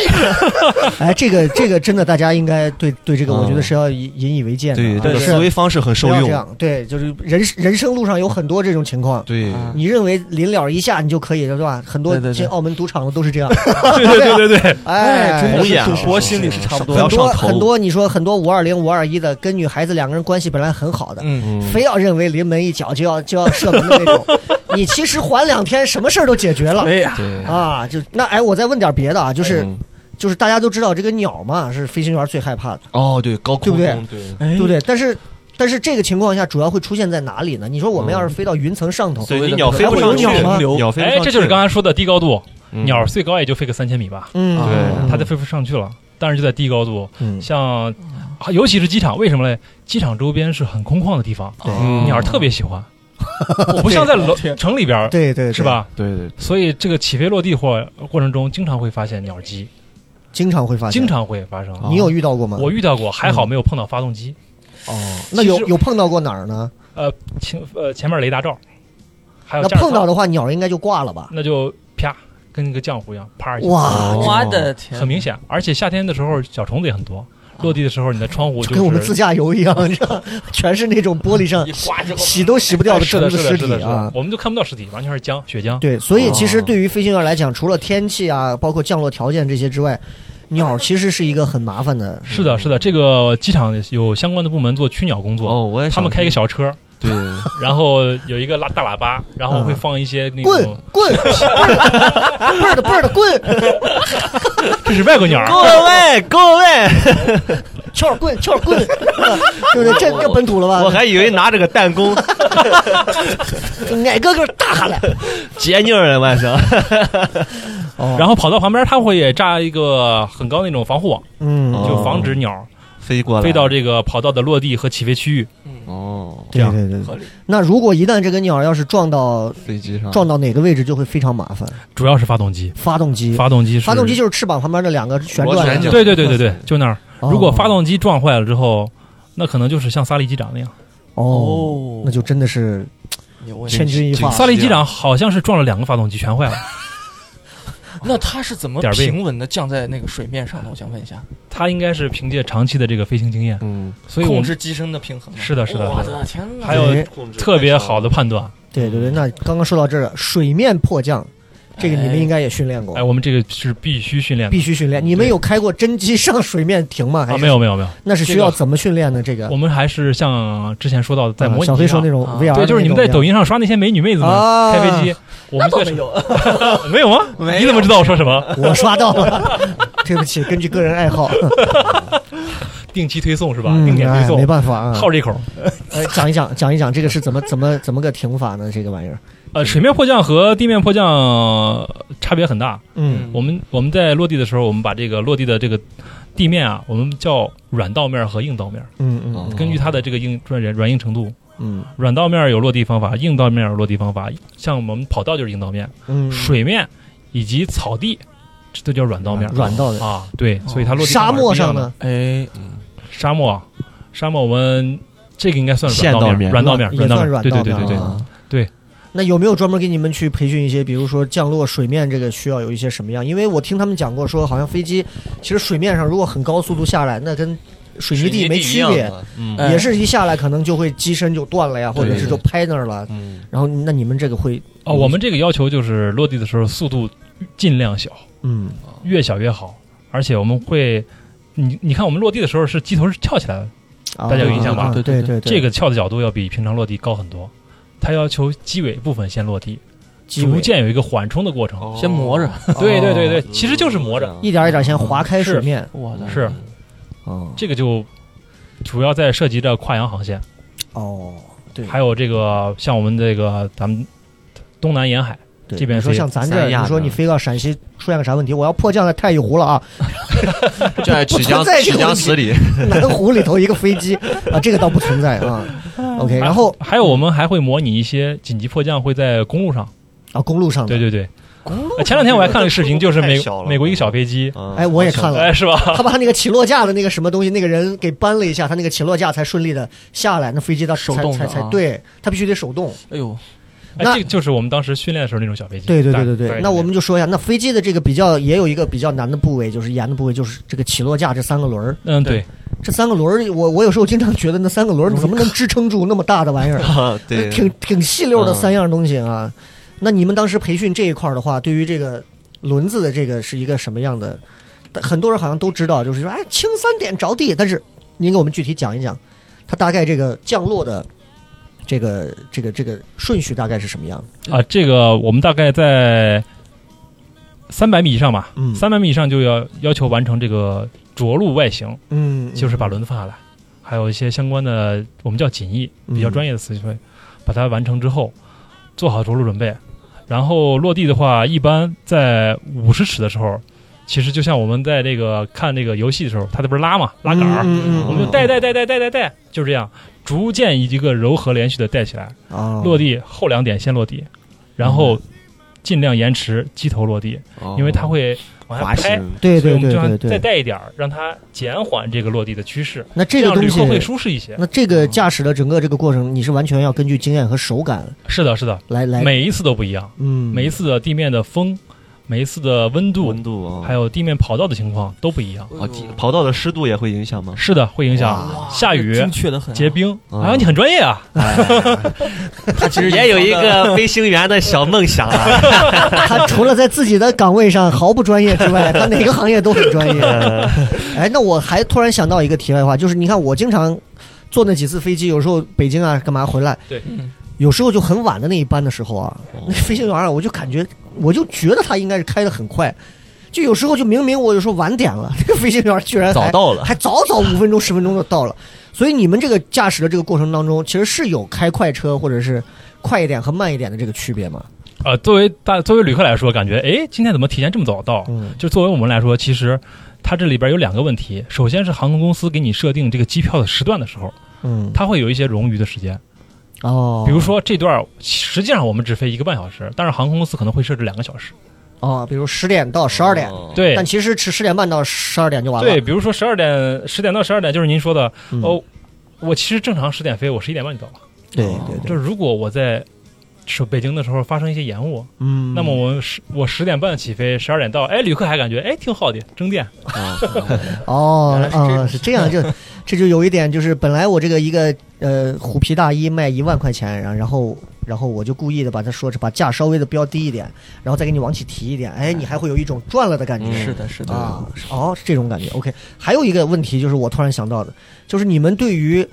[SPEAKER 2] 哎，这个这个真的，大家应该对对这个，
[SPEAKER 4] 嗯
[SPEAKER 2] 我觉得是要引引以为戒的啊。
[SPEAKER 4] 对，这个
[SPEAKER 2] 是
[SPEAKER 4] 思维方式很受
[SPEAKER 2] 不要这
[SPEAKER 4] 用。
[SPEAKER 2] 样，对，就是人人生路上有很多这种情况。
[SPEAKER 4] 对，
[SPEAKER 2] 你认为临了一下你就可以了，是吧？很多
[SPEAKER 6] 对对对
[SPEAKER 2] 进澳门赌场的都是这样。
[SPEAKER 5] 对对对对对，
[SPEAKER 2] 哎，
[SPEAKER 6] 真的
[SPEAKER 4] 红眼
[SPEAKER 6] 是
[SPEAKER 4] 了
[SPEAKER 6] 赌博心理是差不
[SPEAKER 4] 不
[SPEAKER 6] 多
[SPEAKER 4] 要
[SPEAKER 2] 很
[SPEAKER 6] 的。
[SPEAKER 2] 多
[SPEAKER 4] 上头
[SPEAKER 2] 很多，你说很多五二零、五二一的，跟女孩子两个人关系本来很好的，
[SPEAKER 6] 嗯，
[SPEAKER 4] 嗯
[SPEAKER 2] 非要认为临门一脚就要就要射门的那种，你其实缓两天，什么事儿都解决了
[SPEAKER 6] 哎呀，
[SPEAKER 4] 对，
[SPEAKER 2] 啊！就那哎，我再问点别的啊，就是
[SPEAKER 4] 嗯
[SPEAKER 2] 就是大家都知道这个鸟嘛是飞行员最害怕的，
[SPEAKER 4] 哦，对，高空
[SPEAKER 2] 对
[SPEAKER 4] 中
[SPEAKER 2] 不
[SPEAKER 4] 对
[SPEAKER 5] 嗯
[SPEAKER 2] 对不对？但是但是这个情况下主要会出现在哪里呢？你说我们要是飞到云层上头，
[SPEAKER 4] 所以你
[SPEAKER 6] 的
[SPEAKER 4] 鸟飞不上去
[SPEAKER 2] 还会有鸟吗，
[SPEAKER 4] 鸟飞不上
[SPEAKER 5] 哎，
[SPEAKER 4] 去，
[SPEAKER 5] 这就是刚才说的低高度，
[SPEAKER 4] 嗯
[SPEAKER 5] 鸟最高也就飞个三千米吧，
[SPEAKER 2] 嗯，
[SPEAKER 4] 对
[SPEAKER 2] 嗯
[SPEAKER 5] 它都飞不上去了。但是就在低高度，
[SPEAKER 2] 嗯
[SPEAKER 5] 像啊尤其是机场，为什么嘞？机场周边是很空旷的地方，
[SPEAKER 4] 嗯
[SPEAKER 5] 鸟儿特别 喜欢。我不像在楼城里边儿，
[SPEAKER 2] 对对，对
[SPEAKER 5] 是？吧？
[SPEAKER 4] 对对，
[SPEAKER 5] 所以这个起飞落地或过程中，经常会发现鸟击，
[SPEAKER 2] 经常会发现，哦
[SPEAKER 5] 经常会发生。啊
[SPEAKER 2] 你有嗯遇到过吗？
[SPEAKER 5] 我遇到过，还好没有碰到发动机，
[SPEAKER 2] 哦，那有
[SPEAKER 5] 其实
[SPEAKER 2] 有碰到过哪儿呢？
[SPEAKER 5] 前呃前面雷达罩，还有
[SPEAKER 2] 那
[SPEAKER 5] 驾驶
[SPEAKER 2] 碰到
[SPEAKER 5] 舱
[SPEAKER 2] 的话，鸟应该就挂了吧？
[SPEAKER 5] 那就啪，跟一个浆糊一样，啪一下，
[SPEAKER 2] 哇，
[SPEAKER 6] 啊我的天，
[SPEAKER 5] 很明显。而且夏天的时候小虫子也很多，落地的时候你的窗户
[SPEAKER 2] 就
[SPEAKER 5] 就
[SPEAKER 2] 跟我们
[SPEAKER 5] 是
[SPEAKER 2] 自驾游一样，你知道，全是那种玻璃上
[SPEAKER 6] 一刮之后，
[SPEAKER 2] 洗都洗不掉
[SPEAKER 5] 哎
[SPEAKER 2] 的
[SPEAKER 5] 是
[SPEAKER 2] 虫
[SPEAKER 5] 的，
[SPEAKER 2] 子
[SPEAKER 5] 是
[SPEAKER 2] 尸
[SPEAKER 5] 的，是
[SPEAKER 2] 体
[SPEAKER 5] 的，是
[SPEAKER 2] 啊
[SPEAKER 5] 的，。我们就看不到尸体，完全是浆血浆。
[SPEAKER 2] 对，所以其实
[SPEAKER 4] 哦
[SPEAKER 2] 对于飞行员来讲，除了天气啊，包括降落条件这些之外，鸟其实是一个很麻烦的。
[SPEAKER 5] 是的，是的，这个机场有相关的部门做驱鸟工作，
[SPEAKER 4] 哦，我也
[SPEAKER 5] 他们
[SPEAKER 4] 想
[SPEAKER 5] 开一个 小车，
[SPEAKER 4] 对，
[SPEAKER 5] 然后有一个拉大喇叭，然后会放一些那
[SPEAKER 2] 棍
[SPEAKER 5] 种，
[SPEAKER 2] 棍，倍儿的倍儿的棍，
[SPEAKER 5] 这是外国鸟儿，
[SPEAKER 4] 各位各位，
[SPEAKER 2] 撬棍撬棍，对不对？这这本土了吧？
[SPEAKER 4] 我还以为拿着个弹弓
[SPEAKER 2] 矮哥哥大喊来，
[SPEAKER 4] 接劲儿呢，万是。
[SPEAKER 5] 然后跑到旁边，它会炸一个很高那种防护网，
[SPEAKER 2] 嗯，
[SPEAKER 4] 哦
[SPEAKER 5] 就防止鸟儿
[SPEAKER 4] 飞过来，
[SPEAKER 5] 飞到这个跑道的落地和起飞区域。
[SPEAKER 4] 哦，
[SPEAKER 2] 对对对
[SPEAKER 6] 合理
[SPEAKER 2] 对。那如果一旦这个鸟要是撞到
[SPEAKER 4] 飞机上
[SPEAKER 2] 撞到哪个位置，就会非常麻烦。
[SPEAKER 5] 主要是发动机，
[SPEAKER 2] 发动机，
[SPEAKER 5] 发动机是
[SPEAKER 2] 嗯发动机就是翅膀旁边的两个旋
[SPEAKER 4] 螺
[SPEAKER 2] 转
[SPEAKER 4] 旋
[SPEAKER 2] 的。
[SPEAKER 5] 对对对对对，就那儿。
[SPEAKER 2] 哦
[SPEAKER 5] 如果发动机撞坏了之后，那可能就是像萨利机长那样。
[SPEAKER 2] 哦，
[SPEAKER 6] 哦
[SPEAKER 2] 那就真的是
[SPEAKER 6] 有问
[SPEAKER 2] 千
[SPEAKER 6] 题。
[SPEAKER 2] 钧一发
[SPEAKER 4] 啊。
[SPEAKER 5] 萨利机长好像是撞了两个发动机，全坏了。
[SPEAKER 6] 那他是怎么
[SPEAKER 5] 点儿背
[SPEAKER 6] 平稳的降在那个水面上的？我想问一下，
[SPEAKER 5] 他应该是凭借长期的这个飞行经验，
[SPEAKER 4] 嗯，
[SPEAKER 5] 所以我
[SPEAKER 6] 控
[SPEAKER 5] 们
[SPEAKER 6] 制机身的平衡吗。
[SPEAKER 5] 是的是的
[SPEAKER 6] 我
[SPEAKER 5] 是的
[SPEAKER 6] 的天哪！
[SPEAKER 5] 还有
[SPEAKER 2] 哎
[SPEAKER 5] 特别好的判断。
[SPEAKER 2] 对对对，那刚刚说到这儿了，水面迫降，这个你们应该也训练过
[SPEAKER 5] 哎，，我们这个是必须训练的
[SPEAKER 2] 必须训练。你们有开过真机上水面停吗？还
[SPEAKER 5] 啊！
[SPEAKER 2] 是
[SPEAKER 5] 没？有没有没有，
[SPEAKER 2] 那是需要怎么训练呢？这个
[SPEAKER 5] 我们还是像之前说到的，在
[SPEAKER 2] 啊
[SPEAKER 5] 模拟
[SPEAKER 2] 小飞
[SPEAKER 5] 机
[SPEAKER 2] 说
[SPEAKER 5] 上
[SPEAKER 2] 那种
[SPEAKER 6] 啊
[SPEAKER 2] VR，
[SPEAKER 5] 对，就是你们在抖
[SPEAKER 2] 音
[SPEAKER 5] 音上刷那些美女妹子们
[SPEAKER 2] 啊
[SPEAKER 5] 开飞机，我们在
[SPEAKER 6] 有，
[SPEAKER 5] 没有吗？
[SPEAKER 6] 没有
[SPEAKER 5] 你怎么知道我说什么？
[SPEAKER 2] 我刷到了。 对不起，根据个人爱好，
[SPEAKER 5] 定期推送是吧？
[SPEAKER 2] 嗯，
[SPEAKER 5] 定点推
[SPEAKER 2] 哎，没
[SPEAKER 5] 送，
[SPEAKER 2] 办法啊。
[SPEAKER 5] 好这口。
[SPEAKER 2] 哎讲一讲，讲一讲这个是怎么怎么怎么个停法呢？这个玩意儿，
[SPEAKER 5] 呃，水面迫降和地面迫降呃差别很大。
[SPEAKER 2] 嗯，
[SPEAKER 5] 我们我们在落地的时候，我们把这个落地的这个地面啊，我们叫软道面和硬道面，
[SPEAKER 2] 嗯嗯
[SPEAKER 5] 根据它的这个硬软软硬程度，
[SPEAKER 2] 嗯
[SPEAKER 5] 软道面有落地方法，硬道面有落地方法。像我们跑道就是硬道面，
[SPEAKER 2] 嗯，
[SPEAKER 5] 水面以及草地，这都叫软道面。
[SPEAKER 2] 软到的。
[SPEAKER 5] 啊，对，所以它落地方
[SPEAKER 2] 沙
[SPEAKER 5] 法是
[SPEAKER 2] 漠
[SPEAKER 5] 不一样
[SPEAKER 2] 上
[SPEAKER 5] 的
[SPEAKER 2] 呢，
[SPEAKER 6] 哎，
[SPEAKER 5] 沙漠，沙漠，我们这个应该算是软
[SPEAKER 4] 线道
[SPEAKER 5] 道
[SPEAKER 4] 面
[SPEAKER 5] 软道面，
[SPEAKER 2] 也
[SPEAKER 5] 道
[SPEAKER 2] 算
[SPEAKER 5] 面，
[SPEAKER 2] 软
[SPEAKER 5] 对
[SPEAKER 2] 道
[SPEAKER 5] 对
[SPEAKER 2] 面
[SPEAKER 5] 对对对。
[SPEAKER 2] 啊
[SPEAKER 5] 对。
[SPEAKER 2] 那有没有专门给你们去培训一些，比如说降落水面这个需要有一些什么样？因为我听他们讲过说，好像飞机其实水面上如果很高速度下来，那跟水泥地没区别，
[SPEAKER 4] 嗯
[SPEAKER 6] 哎
[SPEAKER 2] 也是一下来可能就会机身就断了呀，或者是就拍那儿了。
[SPEAKER 4] 嗯，
[SPEAKER 2] 然后那你们这个会
[SPEAKER 5] 哦，我们这个要求就是落地的时候速度尽量小，
[SPEAKER 2] 嗯
[SPEAKER 5] 越小越好，而且我们会。你你看，我们落地的时候是机头是翘起来的，
[SPEAKER 2] 啊
[SPEAKER 5] 大家有印象吧
[SPEAKER 2] 对对对，对
[SPEAKER 5] 这个翘的角度要比平常落地高很多。它要求机尾部分先落地，
[SPEAKER 2] 机尾
[SPEAKER 5] 逐渐有一个缓冲的过程。
[SPEAKER 6] 先磨着，
[SPEAKER 5] 对对
[SPEAKER 2] 哦
[SPEAKER 4] 哦
[SPEAKER 5] 对对，其实就是磨着。
[SPEAKER 2] 一点一点先划开
[SPEAKER 5] 是
[SPEAKER 2] 水面。
[SPEAKER 6] 我的
[SPEAKER 5] 是
[SPEAKER 2] 哦
[SPEAKER 5] 这个就主要在涉及着跨洋航线，
[SPEAKER 2] 哦，对
[SPEAKER 5] 还有这个像我们这个咱们东南沿海，
[SPEAKER 2] 对
[SPEAKER 5] 这边
[SPEAKER 2] 你说
[SPEAKER 5] 飞
[SPEAKER 2] 像咱这儿，
[SPEAKER 4] 三亚
[SPEAKER 2] 你说
[SPEAKER 4] 的
[SPEAKER 2] 你飞到陕西出现个啥问题，我要迫降在太乙湖了啊，
[SPEAKER 4] 在曲江
[SPEAKER 2] 不存在这
[SPEAKER 4] 曲
[SPEAKER 2] 个
[SPEAKER 4] 江
[SPEAKER 2] 问题
[SPEAKER 4] 十里，
[SPEAKER 2] 南湖里头一个飞机啊，这个倒不存在 啊。OK，然后
[SPEAKER 5] 还有我们还会模拟一些紧急迫降会在公路上，
[SPEAKER 2] 啊，公路上的
[SPEAKER 5] 对对对。呃前两天我还看了个视频，就是美
[SPEAKER 4] 太小了
[SPEAKER 5] 美国一个小飞机，
[SPEAKER 4] 啊
[SPEAKER 2] 哎，我也看了，
[SPEAKER 5] 哎，是吧？
[SPEAKER 2] 他把他那个起落架的那个什么东西，那个人给搬了一下，他那个起落架才顺利的下来，那飞机到
[SPEAKER 6] 手动
[SPEAKER 2] 才
[SPEAKER 6] 的
[SPEAKER 2] 才才
[SPEAKER 6] 啊
[SPEAKER 2] 对，他必须得手动。
[SPEAKER 6] 哎呦，
[SPEAKER 5] 哎，
[SPEAKER 2] 那
[SPEAKER 5] 这个就是我们当时训练的时候那种小飞机。
[SPEAKER 2] 对对对对
[SPEAKER 5] 大概
[SPEAKER 2] 对，那我们就说一下，那飞机的这个比较也有一个比较难的部位，就是严的部位，就是这个起落架这三个轮儿，
[SPEAKER 5] 嗯对，
[SPEAKER 2] 这三个轮儿，我我有时候经常觉得那三个轮儿怎
[SPEAKER 5] 嗯
[SPEAKER 2] 么能支撑住那么大的玩意 儿？
[SPEAKER 4] 啊， 对，
[SPEAKER 2] 挺挺细溜的
[SPEAKER 4] 嗯
[SPEAKER 2] 三样东西啊。那你们当时培训这一块儿的话，对于这个轮子的这个是一个什么样的？但很多人好像都知道，就是说，哎，轻三点着地。但是您给我们具体讲一讲，它大概这个降落的这个这
[SPEAKER 5] 啊
[SPEAKER 2] 个这个顺序大概是什么样的？
[SPEAKER 5] 啊，这个我们大概在三百米以上吧
[SPEAKER 2] 嗯，
[SPEAKER 5] 三百米以上就要要求完成这个着陆外形，
[SPEAKER 2] 嗯，
[SPEAKER 5] 就是把轮子放下来，还有一些相关的我们叫襟翼，比
[SPEAKER 2] 嗯
[SPEAKER 5] 较专业的词汇，把它完成之后，做好着陆准备，然后落地的话，一般在五十尺的时候，其实就像我们在这个看这个游戏的时候，它这不是拉嘛，拉杆儿，
[SPEAKER 2] 嗯嗯嗯
[SPEAKER 5] 我们就带带带带带带带，就是这样，逐渐一个柔和连续的带起来，
[SPEAKER 2] 啊
[SPEAKER 5] 落地后两点先落地，然
[SPEAKER 2] 嗯
[SPEAKER 5] 后尽量延迟机头落地，因为它会往下
[SPEAKER 4] 哦滑
[SPEAKER 5] 拍。
[SPEAKER 4] 行，
[SPEAKER 2] 哦对
[SPEAKER 5] 所
[SPEAKER 2] 对
[SPEAKER 5] 以我们
[SPEAKER 2] 对
[SPEAKER 5] 就要
[SPEAKER 2] 对
[SPEAKER 5] 再
[SPEAKER 2] 对。
[SPEAKER 5] 带一点儿，让它减缓这个落地的趋势，
[SPEAKER 2] 那这个
[SPEAKER 5] 样
[SPEAKER 2] 东
[SPEAKER 5] 旅
[SPEAKER 2] 西
[SPEAKER 5] 客，会舒适一些。
[SPEAKER 2] 那这个驾驶的整个这个过程，你是完全要根据经验和手感
[SPEAKER 5] 是的，是的，
[SPEAKER 2] 来来，
[SPEAKER 5] 每一次都不一样。
[SPEAKER 2] 嗯，
[SPEAKER 5] 每一次的地面的风，每一次的温度，
[SPEAKER 4] 温度啊，
[SPEAKER 5] 还有地面跑道的情况都不一
[SPEAKER 2] 嗯
[SPEAKER 5] 样。
[SPEAKER 4] 哦，地跑道的湿度也会影响吗？
[SPEAKER 5] 是的，会影响下雨
[SPEAKER 6] 精、确的很啊，
[SPEAKER 5] 结冰。
[SPEAKER 4] 啊
[SPEAKER 2] 嗯
[SPEAKER 5] 啊，你很专业啊！
[SPEAKER 4] 他其实
[SPEAKER 7] 也有一个飞行员的小梦想啊，
[SPEAKER 2] 他除了在自己的岗位上毫不专业之 外，他哪个行业都很专业。
[SPEAKER 4] 嗯
[SPEAKER 2] 哎，那我还突然想到一个题外话，就是你看我经常坐那几次飞机，有时候北京啊干嘛回来，
[SPEAKER 5] 对
[SPEAKER 6] 嗯，
[SPEAKER 2] 有时候就很晚的那一班的时候啊，
[SPEAKER 4] 哦
[SPEAKER 2] 那飞行员啊，我就感觉我就觉得他应该是开的很快。就有时候就明明我有时候晚点了，这个飞行员居然
[SPEAKER 4] 早
[SPEAKER 2] 还
[SPEAKER 4] 到了，
[SPEAKER 2] 还早早五分钟十分钟就到了。所以你们这个驾驶的这个过程当中，其实是有开快车或者是快一点和慢一点的这个区别嘛？
[SPEAKER 5] 呃，作为大作为旅客来说，感觉哎，今天怎么提前这么早到？
[SPEAKER 2] 嗯
[SPEAKER 5] 就作为我们来说，其实它这里边有两个问题。首先是航空公司给你设定这个机票的时段的时候，
[SPEAKER 2] 嗯，
[SPEAKER 5] 它会有一些冗余的时间。
[SPEAKER 2] 哦，
[SPEAKER 5] 比如说这段实际上我们只飞一个半小时，但是航空公司可能会设置两个小时。
[SPEAKER 2] 哦，比如十点到十二点，
[SPEAKER 5] 对
[SPEAKER 2] 哦但其实是十点半到十二点就完了。
[SPEAKER 5] 对，，比如说十二点十点到十二点，就是您说的
[SPEAKER 2] 嗯
[SPEAKER 5] 哦。我其实正常十点飞，我十一点半就到了。
[SPEAKER 2] 对对对，
[SPEAKER 5] 哦就是如果我在是北京的时候发生一些延误，
[SPEAKER 2] 嗯，
[SPEAKER 5] 那么我十我十点半起飞，十二点到，哎，旅客还感觉哎挺好的，争电。
[SPEAKER 4] 啊
[SPEAKER 2] 哦
[SPEAKER 5] 原来是这
[SPEAKER 2] 啊、
[SPEAKER 5] 样
[SPEAKER 2] 是这样，就 这就有一点就是，本来我这个一个呃虎皮大衣卖一万块钱，然后然后然后我就故意的把它说是把价稍微的标低一点，然后再给你往起提一点，哎，你还会有一种赚了的感觉。
[SPEAKER 5] 嗯
[SPEAKER 6] 是的，是的，
[SPEAKER 2] 啊，是哦，是这种感觉。OK，还有一个问题就是我突然想到的，就是你们对于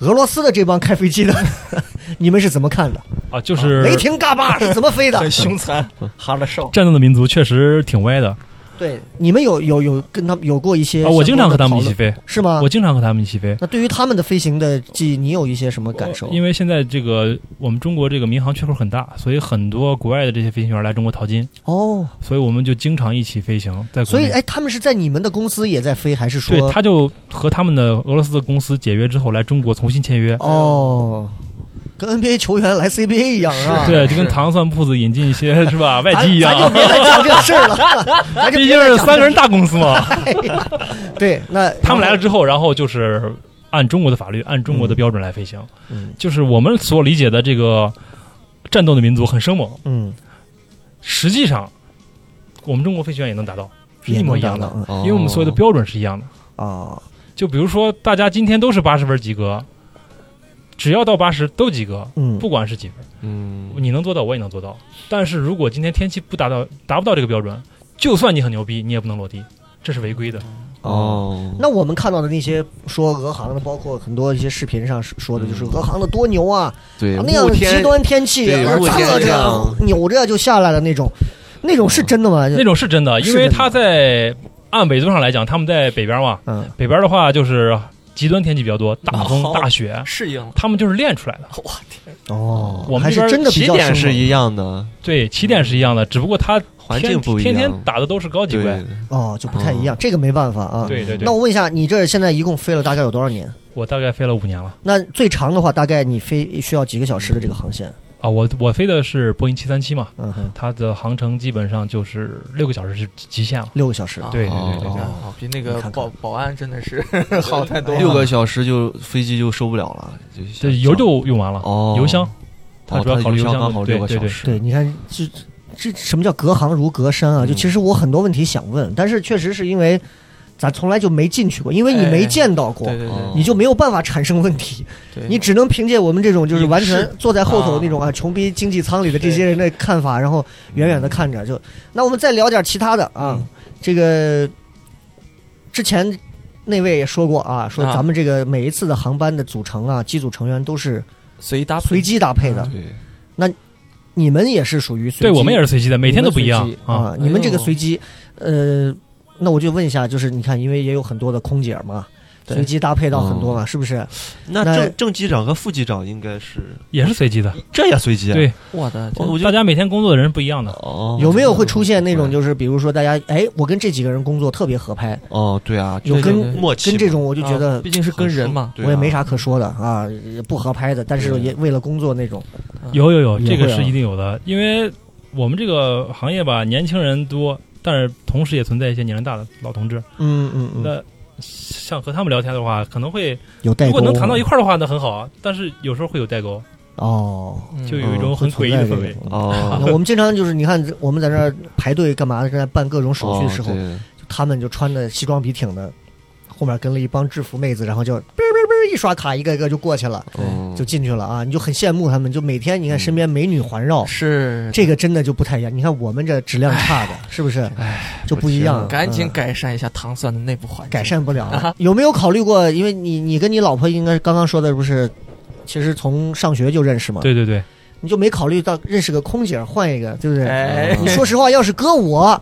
[SPEAKER 2] 俄罗斯的这帮开飞机的， 你们是怎么看的？
[SPEAKER 5] 啊，就是
[SPEAKER 2] 雷霆嘎巴是怎么飞的？
[SPEAKER 6] 很凶 残，哈了哨，
[SPEAKER 5] 战斗的民族确实挺歪的啊！
[SPEAKER 2] 对，你们有有有跟他们有过一些、
[SPEAKER 5] 我经常和他们一起，飞，
[SPEAKER 2] 是吗？
[SPEAKER 5] 我经常和他们一起飞。
[SPEAKER 2] 那对于他们的飞行的记忆，你有一些什么感受？
[SPEAKER 5] 因为现在这个我们中国这个民航缺口很大，所以很多国外的这些飞行员来中国淘金，
[SPEAKER 2] 哦，
[SPEAKER 5] 所以我们就经常一起飞行。在国
[SPEAKER 2] 所
[SPEAKER 5] 内
[SPEAKER 2] 以哎，他们是在你们的公司也在飞，还是
[SPEAKER 5] 对，
[SPEAKER 2] 说
[SPEAKER 5] 他就和他们的俄罗斯的公司解约之后来中国重新签约，
[SPEAKER 2] 哦，跟 NBA 球员来 CBA 一样啊？
[SPEAKER 5] 对，就跟糖蒜铺子引进一些 是吧外
[SPEAKER 2] 咱
[SPEAKER 5] 籍一
[SPEAKER 2] 咱就
[SPEAKER 5] 样，
[SPEAKER 2] 别再讲这个事儿了，咱就别
[SPEAKER 5] 毕竟
[SPEAKER 2] 再
[SPEAKER 5] 是
[SPEAKER 2] 讲
[SPEAKER 5] 三个人大公司嘛。
[SPEAKER 2] 对，那
[SPEAKER 5] 他们来了之后，然后就是按中国的法律、按中国的标准来飞行。
[SPEAKER 2] 嗯
[SPEAKER 5] 就是我们所理解的这个战斗的民族很生猛，
[SPEAKER 2] 嗯，
[SPEAKER 5] 实际上我们中国飞行员也能达到，是一模一样的，
[SPEAKER 2] 啊、
[SPEAKER 4] 哦
[SPEAKER 5] 因为我们所有的标准是一样的。
[SPEAKER 2] 哦
[SPEAKER 5] 就比如说，大家今天都是八十分及格，只要到八十都及格，
[SPEAKER 2] 嗯，
[SPEAKER 5] 不管是几分，
[SPEAKER 4] 嗯，
[SPEAKER 5] 你能做到，我也能做到。但是如果今天天气不达到达不到这个标准，就算你很牛逼，你也不能落地，这是违规的。
[SPEAKER 4] 哦，
[SPEAKER 2] 那我们看到的那些说俄航的，包括很多一些视频上说的，就是俄航的多牛啊，
[SPEAKER 4] 对
[SPEAKER 2] 啊那样
[SPEAKER 4] 雾
[SPEAKER 2] 的极
[SPEAKER 4] 天
[SPEAKER 2] 端天气，
[SPEAKER 4] 对
[SPEAKER 2] 而
[SPEAKER 4] 雾天
[SPEAKER 2] 侧
[SPEAKER 4] 这
[SPEAKER 2] 着
[SPEAKER 4] 样
[SPEAKER 2] 扭着就下来了那种，那种是真的吗？
[SPEAKER 5] 那种是真的，因
[SPEAKER 2] 是
[SPEAKER 5] 为
[SPEAKER 2] 真的
[SPEAKER 5] 他在按纬度上来讲，他们在北边嘛，
[SPEAKER 2] 嗯，
[SPEAKER 5] 北边的话就是极端天气比较多，大风、
[SPEAKER 6] 哦
[SPEAKER 5] 大雪，
[SPEAKER 6] 适应了，
[SPEAKER 5] 他们就是练出来的。
[SPEAKER 6] 我天，
[SPEAKER 2] 哦，
[SPEAKER 5] 我们
[SPEAKER 2] 还
[SPEAKER 5] 这
[SPEAKER 2] 是
[SPEAKER 5] 边
[SPEAKER 2] 真的比
[SPEAKER 4] 起
[SPEAKER 2] 较
[SPEAKER 4] 点
[SPEAKER 2] 生
[SPEAKER 4] 是
[SPEAKER 2] 猛
[SPEAKER 4] 一样的，
[SPEAKER 5] 对，起点是一样的，只不过他
[SPEAKER 4] 环
[SPEAKER 5] 天
[SPEAKER 4] 境不一样，
[SPEAKER 5] 天天打的都是高级怪
[SPEAKER 4] 对。，啊
[SPEAKER 2] 哦，就不太一样，这个没办法啊。
[SPEAKER 5] 对对对
[SPEAKER 2] 那我问一下，你这现在一共飞了大概有多少年？
[SPEAKER 5] 我大概飞了五年了
[SPEAKER 2] 那最长的话，大概你飞需要几个小时的这个航线？
[SPEAKER 5] 啊，我我飞的是波音七三七嘛，
[SPEAKER 2] 嗯哼，
[SPEAKER 5] 它的航程基本上就是六个小时是极限了。
[SPEAKER 2] 六个小时。
[SPEAKER 5] 对对
[SPEAKER 4] 哦
[SPEAKER 5] 对对对，
[SPEAKER 6] 哦，比那
[SPEAKER 2] 你
[SPEAKER 6] 个
[SPEAKER 2] 看看
[SPEAKER 6] 保保安真的是好太
[SPEAKER 2] 哎
[SPEAKER 6] 多了，
[SPEAKER 4] 六个小时就飞机就受不了了，就
[SPEAKER 5] 这
[SPEAKER 4] 像
[SPEAKER 5] 油就用完了，
[SPEAKER 4] 哦，
[SPEAKER 5] 油箱它
[SPEAKER 4] 哦，
[SPEAKER 5] 主要考虑
[SPEAKER 4] 油
[SPEAKER 5] 油箱
[SPEAKER 4] 刚好
[SPEAKER 5] 对
[SPEAKER 4] 六个
[SPEAKER 5] 对
[SPEAKER 4] 小
[SPEAKER 5] 对
[SPEAKER 4] 时，
[SPEAKER 2] 对，你看这这什么叫隔行如隔山啊？就
[SPEAKER 4] 嗯
[SPEAKER 2] 其实我很多问题想问，但是确实是因为咱从来就没进去过，因为你没
[SPEAKER 6] 哎
[SPEAKER 2] 见到过
[SPEAKER 6] 对，对对
[SPEAKER 4] 哦
[SPEAKER 2] 你就没有办法产生问题，
[SPEAKER 6] 对，
[SPEAKER 2] 你只能凭借我们这种就是完
[SPEAKER 6] 影
[SPEAKER 2] 全
[SPEAKER 6] 视
[SPEAKER 2] 坐在后头
[SPEAKER 6] 啊
[SPEAKER 2] 那种啊穷逼经济舱里的这些人的看法，然后远远的看着就。那我们再聊点其他的啊
[SPEAKER 6] 嗯，
[SPEAKER 2] 这个之前那位也说过啊，说
[SPEAKER 6] 啊
[SPEAKER 2] 咱们这个每一次的航班的组成啊，机组成员都是
[SPEAKER 6] 随搭配
[SPEAKER 2] 随机搭配的，
[SPEAKER 4] 对，
[SPEAKER 2] 你们也是属于随机，
[SPEAKER 5] 对我们也是随机的，每天都不一
[SPEAKER 2] 你
[SPEAKER 5] 样
[SPEAKER 2] 们随机
[SPEAKER 5] 啊。
[SPEAKER 2] 啊。你们这个随机，呃，那我就问一下，就是你看，因为也有很多的空姐嘛，
[SPEAKER 6] 对
[SPEAKER 2] 随机搭配到很多
[SPEAKER 5] 哦
[SPEAKER 2] 嘛，是不是？
[SPEAKER 4] 那
[SPEAKER 2] 那
[SPEAKER 4] 正正机长和副机长应该是
[SPEAKER 5] 也是随机的，
[SPEAKER 4] 这也随机啊，
[SPEAKER 5] 对，
[SPEAKER 6] 我
[SPEAKER 2] 哦
[SPEAKER 6] 的天
[SPEAKER 4] 我我就
[SPEAKER 5] 大家每天工作的人不一样的。
[SPEAKER 4] 哦
[SPEAKER 2] 有没有会出现那种，就是比如说大家，哎，我跟这几个人工作特别合拍，
[SPEAKER 4] 哦，对啊，
[SPEAKER 2] 有
[SPEAKER 4] 这
[SPEAKER 2] 跟
[SPEAKER 4] 种默契
[SPEAKER 2] 跟
[SPEAKER 4] 嘛，
[SPEAKER 2] 这种我就
[SPEAKER 6] 啊
[SPEAKER 2] 觉得
[SPEAKER 6] 毕竟是跟人嘛，
[SPEAKER 4] 对啊
[SPEAKER 2] 我也没啥可说的啊，也不合拍的，但是也为了工作那种，
[SPEAKER 5] 有有有，
[SPEAKER 2] 也
[SPEAKER 5] 这
[SPEAKER 2] 会啊
[SPEAKER 5] 个是一定有的，因为我们这个行业吧，年轻人多，但是同时也存在一些年龄大的老同志。
[SPEAKER 2] 嗯嗯嗯，
[SPEAKER 5] 那像和他们聊天的话，可能会
[SPEAKER 2] 有代沟。
[SPEAKER 5] 如果能谈到一块儿的话，那很好啊。但是有时候会有代沟，
[SPEAKER 2] 哦，
[SPEAKER 6] 嗯
[SPEAKER 5] 就有一种很诡异的氛围。啊
[SPEAKER 4] 哦，
[SPEAKER 2] 我们经常就是，你看我们在那儿排队干嘛，在那儿办各种手续的时候，
[SPEAKER 4] 哦对
[SPEAKER 2] 他们就穿的西装笔挺的，后面跟了一帮制服妹子，然后就嘣嘣嘣一刷卡，一个一个就过去了，
[SPEAKER 4] 嗯
[SPEAKER 2] 就进去了啊！你就很羡慕他们，就每天你看身边美女环绕，
[SPEAKER 6] 是
[SPEAKER 2] 哦这个真的就不太一样。你看我们这质量差的，是不是？就不一样。
[SPEAKER 6] 赶紧啊
[SPEAKER 2] 嗯
[SPEAKER 6] 改善一下糖蒜的内部环境，
[SPEAKER 2] 改善不了。啊有没有考虑过？因为你你跟你老婆应该刚刚说的不是，其实从上学就认识嘛，
[SPEAKER 5] 对对对，
[SPEAKER 2] 你就没考虑到认识个空姐换一个，对不嗯对？
[SPEAKER 6] 哎
[SPEAKER 2] 你说实话，要是搁我，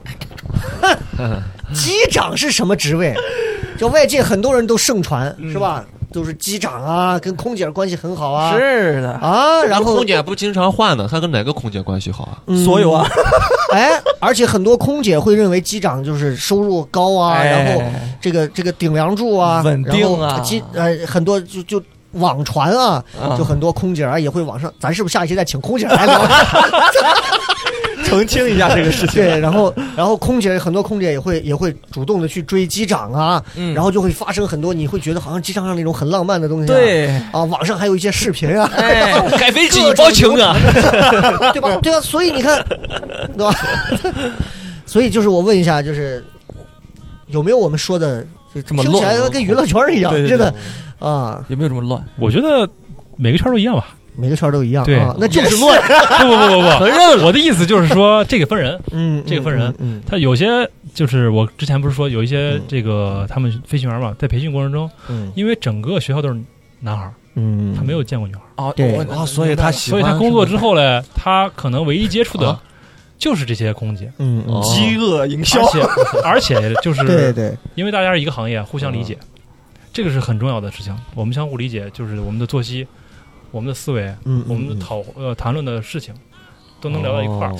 [SPEAKER 2] 机长是什么职位？就外界很多人都盛传、
[SPEAKER 6] 嗯
[SPEAKER 2] 是吧？都是机长啊，跟空姐关系很好啊，
[SPEAKER 6] 是的，
[SPEAKER 2] 啊，然后
[SPEAKER 4] 空姐不经常换呢，她跟哪个空姐关系好 啊？
[SPEAKER 6] 所有，啊，
[SPEAKER 2] 嗯哎，而且很多空姐会认为机长就是收入高啊，然后
[SPEAKER 6] 哎
[SPEAKER 2] 这个这个顶梁柱啊，
[SPEAKER 6] 稳定啊
[SPEAKER 2] 然后机呃很多就就网传啊，
[SPEAKER 6] 啊
[SPEAKER 2] 就很多空姐儿也会网上，咱是不是下一期再请空姐儿来 聊？
[SPEAKER 6] 澄清一下这个事情，
[SPEAKER 2] 对，然后然后空姐儿很多空姐也会也会主动的去追机长啊，
[SPEAKER 6] 嗯
[SPEAKER 2] 然后就会发生很多你会觉得好像机场上那种很浪漫的东西、啊，
[SPEAKER 6] 对，
[SPEAKER 2] 啊，网上还有一些视频 啊，
[SPEAKER 6] 哎，
[SPEAKER 7] 改飞机
[SPEAKER 2] 各种
[SPEAKER 7] 包情啊，
[SPEAKER 2] 对吧？对啊，所以你看，对吧？所以就是我问一下，就是有没有我们说的就
[SPEAKER 6] 这么
[SPEAKER 2] 听起来
[SPEAKER 6] 乱
[SPEAKER 2] 跟娱乐圈儿一样，
[SPEAKER 6] 对对
[SPEAKER 2] 真
[SPEAKER 6] 对
[SPEAKER 2] 的啊，
[SPEAKER 6] 有没有这么乱？
[SPEAKER 5] 我觉得每个圈儿都一样吧。
[SPEAKER 2] 每个圈儿都一样
[SPEAKER 5] 对
[SPEAKER 2] 啊，那就是
[SPEAKER 5] 不不不不不，我的意思就是说，这个分人，
[SPEAKER 2] 嗯，
[SPEAKER 5] 这个分人
[SPEAKER 2] 嗯，嗯
[SPEAKER 5] 他有些就是我之前不是说有一些这个他们飞行员嘛，在培训过程中，
[SPEAKER 2] 嗯
[SPEAKER 5] 因为整个学校都是男孩儿，
[SPEAKER 2] 嗯，
[SPEAKER 5] 他没有见过女孩儿，
[SPEAKER 6] 哦，
[SPEAKER 2] 对
[SPEAKER 6] 我哦，所以他喜
[SPEAKER 5] 所
[SPEAKER 6] 欢，
[SPEAKER 5] 以他工作之后嘞，他可能唯一接触
[SPEAKER 2] 啊
[SPEAKER 5] 的就是这些空姐，
[SPEAKER 2] 嗯，嗯，
[SPEAKER 6] 哦
[SPEAKER 4] 饥饿
[SPEAKER 6] 营
[SPEAKER 5] 而且而且就
[SPEAKER 2] 对
[SPEAKER 5] 是
[SPEAKER 2] 对，
[SPEAKER 5] 因为大家是一个行业，互相理解，这个是很重要的事情。我们相互理解，就是我们的作息、我们的思维、
[SPEAKER 2] 嗯，
[SPEAKER 5] 我们的
[SPEAKER 2] 嗯
[SPEAKER 5] 讨呃谈论的事情，都能聊到一块儿。
[SPEAKER 4] 哦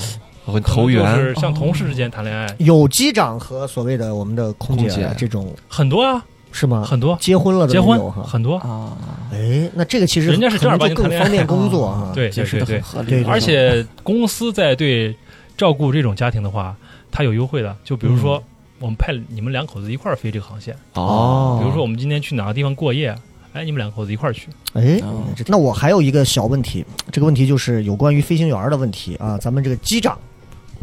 [SPEAKER 4] 很投
[SPEAKER 5] 就
[SPEAKER 4] 缘
[SPEAKER 5] 是像同事之间谈恋爱，
[SPEAKER 2] 有机长和所谓的我们的空姐啊
[SPEAKER 4] 空姐
[SPEAKER 2] 这种
[SPEAKER 5] 很多啊，
[SPEAKER 2] 是吗？
[SPEAKER 5] 很多
[SPEAKER 2] 结婚了的
[SPEAKER 5] 结
[SPEAKER 2] 也
[SPEAKER 5] 婚
[SPEAKER 2] 有哈，
[SPEAKER 5] 很多，
[SPEAKER 6] 啊，
[SPEAKER 2] 哎，那这个其实
[SPEAKER 5] 人家是
[SPEAKER 2] 可能
[SPEAKER 5] 正儿八
[SPEAKER 2] 就
[SPEAKER 5] 经
[SPEAKER 2] 更
[SPEAKER 5] 谈恋爱
[SPEAKER 2] 方便
[SPEAKER 5] 哦
[SPEAKER 2] 工作啊哈。
[SPEAKER 5] 对
[SPEAKER 6] 解
[SPEAKER 5] 对
[SPEAKER 6] 释的
[SPEAKER 5] 对
[SPEAKER 6] 很
[SPEAKER 5] 对，
[SPEAKER 6] 合
[SPEAKER 2] 对
[SPEAKER 6] 理
[SPEAKER 2] 对，
[SPEAKER 5] 而且公司在对照顾这种家庭的话，它有优惠的，就比如说。我们派你们两口子一块儿飞这个航线，
[SPEAKER 4] 哦
[SPEAKER 5] 比如说我们今天去哪个地方过夜，哎，你们两口子一块儿去，
[SPEAKER 2] 哎
[SPEAKER 6] 哦，
[SPEAKER 2] 这那我还有一个小问题，这个问题就是有关于飞行员儿的问题啊。咱们这个机长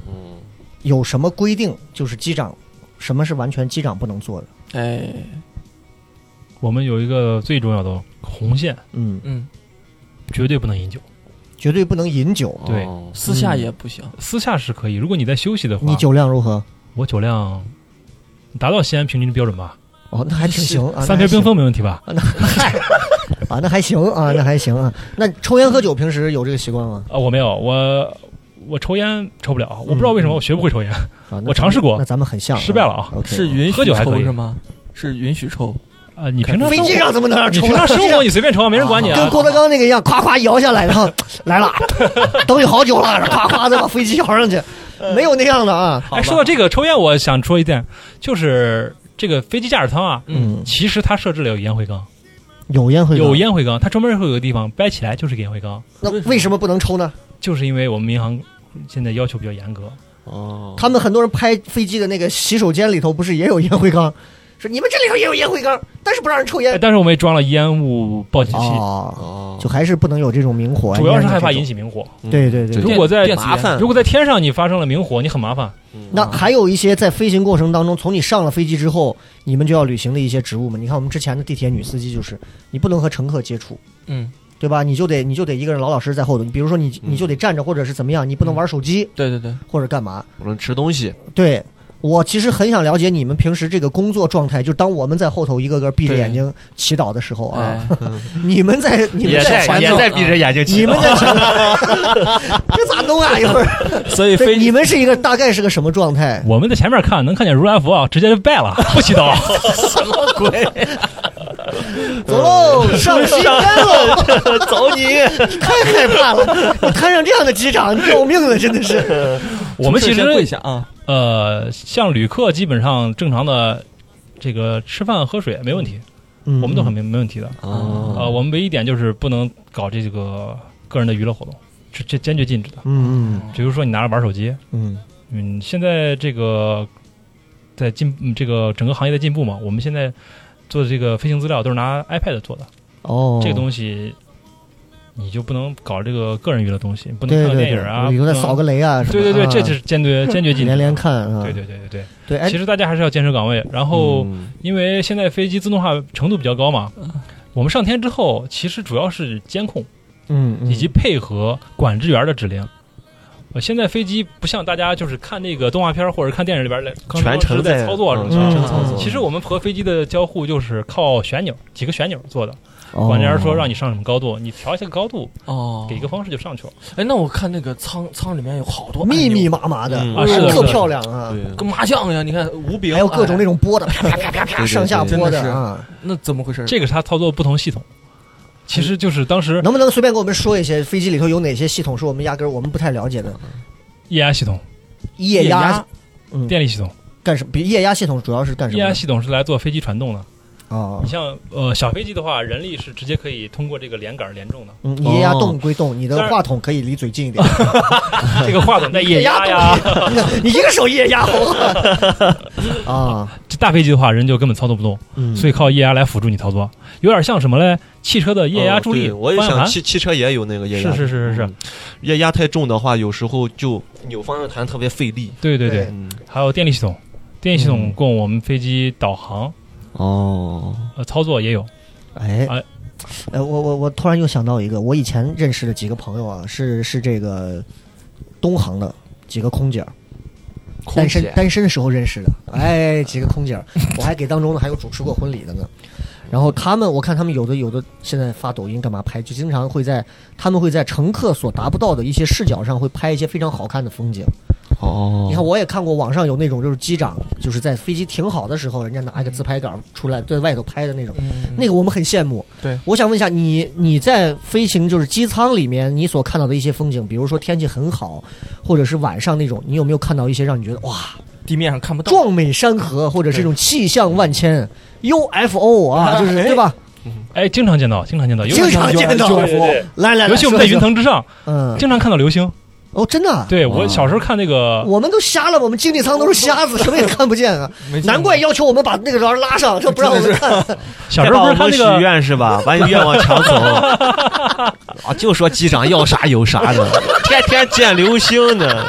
[SPEAKER 4] 嗯
[SPEAKER 2] 有什么规定？就是机长什么是完全机长不能做的？
[SPEAKER 6] 哎，
[SPEAKER 5] 我们有一个最重要的红线，
[SPEAKER 2] 嗯，
[SPEAKER 6] 嗯，
[SPEAKER 5] 绝对不能饮酒。
[SPEAKER 2] 绝对不能饮酒。
[SPEAKER 5] 对
[SPEAKER 4] 哦
[SPEAKER 6] 私下也不行，
[SPEAKER 5] 私下是可以，如果你在休息的话，
[SPEAKER 2] 你酒量如何？
[SPEAKER 5] 我酒量达到西安平均的标准吧，
[SPEAKER 2] 哦，那还挺行啊。那
[SPEAKER 5] 三
[SPEAKER 2] 还
[SPEAKER 5] 瓶冰
[SPEAKER 2] 行
[SPEAKER 5] 峰没问题吧？
[SPEAKER 2] 啊，那嗨，啊，那还行啊，那还行啊。那抽烟喝酒平时有这个习惯吗？
[SPEAKER 5] 啊，我没有，我我抽烟抽不了，
[SPEAKER 2] 嗯
[SPEAKER 5] 我不知道为什么我学不会 抽烟，
[SPEAKER 2] 啊，那
[SPEAKER 5] 我尝试过
[SPEAKER 2] 那咱们很像啊，
[SPEAKER 5] 失败了啊
[SPEAKER 2] OK。
[SPEAKER 6] 是允许
[SPEAKER 5] 喝酒还可
[SPEAKER 6] 抽
[SPEAKER 5] 以
[SPEAKER 6] 是吗？是允许抽，
[SPEAKER 5] 啊，你平常
[SPEAKER 2] 飞
[SPEAKER 5] 生
[SPEAKER 2] 机
[SPEAKER 5] 活
[SPEAKER 2] 上怎么能让
[SPEAKER 5] 你
[SPEAKER 2] 抽
[SPEAKER 5] 平
[SPEAKER 2] 呢？
[SPEAKER 5] 常生活你随便抽，没人管你
[SPEAKER 2] 跟
[SPEAKER 5] 啊。
[SPEAKER 2] 郭德纲那个一样，夸夸摇下来， 然后来了，等你好久了，然后夸夸的把飞机摇上去，
[SPEAKER 5] 嗯
[SPEAKER 2] 没有那样的啊。
[SPEAKER 5] 哎，说到这个抽烟，我想说一点，就是这个飞机驾驶舱啊，
[SPEAKER 2] 嗯，
[SPEAKER 5] 其实它设置了有烟灰缸，
[SPEAKER 2] 有烟会
[SPEAKER 5] 有，烟灰缸，它专门会有个地方掰起来就是个烟灰缸，
[SPEAKER 2] 那为什么不能抽呢？
[SPEAKER 5] 就是因为我们民航现在要求比较严格，
[SPEAKER 4] 哦，
[SPEAKER 2] 他们很多人拍飞机的那个洗手间里头不是也有烟灰缸？说你们这里头也有烟灰缸，但是不让人抽
[SPEAKER 5] 哎
[SPEAKER 2] 烟。
[SPEAKER 5] 但是我们也装了烟雾报警器，
[SPEAKER 2] 哦，
[SPEAKER 4] 哦
[SPEAKER 2] 就还是不能有这种明火啊，
[SPEAKER 5] 主要是害怕
[SPEAKER 2] 烟
[SPEAKER 5] 引
[SPEAKER 2] 这种。
[SPEAKER 5] 起明火。
[SPEAKER 2] 对对对，
[SPEAKER 4] 就
[SPEAKER 5] 如果在
[SPEAKER 6] 电子
[SPEAKER 4] 麻
[SPEAKER 6] 烟
[SPEAKER 4] 烦
[SPEAKER 5] 如果在天上你发生了明火，你很麻烦。嗯
[SPEAKER 2] 那还有一些在飞行过程当中，从你上了飞机之后，你们就要履行的一些职务嘛。你看我们之前的地铁女司机就是，你不能和乘客接触，
[SPEAKER 6] 嗯，
[SPEAKER 2] 对吧？你就得你就得一个人老老实实在后头。你比如说你
[SPEAKER 4] 嗯
[SPEAKER 2] 你就得站着或者是怎么样，你不能玩手机
[SPEAKER 6] 对对对，
[SPEAKER 2] 或者干嘛。
[SPEAKER 4] 不能吃东西，
[SPEAKER 2] 对，我其实很想了解你们平时这个工作状态，就当我们在后头一个个闭着
[SPEAKER 6] 对
[SPEAKER 2] 眼睛祈祷的时候啊，
[SPEAKER 6] 哎，
[SPEAKER 2] 你们在你们
[SPEAKER 7] 也
[SPEAKER 2] 在
[SPEAKER 7] 在
[SPEAKER 2] 前
[SPEAKER 7] 也
[SPEAKER 2] 头，
[SPEAKER 7] 在闭着眼睛
[SPEAKER 2] 你
[SPEAKER 7] 祈
[SPEAKER 2] 们
[SPEAKER 7] 祷。
[SPEAKER 2] 在前头， 这咋弄啊？一会儿，
[SPEAKER 6] 所以
[SPEAKER 2] 对，
[SPEAKER 6] 飞
[SPEAKER 2] 你们是一个大概是个什么状态？
[SPEAKER 5] 我们在前面看能看见如来佛啊，直接就拜了，不祈 祷。
[SPEAKER 2] 走喽，上西安喽，走 你！太害怕了，我摊上这样的机长，要命了，真的是。
[SPEAKER 5] 我们其
[SPEAKER 6] 先跪
[SPEAKER 5] 实
[SPEAKER 6] 下啊，
[SPEAKER 5] 呃，像旅客基本上正常的这个吃饭喝水没问题，
[SPEAKER 2] 嗯
[SPEAKER 5] 我们都很没没问题的。呃，我们唯一一点就是不能搞这个个人的娱乐活动，这这坚决禁止的。
[SPEAKER 2] 嗯
[SPEAKER 5] 比如说你拿着玩手机，
[SPEAKER 2] 嗯
[SPEAKER 5] 嗯，现在这个在进嗯这个整个行业在进步嘛，我们现在做的这个飞行资料都是拿 iPad 做的，
[SPEAKER 2] 哦，
[SPEAKER 5] 这个东西你就不能搞这个个人娱乐东西，不能
[SPEAKER 2] 对
[SPEAKER 5] 看个
[SPEAKER 2] 对
[SPEAKER 5] 电影
[SPEAKER 2] 对，
[SPEAKER 5] 啊，
[SPEAKER 2] 比如
[SPEAKER 5] 不
[SPEAKER 2] 再
[SPEAKER 5] 能
[SPEAKER 2] 扫个雷啊，什么
[SPEAKER 5] 对对对，这就是是坚决坚决禁止的
[SPEAKER 2] 连连看啊，
[SPEAKER 5] 对对对对对，
[SPEAKER 2] 对，哎嗯
[SPEAKER 5] 其，实大家还是要坚守岗位。然后，
[SPEAKER 4] 嗯
[SPEAKER 5] 因为现在飞机自动化程度比较高嘛，我们上天之后，其实主要是监控
[SPEAKER 2] 嗯，嗯
[SPEAKER 5] 以及配合管制员的指令。呃，现在飞机不像大家就是看那个动画片或者看电影里边来
[SPEAKER 4] 全程
[SPEAKER 5] 在操作什
[SPEAKER 4] 嗯
[SPEAKER 5] 么
[SPEAKER 4] 全
[SPEAKER 5] 的。
[SPEAKER 4] 程操作。
[SPEAKER 5] 其实我们和飞机的交互就是靠旋钮，几个旋钮做的。
[SPEAKER 2] 哦
[SPEAKER 5] 管制员说让你上什么高度，你调一下高度，
[SPEAKER 6] 哦
[SPEAKER 5] 给一，个方式就上去了。
[SPEAKER 6] 哎，那我看那个舱舱里面有好多
[SPEAKER 2] 密
[SPEAKER 6] 按钮
[SPEAKER 2] 密麻麻的
[SPEAKER 4] 嗯
[SPEAKER 5] 啊是的
[SPEAKER 2] 特
[SPEAKER 5] 是的
[SPEAKER 2] 漂亮啊，
[SPEAKER 4] 对
[SPEAKER 6] 跟麻将一样，你看五饼，
[SPEAKER 2] 还有各种那
[SPEAKER 6] 种，
[SPEAKER 2] 种拨的，啪啪啪啪啪
[SPEAKER 4] 对对
[SPEAKER 2] 上下拨
[SPEAKER 6] 真的是
[SPEAKER 2] 啊，
[SPEAKER 6] 那怎么回事？
[SPEAKER 5] 这个是他操作不同系统。其实就是当时
[SPEAKER 2] 能不能随便给我们说一些飞机里头有哪些系统是我们压根儿我们不太了解的？
[SPEAKER 5] 液压 E 系统、
[SPEAKER 2] 液压
[SPEAKER 6] 压
[SPEAKER 2] 嗯
[SPEAKER 5] 电力系统。
[SPEAKER 2] 干什么？比液压系统主要是干什
[SPEAKER 5] 液
[SPEAKER 2] 么
[SPEAKER 5] 压
[SPEAKER 2] 的？
[SPEAKER 5] 系统是来做飞机传动的。
[SPEAKER 2] 啊
[SPEAKER 5] 你，像呃小飞机的话，人力是直接可以通过这个连杆连中的。
[SPEAKER 2] 嗯你液压
[SPEAKER 4] 哦
[SPEAKER 2] 动归动，你的
[SPEAKER 5] 但是
[SPEAKER 2] 话筒可以离嘴近一点，
[SPEAKER 5] 这个话筒带液压
[SPEAKER 2] 压
[SPEAKER 5] 呀，
[SPEAKER 2] 你一个手液压好吧 啊，
[SPEAKER 5] 这大飞机的话人就根本操作不动，
[SPEAKER 2] 嗯
[SPEAKER 5] 所以靠液压来辅助你操作，有点像什么嘞？汽车的液压
[SPEAKER 4] 哦
[SPEAKER 5] 助力
[SPEAKER 4] 对我也
[SPEAKER 5] 方向
[SPEAKER 4] 想，
[SPEAKER 5] 盘。
[SPEAKER 4] 汽汽车也有那个液压，
[SPEAKER 5] 是是是是是
[SPEAKER 4] 嗯，液压太重的话，有时候就扭方向盘特别费力。
[SPEAKER 5] 对对
[SPEAKER 2] 对
[SPEAKER 5] 对，
[SPEAKER 4] 嗯，
[SPEAKER 5] 还有电力系统，电力系统供我们飞机导航、
[SPEAKER 4] 哦，
[SPEAKER 5] 呃操作也有。
[SPEAKER 2] 哎
[SPEAKER 5] 哎，
[SPEAKER 2] 哎，我我我突然又想到一个，我以前认识的几个朋友啊，是是这个东航的几个空姐儿，单身单身的时候认识的，哎，几个空姐儿，我还给当中呢还有主持过婚礼的呢。然后他们，我看他们有的有的现在发抖音干嘛拍，就经常会在他们会在乘客所达不到的一些视角上，会拍一些非常好看的风景。
[SPEAKER 4] 哦
[SPEAKER 2] 你看，我也看过网上有那种就是机长就是在飞机停好的时候，人家拿一个自拍杆出来在外头拍的那种。
[SPEAKER 6] 嗯
[SPEAKER 2] 那个我们很羡慕。
[SPEAKER 6] 对，
[SPEAKER 2] 我想问一下你，你在飞行就是机舱里面，你所看到的一些风景，比如说天气很好，或者是晚上那种，你有没有看到一些让你觉得哇，
[SPEAKER 6] 地面上看不到，
[SPEAKER 2] 壮美山河，或者是这种气象万千，UFO 啊，就是对吧？
[SPEAKER 5] 哎，经常见到，经常见到，尤
[SPEAKER 2] 经常见到
[SPEAKER 5] 对对对
[SPEAKER 2] UFO，来来来，
[SPEAKER 5] 尤其我们在
[SPEAKER 2] 说一说，
[SPEAKER 5] 云腾之上，
[SPEAKER 2] 嗯，
[SPEAKER 5] 经常看到流星。
[SPEAKER 2] 哦，真的啊，
[SPEAKER 5] 对我小时候看那个，
[SPEAKER 2] 我们都瞎了，我们经济舱都是瞎 子，什么也看不见啊，
[SPEAKER 6] 没见过
[SPEAKER 2] 难怪要求我们把那个栏拉上，这不让我们看。
[SPEAKER 5] 小时候不是看那
[SPEAKER 7] 许
[SPEAKER 5] 个
[SPEAKER 7] 愿是 吧？把你愿望抢走啊！
[SPEAKER 4] 啊
[SPEAKER 7] 就说机长要啥有啥 的，天天见流星呢。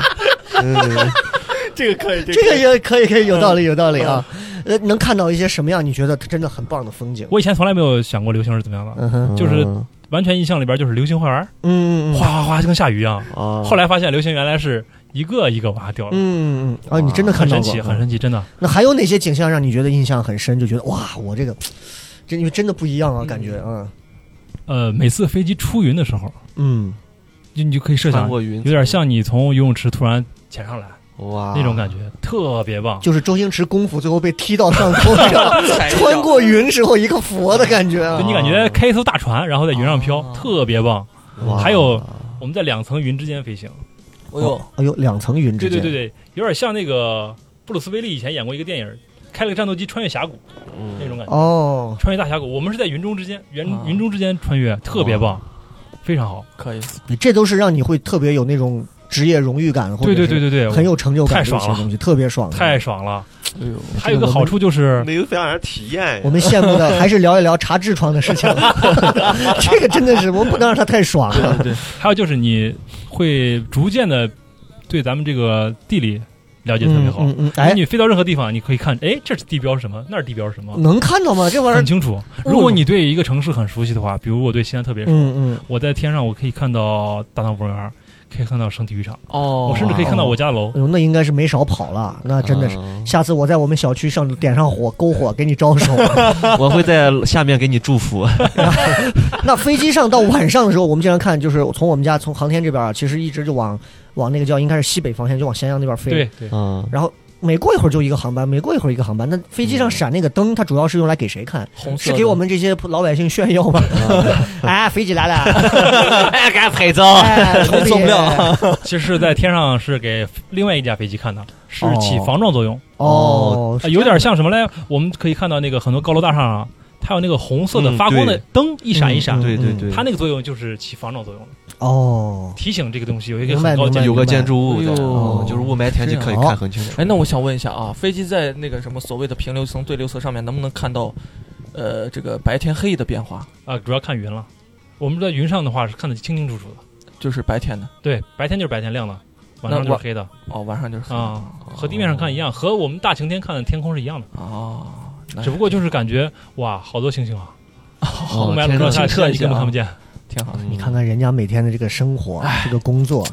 [SPEAKER 2] 这个也可以，可以，有道理，有道理啊。
[SPEAKER 5] 嗯
[SPEAKER 2] 呃，能看到一些什么样你觉得真的很棒的风景？
[SPEAKER 5] 我以前从来没有想过流星是怎么样的，
[SPEAKER 2] 嗯哼，
[SPEAKER 5] 就是完全印象里边就是流星花园，
[SPEAKER 2] 嗯嗯嗯
[SPEAKER 5] 哗哗哗就跟下雨一样。
[SPEAKER 4] 哦
[SPEAKER 5] 后来发现流星原来是一个一个往下掉的，
[SPEAKER 2] 嗯嗯嗯啊，你真的看
[SPEAKER 5] 很
[SPEAKER 2] 到
[SPEAKER 5] 神
[SPEAKER 2] 过嗯
[SPEAKER 5] 奇，？很神奇，真的。
[SPEAKER 2] 那还有哪些景象让你觉得印象很深？就觉得哇，我这个，这因为真的不一样啊，感觉
[SPEAKER 5] 嗯
[SPEAKER 2] 啊，
[SPEAKER 5] 呃，每次飞机出云的时候，
[SPEAKER 2] 嗯。
[SPEAKER 5] 就你就可以设
[SPEAKER 4] 翻
[SPEAKER 5] 想，
[SPEAKER 4] 过云，
[SPEAKER 5] 有点像你从游泳池突然潜上来
[SPEAKER 4] 哇
[SPEAKER 5] 那种感觉，特别棒。
[SPEAKER 2] 啊就是周星驰功夫最后被踢到上空，
[SPEAKER 5] 哎
[SPEAKER 2] 穿过云时候一个佛的感觉啊
[SPEAKER 5] 就！你感觉开一艘大船，然后在云上飘，特别棒。
[SPEAKER 4] 哇
[SPEAKER 5] 还有我们在两层云之间飞行，
[SPEAKER 6] 哎呦，
[SPEAKER 2] 哎呦，两层云之间，
[SPEAKER 5] 对对对对，有点像那个布鲁斯威利以前演过一个电影，开了个战斗机穿越峡谷
[SPEAKER 2] 嗯
[SPEAKER 5] 那种感觉，
[SPEAKER 2] 哦，
[SPEAKER 5] 穿越大峡谷。我们是在云中之间，云
[SPEAKER 6] 啊
[SPEAKER 5] 云中之间穿越，特别
[SPEAKER 2] 啊
[SPEAKER 5] 棒，非常好。
[SPEAKER 6] 可以，
[SPEAKER 2] 这都是让你会特别有那种职业荣誉感，或者
[SPEAKER 5] 对对
[SPEAKER 2] 是
[SPEAKER 5] 对对对，
[SPEAKER 2] 很有成就感的一
[SPEAKER 5] 太爽
[SPEAKER 2] 些
[SPEAKER 5] 了
[SPEAKER 2] 东西，特别爽，
[SPEAKER 5] 太。爽了。
[SPEAKER 6] 哎呦，
[SPEAKER 5] 还有一个好处就是，
[SPEAKER 4] 没有非常让人体验
[SPEAKER 2] 我。们羡慕的还是聊一聊查痔疮的事 情，这个真的是我们不能让它太爽啊了。
[SPEAKER 5] 还有就是你会逐渐的对咱们这个地理了解特别好。
[SPEAKER 2] 嗯嗯，嗯哎，
[SPEAKER 5] 你飞到任何地方，你可以看，哎，这是地标是什么，那是地标是什么，
[SPEAKER 2] 能看到吗？这玩意
[SPEAKER 5] 很
[SPEAKER 2] 儿，
[SPEAKER 5] 清楚。如果你对一个城市很熟悉的话，比如我对西安特别熟，
[SPEAKER 2] 嗯嗯，
[SPEAKER 5] 我在天上我可以看到大唐芙蓉园，可以看到省体育场，
[SPEAKER 6] 哦
[SPEAKER 5] 我甚至可以看到我家楼。
[SPEAKER 2] 哎呦，那应该是没少跑了，那
[SPEAKER 7] 哦
[SPEAKER 2] 真
[SPEAKER 4] 啊
[SPEAKER 2] 的是。
[SPEAKER 4] 哦
[SPEAKER 2] 下次我在我们小区上点上火，篝火给你招手。
[SPEAKER 7] 我会在下面给你祝 福。
[SPEAKER 2] 那飞机上到晚上的时候，我们经常看，就是从我们家从航天这边啊，其实一直就往往那个叫应该是西北方向，就往咸阳那边飞。
[SPEAKER 5] 对对，
[SPEAKER 7] 嗯，
[SPEAKER 2] 然后每过一会儿就一个航班，每过一会儿一个航班。那飞机上闪那个灯，它主要是用来给谁看？
[SPEAKER 6] 红色
[SPEAKER 2] 是
[SPEAKER 6] 的
[SPEAKER 2] 给我们这些老百姓炫耀吗？哎，飞机来了，
[SPEAKER 7] 哎，给俺拍照
[SPEAKER 2] 哎，兄弟
[SPEAKER 7] 受不了。
[SPEAKER 5] 其实是在天上是给另外一架飞机看的，是起防撞作用，
[SPEAKER 2] 哦，
[SPEAKER 5] 啊有点像什么嘞？我们可以看到那个很多高楼大厦上，啊它有那个红色的
[SPEAKER 7] 嗯
[SPEAKER 5] 发光的
[SPEAKER 7] 对
[SPEAKER 5] 灯一闪一闪，
[SPEAKER 2] 嗯
[SPEAKER 7] 对对对，
[SPEAKER 5] 它那个作用就是起防撞作用，
[SPEAKER 2] 哦，
[SPEAKER 5] 提醒这个东西有一个
[SPEAKER 2] 明白
[SPEAKER 5] 很高
[SPEAKER 2] 明白
[SPEAKER 5] 的
[SPEAKER 7] 有个
[SPEAKER 2] 明白
[SPEAKER 7] 建筑物在，
[SPEAKER 6] 哎呦
[SPEAKER 7] 嗯就是雾霾天气可以
[SPEAKER 2] 这样
[SPEAKER 7] 看很清楚。
[SPEAKER 6] 哎，那我想问一下啊，飞机在那个什么所谓的平流层、对流层上面，能不能看到，呃，这个白天黑夜的变化？
[SPEAKER 5] 啊，主要看云了。我们在云上的话是看得清清楚楚的，
[SPEAKER 6] 就是白天的
[SPEAKER 5] 对，白天就是白天亮的，晚上
[SPEAKER 6] 那
[SPEAKER 5] 就是
[SPEAKER 6] 晚
[SPEAKER 5] 黑的
[SPEAKER 6] 哦，晚上就是黑的
[SPEAKER 5] 啊，和地面上看一样，和我们大晴天看的天空是一样的，
[SPEAKER 6] 哦，
[SPEAKER 2] 哎
[SPEAKER 6] 那
[SPEAKER 5] 只不过就是感觉哇，好多星星啊，
[SPEAKER 7] 哦
[SPEAKER 5] 雾霾笼罩下现在你根本看不见。
[SPEAKER 6] 挺
[SPEAKER 7] 嗯
[SPEAKER 6] 好的。
[SPEAKER 2] 你看看人家每天的这个生活，这个工作。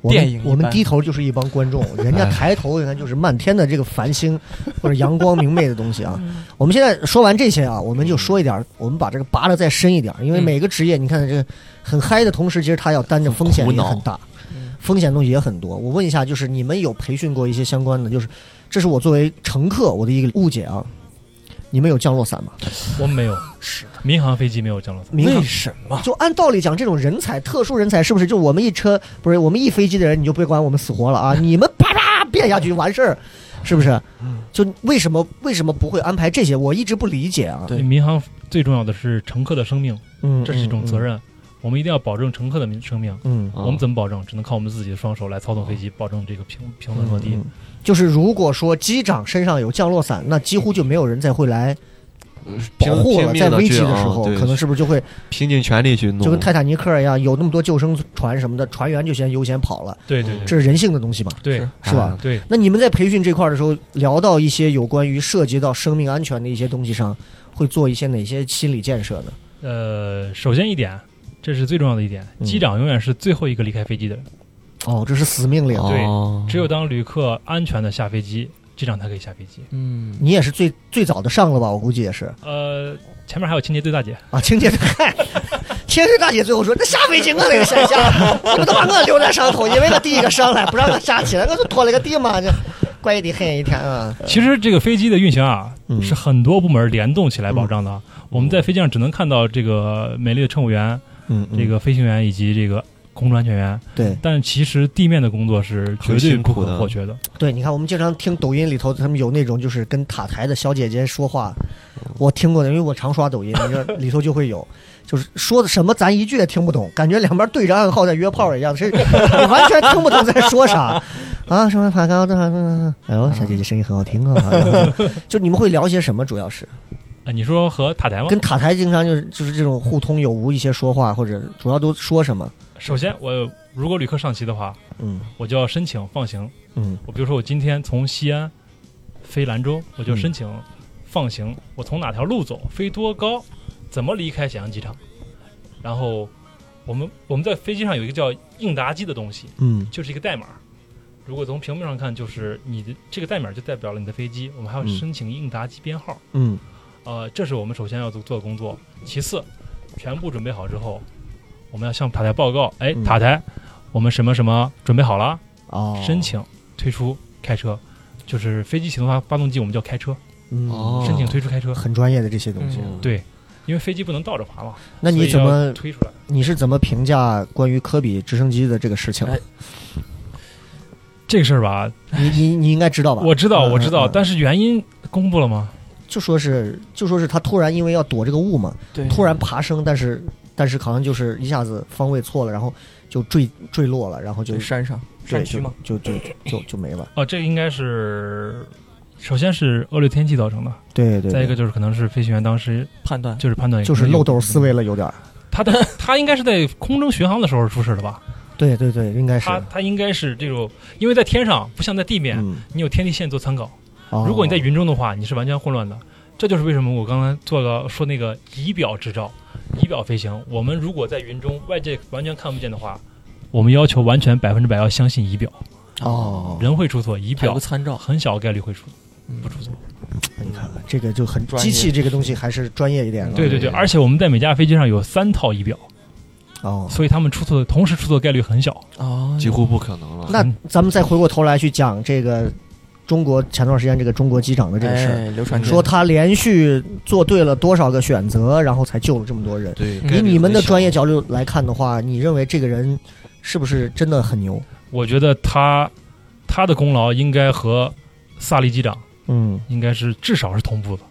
[SPEAKER 2] 我
[SPEAKER 6] 电影
[SPEAKER 2] 们
[SPEAKER 6] 一般
[SPEAKER 2] 我们低头就是一帮观众，人家抬头你看就是漫天的这个繁星或者阳光明媚的东西啊。 我们现在说完这些啊，我们就说一点儿，我们把这个拔的再深一点儿，因为
[SPEAKER 6] 嗯
[SPEAKER 2] 每个职业你看这个很嗨的同时，其实它要担着风险
[SPEAKER 7] 苦
[SPEAKER 2] 也
[SPEAKER 7] 恼
[SPEAKER 2] 很大
[SPEAKER 6] 嗯，
[SPEAKER 2] 风险东西也很多。我问一下，就是你们有培训过一些相关的？就是这是我作为乘客我的一个误解啊。你们有降落伞吗？
[SPEAKER 5] 我们没有，
[SPEAKER 6] 是的，
[SPEAKER 5] 民航飞机没有降落伞，
[SPEAKER 2] 民航
[SPEAKER 6] 什么？
[SPEAKER 2] 就按道理讲，这种人才、特殊人才，是不是就我们一车不是我们一飞机的人，你就别管我们死活了
[SPEAKER 5] 嗯
[SPEAKER 2] 啊？你们啪啪变下去就完事儿，是不是？就为什么为什么不会安排这些？我一直不理解啊。
[SPEAKER 6] 对
[SPEAKER 5] 民航最重要的是乘客的生命，
[SPEAKER 2] 嗯，
[SPEAKER 5] 这是一种责任，我们一定要保证乘客的民生命。
[SPEAKER 2] 嗯。嗯，
[SPEAKER 7] 嗯
[SPEAKER 5] 我们怎么保证？只能靠我们自己的双手来操纵飞机，保证这个平平
[SPEAKER 2] 嗯
[SPEAKER 5] 稳落地。
[SPEAKER 2] 哦嗯就是如果说机长身上有降落伞，那几乎就没有人再会来保
[SPEAKER 7] 拼
[SPEAKER 2] 护
[SPEAKER 7] 拼
[SPEAKER 2] 了。
[SPEAKER 7] 命
[SPEAKER 2] 在
[SPEAKER 7] 地
[SPEAKER 2] 危
[SPEAKER 7] 去
[SPEAKER 2] 急的
[SPEAKER 7] 啊
[SPEAKER 2] 时候，
[SPEAKER 7] 对
[SPEAKER 2] 可能是不是就会
[SPEAKER 7] 拼尽全力去弄，
[SPEAKER 2] 就跟泰坦尼克一样，有那么多救生船什么的，船员就先优先跑了，
[SPEAKER 5] 对对对
[SPEAKER 2] 这是人性的东西嘛，
[SPEAKER 5] 对
[SPEAKER 2] 是吧？
[SPEAKER 7] 啊
[SPEAKER 5] 对，
[SPEAKER 2] 那你们在培训这块儿的时候，聊到一些有关于涉及到生命安全的一些东西上，会做一些哪些心理建设呢？
[SPEAKER 5] 呃，首先一点，这是最重要的一点，
[SPEAKER 2] 嗯
[SPEAKER 5] 机长永远是最后一个离开飞机的人，
[SPEAKER 2] 哦，这是死命令，
[SPEAKER 5] 对
[SPEAKER 7] 哦
[SPEAKER 5] 只有当旅客安全的下飞机，机长才可以下飞机。
[SPEAKER 6] 嗯，
[SPEAKER 2] 你也是最最早的上了吧？我估计也是
[SPEAKER 5] 呃，前面还有清洁队大姐，
[SPEAKER 2] 啊。清洁嗨，清洁大姐最后说：“那下北京啊，那个山下，你们都把我留在上头，因为我第一个上来，不让我下去了，我就拖了个地嘛，这怪的很一天啊。
[SPEAKER 5] 其实这个飞机的运行啊，
[SPEAKER 2] 嗯
[SPEAKER 5] 是很多部门联动起来保障的。我们在飞机上只能看到这个美丽的乘务员、”
[SPEAKER 2] 嗯
[SPEAKER 5] 这个飞行员以及这个空中安全员，
[SPEAKER 2] 对
[SPEAKER 5] 但其实地面的工作是绝
[SPEAKER 7] 很
[SPEAKER 5] 对
[SPEAKER 7] 辛
[SPEAKER 5] 不
[SPEAKER 7] 苦
[SPEAKER 5] 可
[SPEAKER 7] 的
[SPEAKER 5] 或缺的。
[SPEAKER 2] 对，你看我们经常听抖音里头，他们有那种就是跟塔台的小姐姐说话，我听过的，因为我常刷抖音，你知道里头就会有，就是说的什么咱一句也听不懂，感觉两边对着暗号在约炮一样，是你完全听不懂在说啥啊？什么反刚的？哎呦，小姐姐声音很好听啊！ 然后就你们会聊些什么？主要是
[SPEAKER 5] 哎，你说和塔台吗？
[SPEAKER 2] 跟塔台经常就是就是这种互通有无一些说话，或者主要都说什么？
[SPEAKER 5] 首先，我如果旅客上旗的话，
[SPEAKER 2] 嗯
[SPEAKER 5] 我就要申请放行。
[SPEAKER 2] 嗯
[SPEAKER 5] 我比如说，我今天从西安飞兰州，我就申请放行。我从哪条路走，飞多高，怎么离开咸阳机场？然后，我们我们在飞机上有一个叫应答机的东西，
[SPEAKER 2] 嗯
[SPEAKER 5] 就是一个代码。如果从屏幕上看，就是你的这个代码就代表了你的飞机。我们还要
[SPEAKER 2] 嗯
[SPEAKER 5] 申请应答机编号。
[SPEAKER 2] 嗯
[SPEAKER 5] 呃，这是我们首先要做做的工作。其次，全部准备好之后，我们要向塔台报告，哎
[SPEAKER 2] 嗯，
[SPEAKER 5] 塔台，我们什么什么准备好了，
[SPEAKER 2] 哦，
[SPEAKER 5] 申请推出开车，就是飞机启动发发动机，我们叫开车，
[SPEAKER 2] 嗯
[SPEAKER 7] 哦
[SPEAKER 5] 申请推出开车，
[SPEAKER 2] 很专业的这些东西。
[SPEAKER 6] 嗯
[SPEAKER 5] 对，因为飞机不能倒着爬嘛，
[SPEAKER 2] 那你
[SPEAKER 5] 所以
[SPEAKER 2] 怎
[SPEAKER 5] 要
[SPEAKER 2] 么
[SPEAKER 5] 推出来？
[SPEAKER 2] 你是怎么评价关于科比直升机的这个事情？啊
[SPEAKER 6] 哎
[SPEAKER 5] 这个事儿吧，
[SPEAKER 2] 你你你应该知道吧？
[SPEAKER 5] 哎我知道，
[SPEAKER 2] 嗯
[SPEAKER 5] 我知道，
[SPEAKER 2] 嗯嗯
[SPEAKER 5] 但是原因公布了吗？
[SPEAKER 2] 就说是就说是他突然因为要躲这个雾嘛，
[SPEAKER 6] 对，
[SPEAKER 5] 嗯
[SPEAKER 2] 突然爬升，但是但是好像就是一下子方位错了，然后就坠坠落了，然后就
[SPEAKER 6] 就山上
[SPEAKER 2] 对
[SPEAKER 6] 山区
[SPEAKER 2] 就
[SPEAKER 6] 嘛，
[SPEAKER 2] 就就就就没了。
[SPEAKER 5] 哦，这个应该是，首先是恶劣天气造成的，
[SPEAKER 2] 对对，
[SPEAKER 5] 再一个就是可能是飞行员当时
[SPEAKER 6] 判断
[SPEAKER 5] 就是判断
[SPEAKER 2] 就是
[SPEAKER 5] 可能有
[SPEAKER 2] 漏斗思维了，有点儿。
[SPEAKER 5] 他的他应该是在空中巡航的时候出事的吧？
[SPEAKER 2] 对对对，应该是。
[SPEAKER 5] 他他应该是这种，因为在天上不像在地面，
[SPEAKER 2] 嗯，
[SPEAKER 5] 你有天地线做参考。
[SPEAKER 2] 哦
[SPEAKER 5] 如果你在云中的话，你是完全混乱的。这就是为什么我刚才做个说那个仪表执照，仪表飞行，我们如果在云中外界完全看不见的话，我们要求完全百分之百要相信仪表，
[SPEAKER 2] 哦，
[SPEAKER 5] 人会出错，仪
[SPEAKER 6] 还有
[SPEAKER 5] 表
[SPEAKER 6] 个参照，嗯
[SPEAKER 5] 很小概率会出不出错。
[SPEAKER 2] 你看看这个就很
[SPEAKER 6] 专业
[SPEAKER 2] 机器这个东西还是专业一点了。
[SPEAKER 5] 对对对，而且我们在每架飞机上有三套仪表，
[SPEAKER 2] 哦，
[SPEAKER 5] 所以他们出错同时出错概率很小。
[SPEAKER 6] 啊，
[SPEAKER 7] 几乎不可能了。
[SPEAKER 2] 那咱们再回过头来去讲这个中国前段时间这个中国机长的这个事儿，嗯
[SPEAKER 6] 哎，流传着
[SPEAKER 2] 说他连续做对了多少个选择，然后才救了这么多人。
[SPEAKER 7] 对，
[SPEAKER 6] 嗯
[SPEAKER 7] 概率
[SPEAKER 2] 以你们的
[SPEAKER 7] 很小
[SPEAKER 2] 专业角度来看的话，你认为这个人是不是真的很牛？
[SPEAKER 5] 我觉得他他的功劳应该和萨利机长
[SPEAKER 2] 嗯，
[SPEAKER 5] 应该是至少是同步的，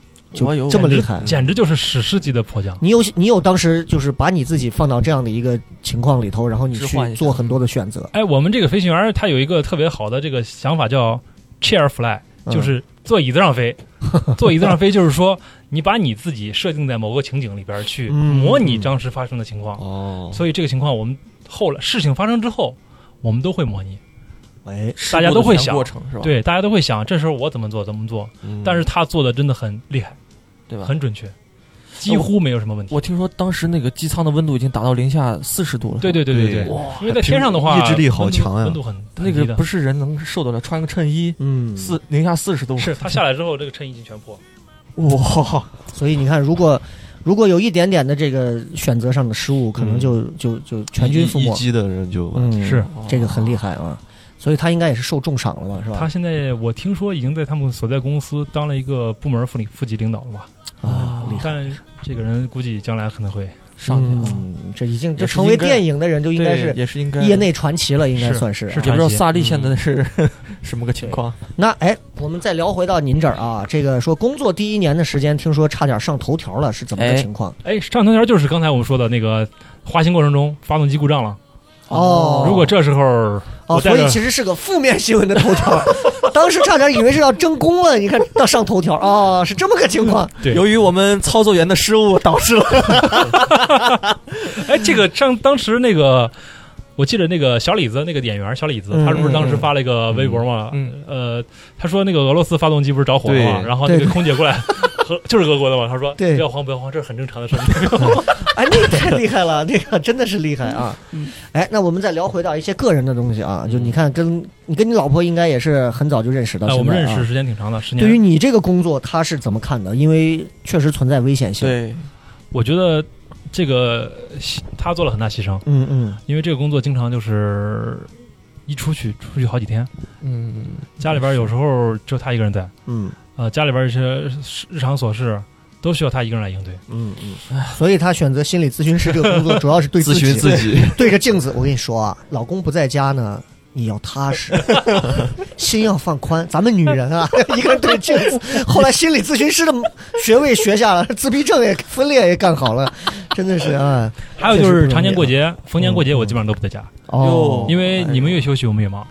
[SPEAKER 6] 我有
[SPEAKER 2] 这么厉害。
[SPEAKER 5] 简直就是史诗级的迫降。
[SPEAKER 2] 你有你有当时就是把你自己放到这样的一个情况里头，然后你
[SPEAKER 6] 置换
[SPEAKER 2] 去
[SPEAKER 6] 一下
[SPEAKER 2] 做很多的选择，
[SPEAKER 5] 哎，我们这个飞行员儿他有一个特别好的这个想法叫 chair fly，
[SPEAKER 2] 嗯
[SPEAKER 5] 就是坐椅子上 飞。坐椅子上飞就是说，你把你自己设定在某个情景里边儿去
[SPEAKER 2] 嗯
[SPEAKER 5] 模拟当时发生的情况。
[SPEAKER 7] 哦，
[SPEAKER 5] 所以这个情况我们后来事情发生之后，我们都会模拟。
[SPEAKER 2] 哎，
[SPEAKER 6] 事故
[SPEAKER 5] 大家
[SPEAKER 6] 的
[SPEAKER 5] 都会
[SPEAKER 6] 全
[SPEAKER 5] 想
[SPEAKER 6] 过程是吧？
[SPEAKER 5] 对，大家都会想，这时候我怎么做怎么做。
[SPEAKER 7] 哦嗯
[SPEAKER 5] 但是他做的真的很厉害，
[SPEAKER 6] 对吧？
[SPEAKER 5] 很准确，几乎没有什么问题。
[SPEAKER 7] 哦
[SPEAKER 6] 我听说当时那个机舱的温度已经达到零下四十度了，
[SPEAKER 5] 对对对对
[SPEAKER 7] 对
[SPEAKER 5] 对，
[SPEAKER 6] 哇，
[SPEAKER 5] 因为在天上的话，
[SPEAKER 7] 意志力好
[SPEAKER 5] 温度
[SPEAKER 7] 强啊呀
[SPEAKER 5] 温度很
[SPEAKER 6] 那个不
[SPEAKER 5] 不
[SPEAKER 6] 是人能受得了，穿个衬衣
[SPEAKER 2] 嗯，
[SPEAKER 6] 四零下四十度，
[SPEAKER 5] 是，他下来之后，这个衬衣已经全破了。
[SPEAKER 6] 哇，
[SPEAKER 2] 所以你看，如果如果有一点点的这个选择上的失误，可能就、就就全军覆
[SPEAKER 7] 一一
[SPEAKER 2] 没。
[SPEAKER 7] 击的人就
[SPEAKER 2] 嗯，
[SPEAKER 5] 是
[SPEAKER 6] 哦
[SPEAKER 2] 这个很厉害啊，所以他应该也是受重赏了嘛，是
[SPEAKER 5] 他
[SPEAKER 2] 吧？
[SPEAKER 5] 现在我听说已经在他们所在公司当了一个部门副领副级领导了吧？
[SPEAKER 2] 啊，厉害。
[SPEAKER 5] 但这个人估计将来可能会
[SPEAKER 6] 上去了
[SPEAKER 2] 嗯，这已经这
[SPEAKER 6] 也是
[SPEAKER 2] 成为
[SPEAKER 6] 应该
[SPEAKER 2] 电影的人，就应该
[SPEAKER 6] 对
[SPEAKER 2] 是
[SPEAKER 6] 也是应该
[SPEAKER 2] 业内传奇了，应该算是。
[SPEAKER 5] 是
[SPEAKER 6] 也不知道
[SPEAKER 5] 传奇
[SPEAKER 6] 萨利现在是 什么个情况，
[SPEAKER 2] 那哎，我们再聊回到您这儿啊，这个说工作第一年的时间，听说差点上头条了，是怎么个
[SPEAKER 6] 哎
[SPEAKER 2] 情况？
[SPEAKER 5] 哎，上头条就是刚才我们说的那个滑行过程中发动机故障了。
[SPEAKER 2] 哦
[SPEAKER 5] 如果这时候
[SPEAKER 2] 哦，
[SPEAKER 5] 我带
[SPEAKER 2] 所
[SPEAKER 5] 着
[SPEAKER 2] 以其实是个负面新闻的头条， 当时差点以为是要争功了，你看到上头条哦，是这么个情况。
[SPEAKER 5] 对
[SPEAKER 6] 由于我们操作员的失误导致了，
[SPEAKER 5] 哎，这个上当时那个，我记得那个小李子那个演员小李子，
[SPEAKER 2] 嗯
[SPEAKER 5] 他不是当时发了一个微博嘛？
[SPEAKER 6] 嗯
[SPEAKER 5] 呃，他说那个俄罗斯发动机不是着火了嘛？
[SPEAKER 7] 对
[SPEAKER 5] 然后那
[SPEAKER 2] 对
[SPEAKER 5] 个空姐 过来，和就是俄国的嘛，他说
[SPEAKER 2] 对
[SPEAKER 5] 不要慌不要慌，这是很正常的事儿。
[SPEAKER 2] 哎，那个太厉害了，那个真的是厉害啊！
[SPEAKER 5] 嗯
[SPEAKER 2] 哎，那我们再聊回到一些个人的东西啊，就你看跟，你跟你老婆应该也是很早就认识到
[SPEAKER 5] 哎，我
[SPEAKER 2] 现在
[SPEAKER 5] 们
[SPEAKER 2] 啊、
[SPEAKER 5] 认识时间挺长的，十年。
[SPEAKER 2] 对于你这个工作，她是怎么看的？因为确实存在危险性。，
[SPEAKER 6] 对，
[SPEAKER 5] 我觉得这个牺他做了很大牺牲，
[SPEAKER 2] 嗯嗯，
[SPEAKER 5] 因为这个工作经常就是一出去出去好几天，
[SPEAKER 6] 嗯，
[SPEAKER 5] 家里边有时候就他一个人在，
[SPEAKER 2] 嗯
[SPEAKER 5] 呃，家里边一些日常琐事都需要他一个人来应对。
[SPEAKER 2] 嗯嗯，所以她选择心理咨询师这个工 作，主要是对
[SPEAKER 7] 咨询自
[SPEAKER 2] 己，
[SPEAKER 7] 己，
[SPEAKER 2] 对着镜子。我跟你说啊，老公不在家呢，你要踏实，心要放宽。咱们女人啊， 一个人对着镜子。后来心理咨询师的学位学下了，自闭症也分裂也干好了，真的是啊。
[SPEAKER 5] 还有就是常年过节、逢年过节，我基本上都不在家，
[SPEAKER 2] 哦
[SPEAKER 6] 哟，
[SPEAKER 5] 因为你们越休息，我们越忙。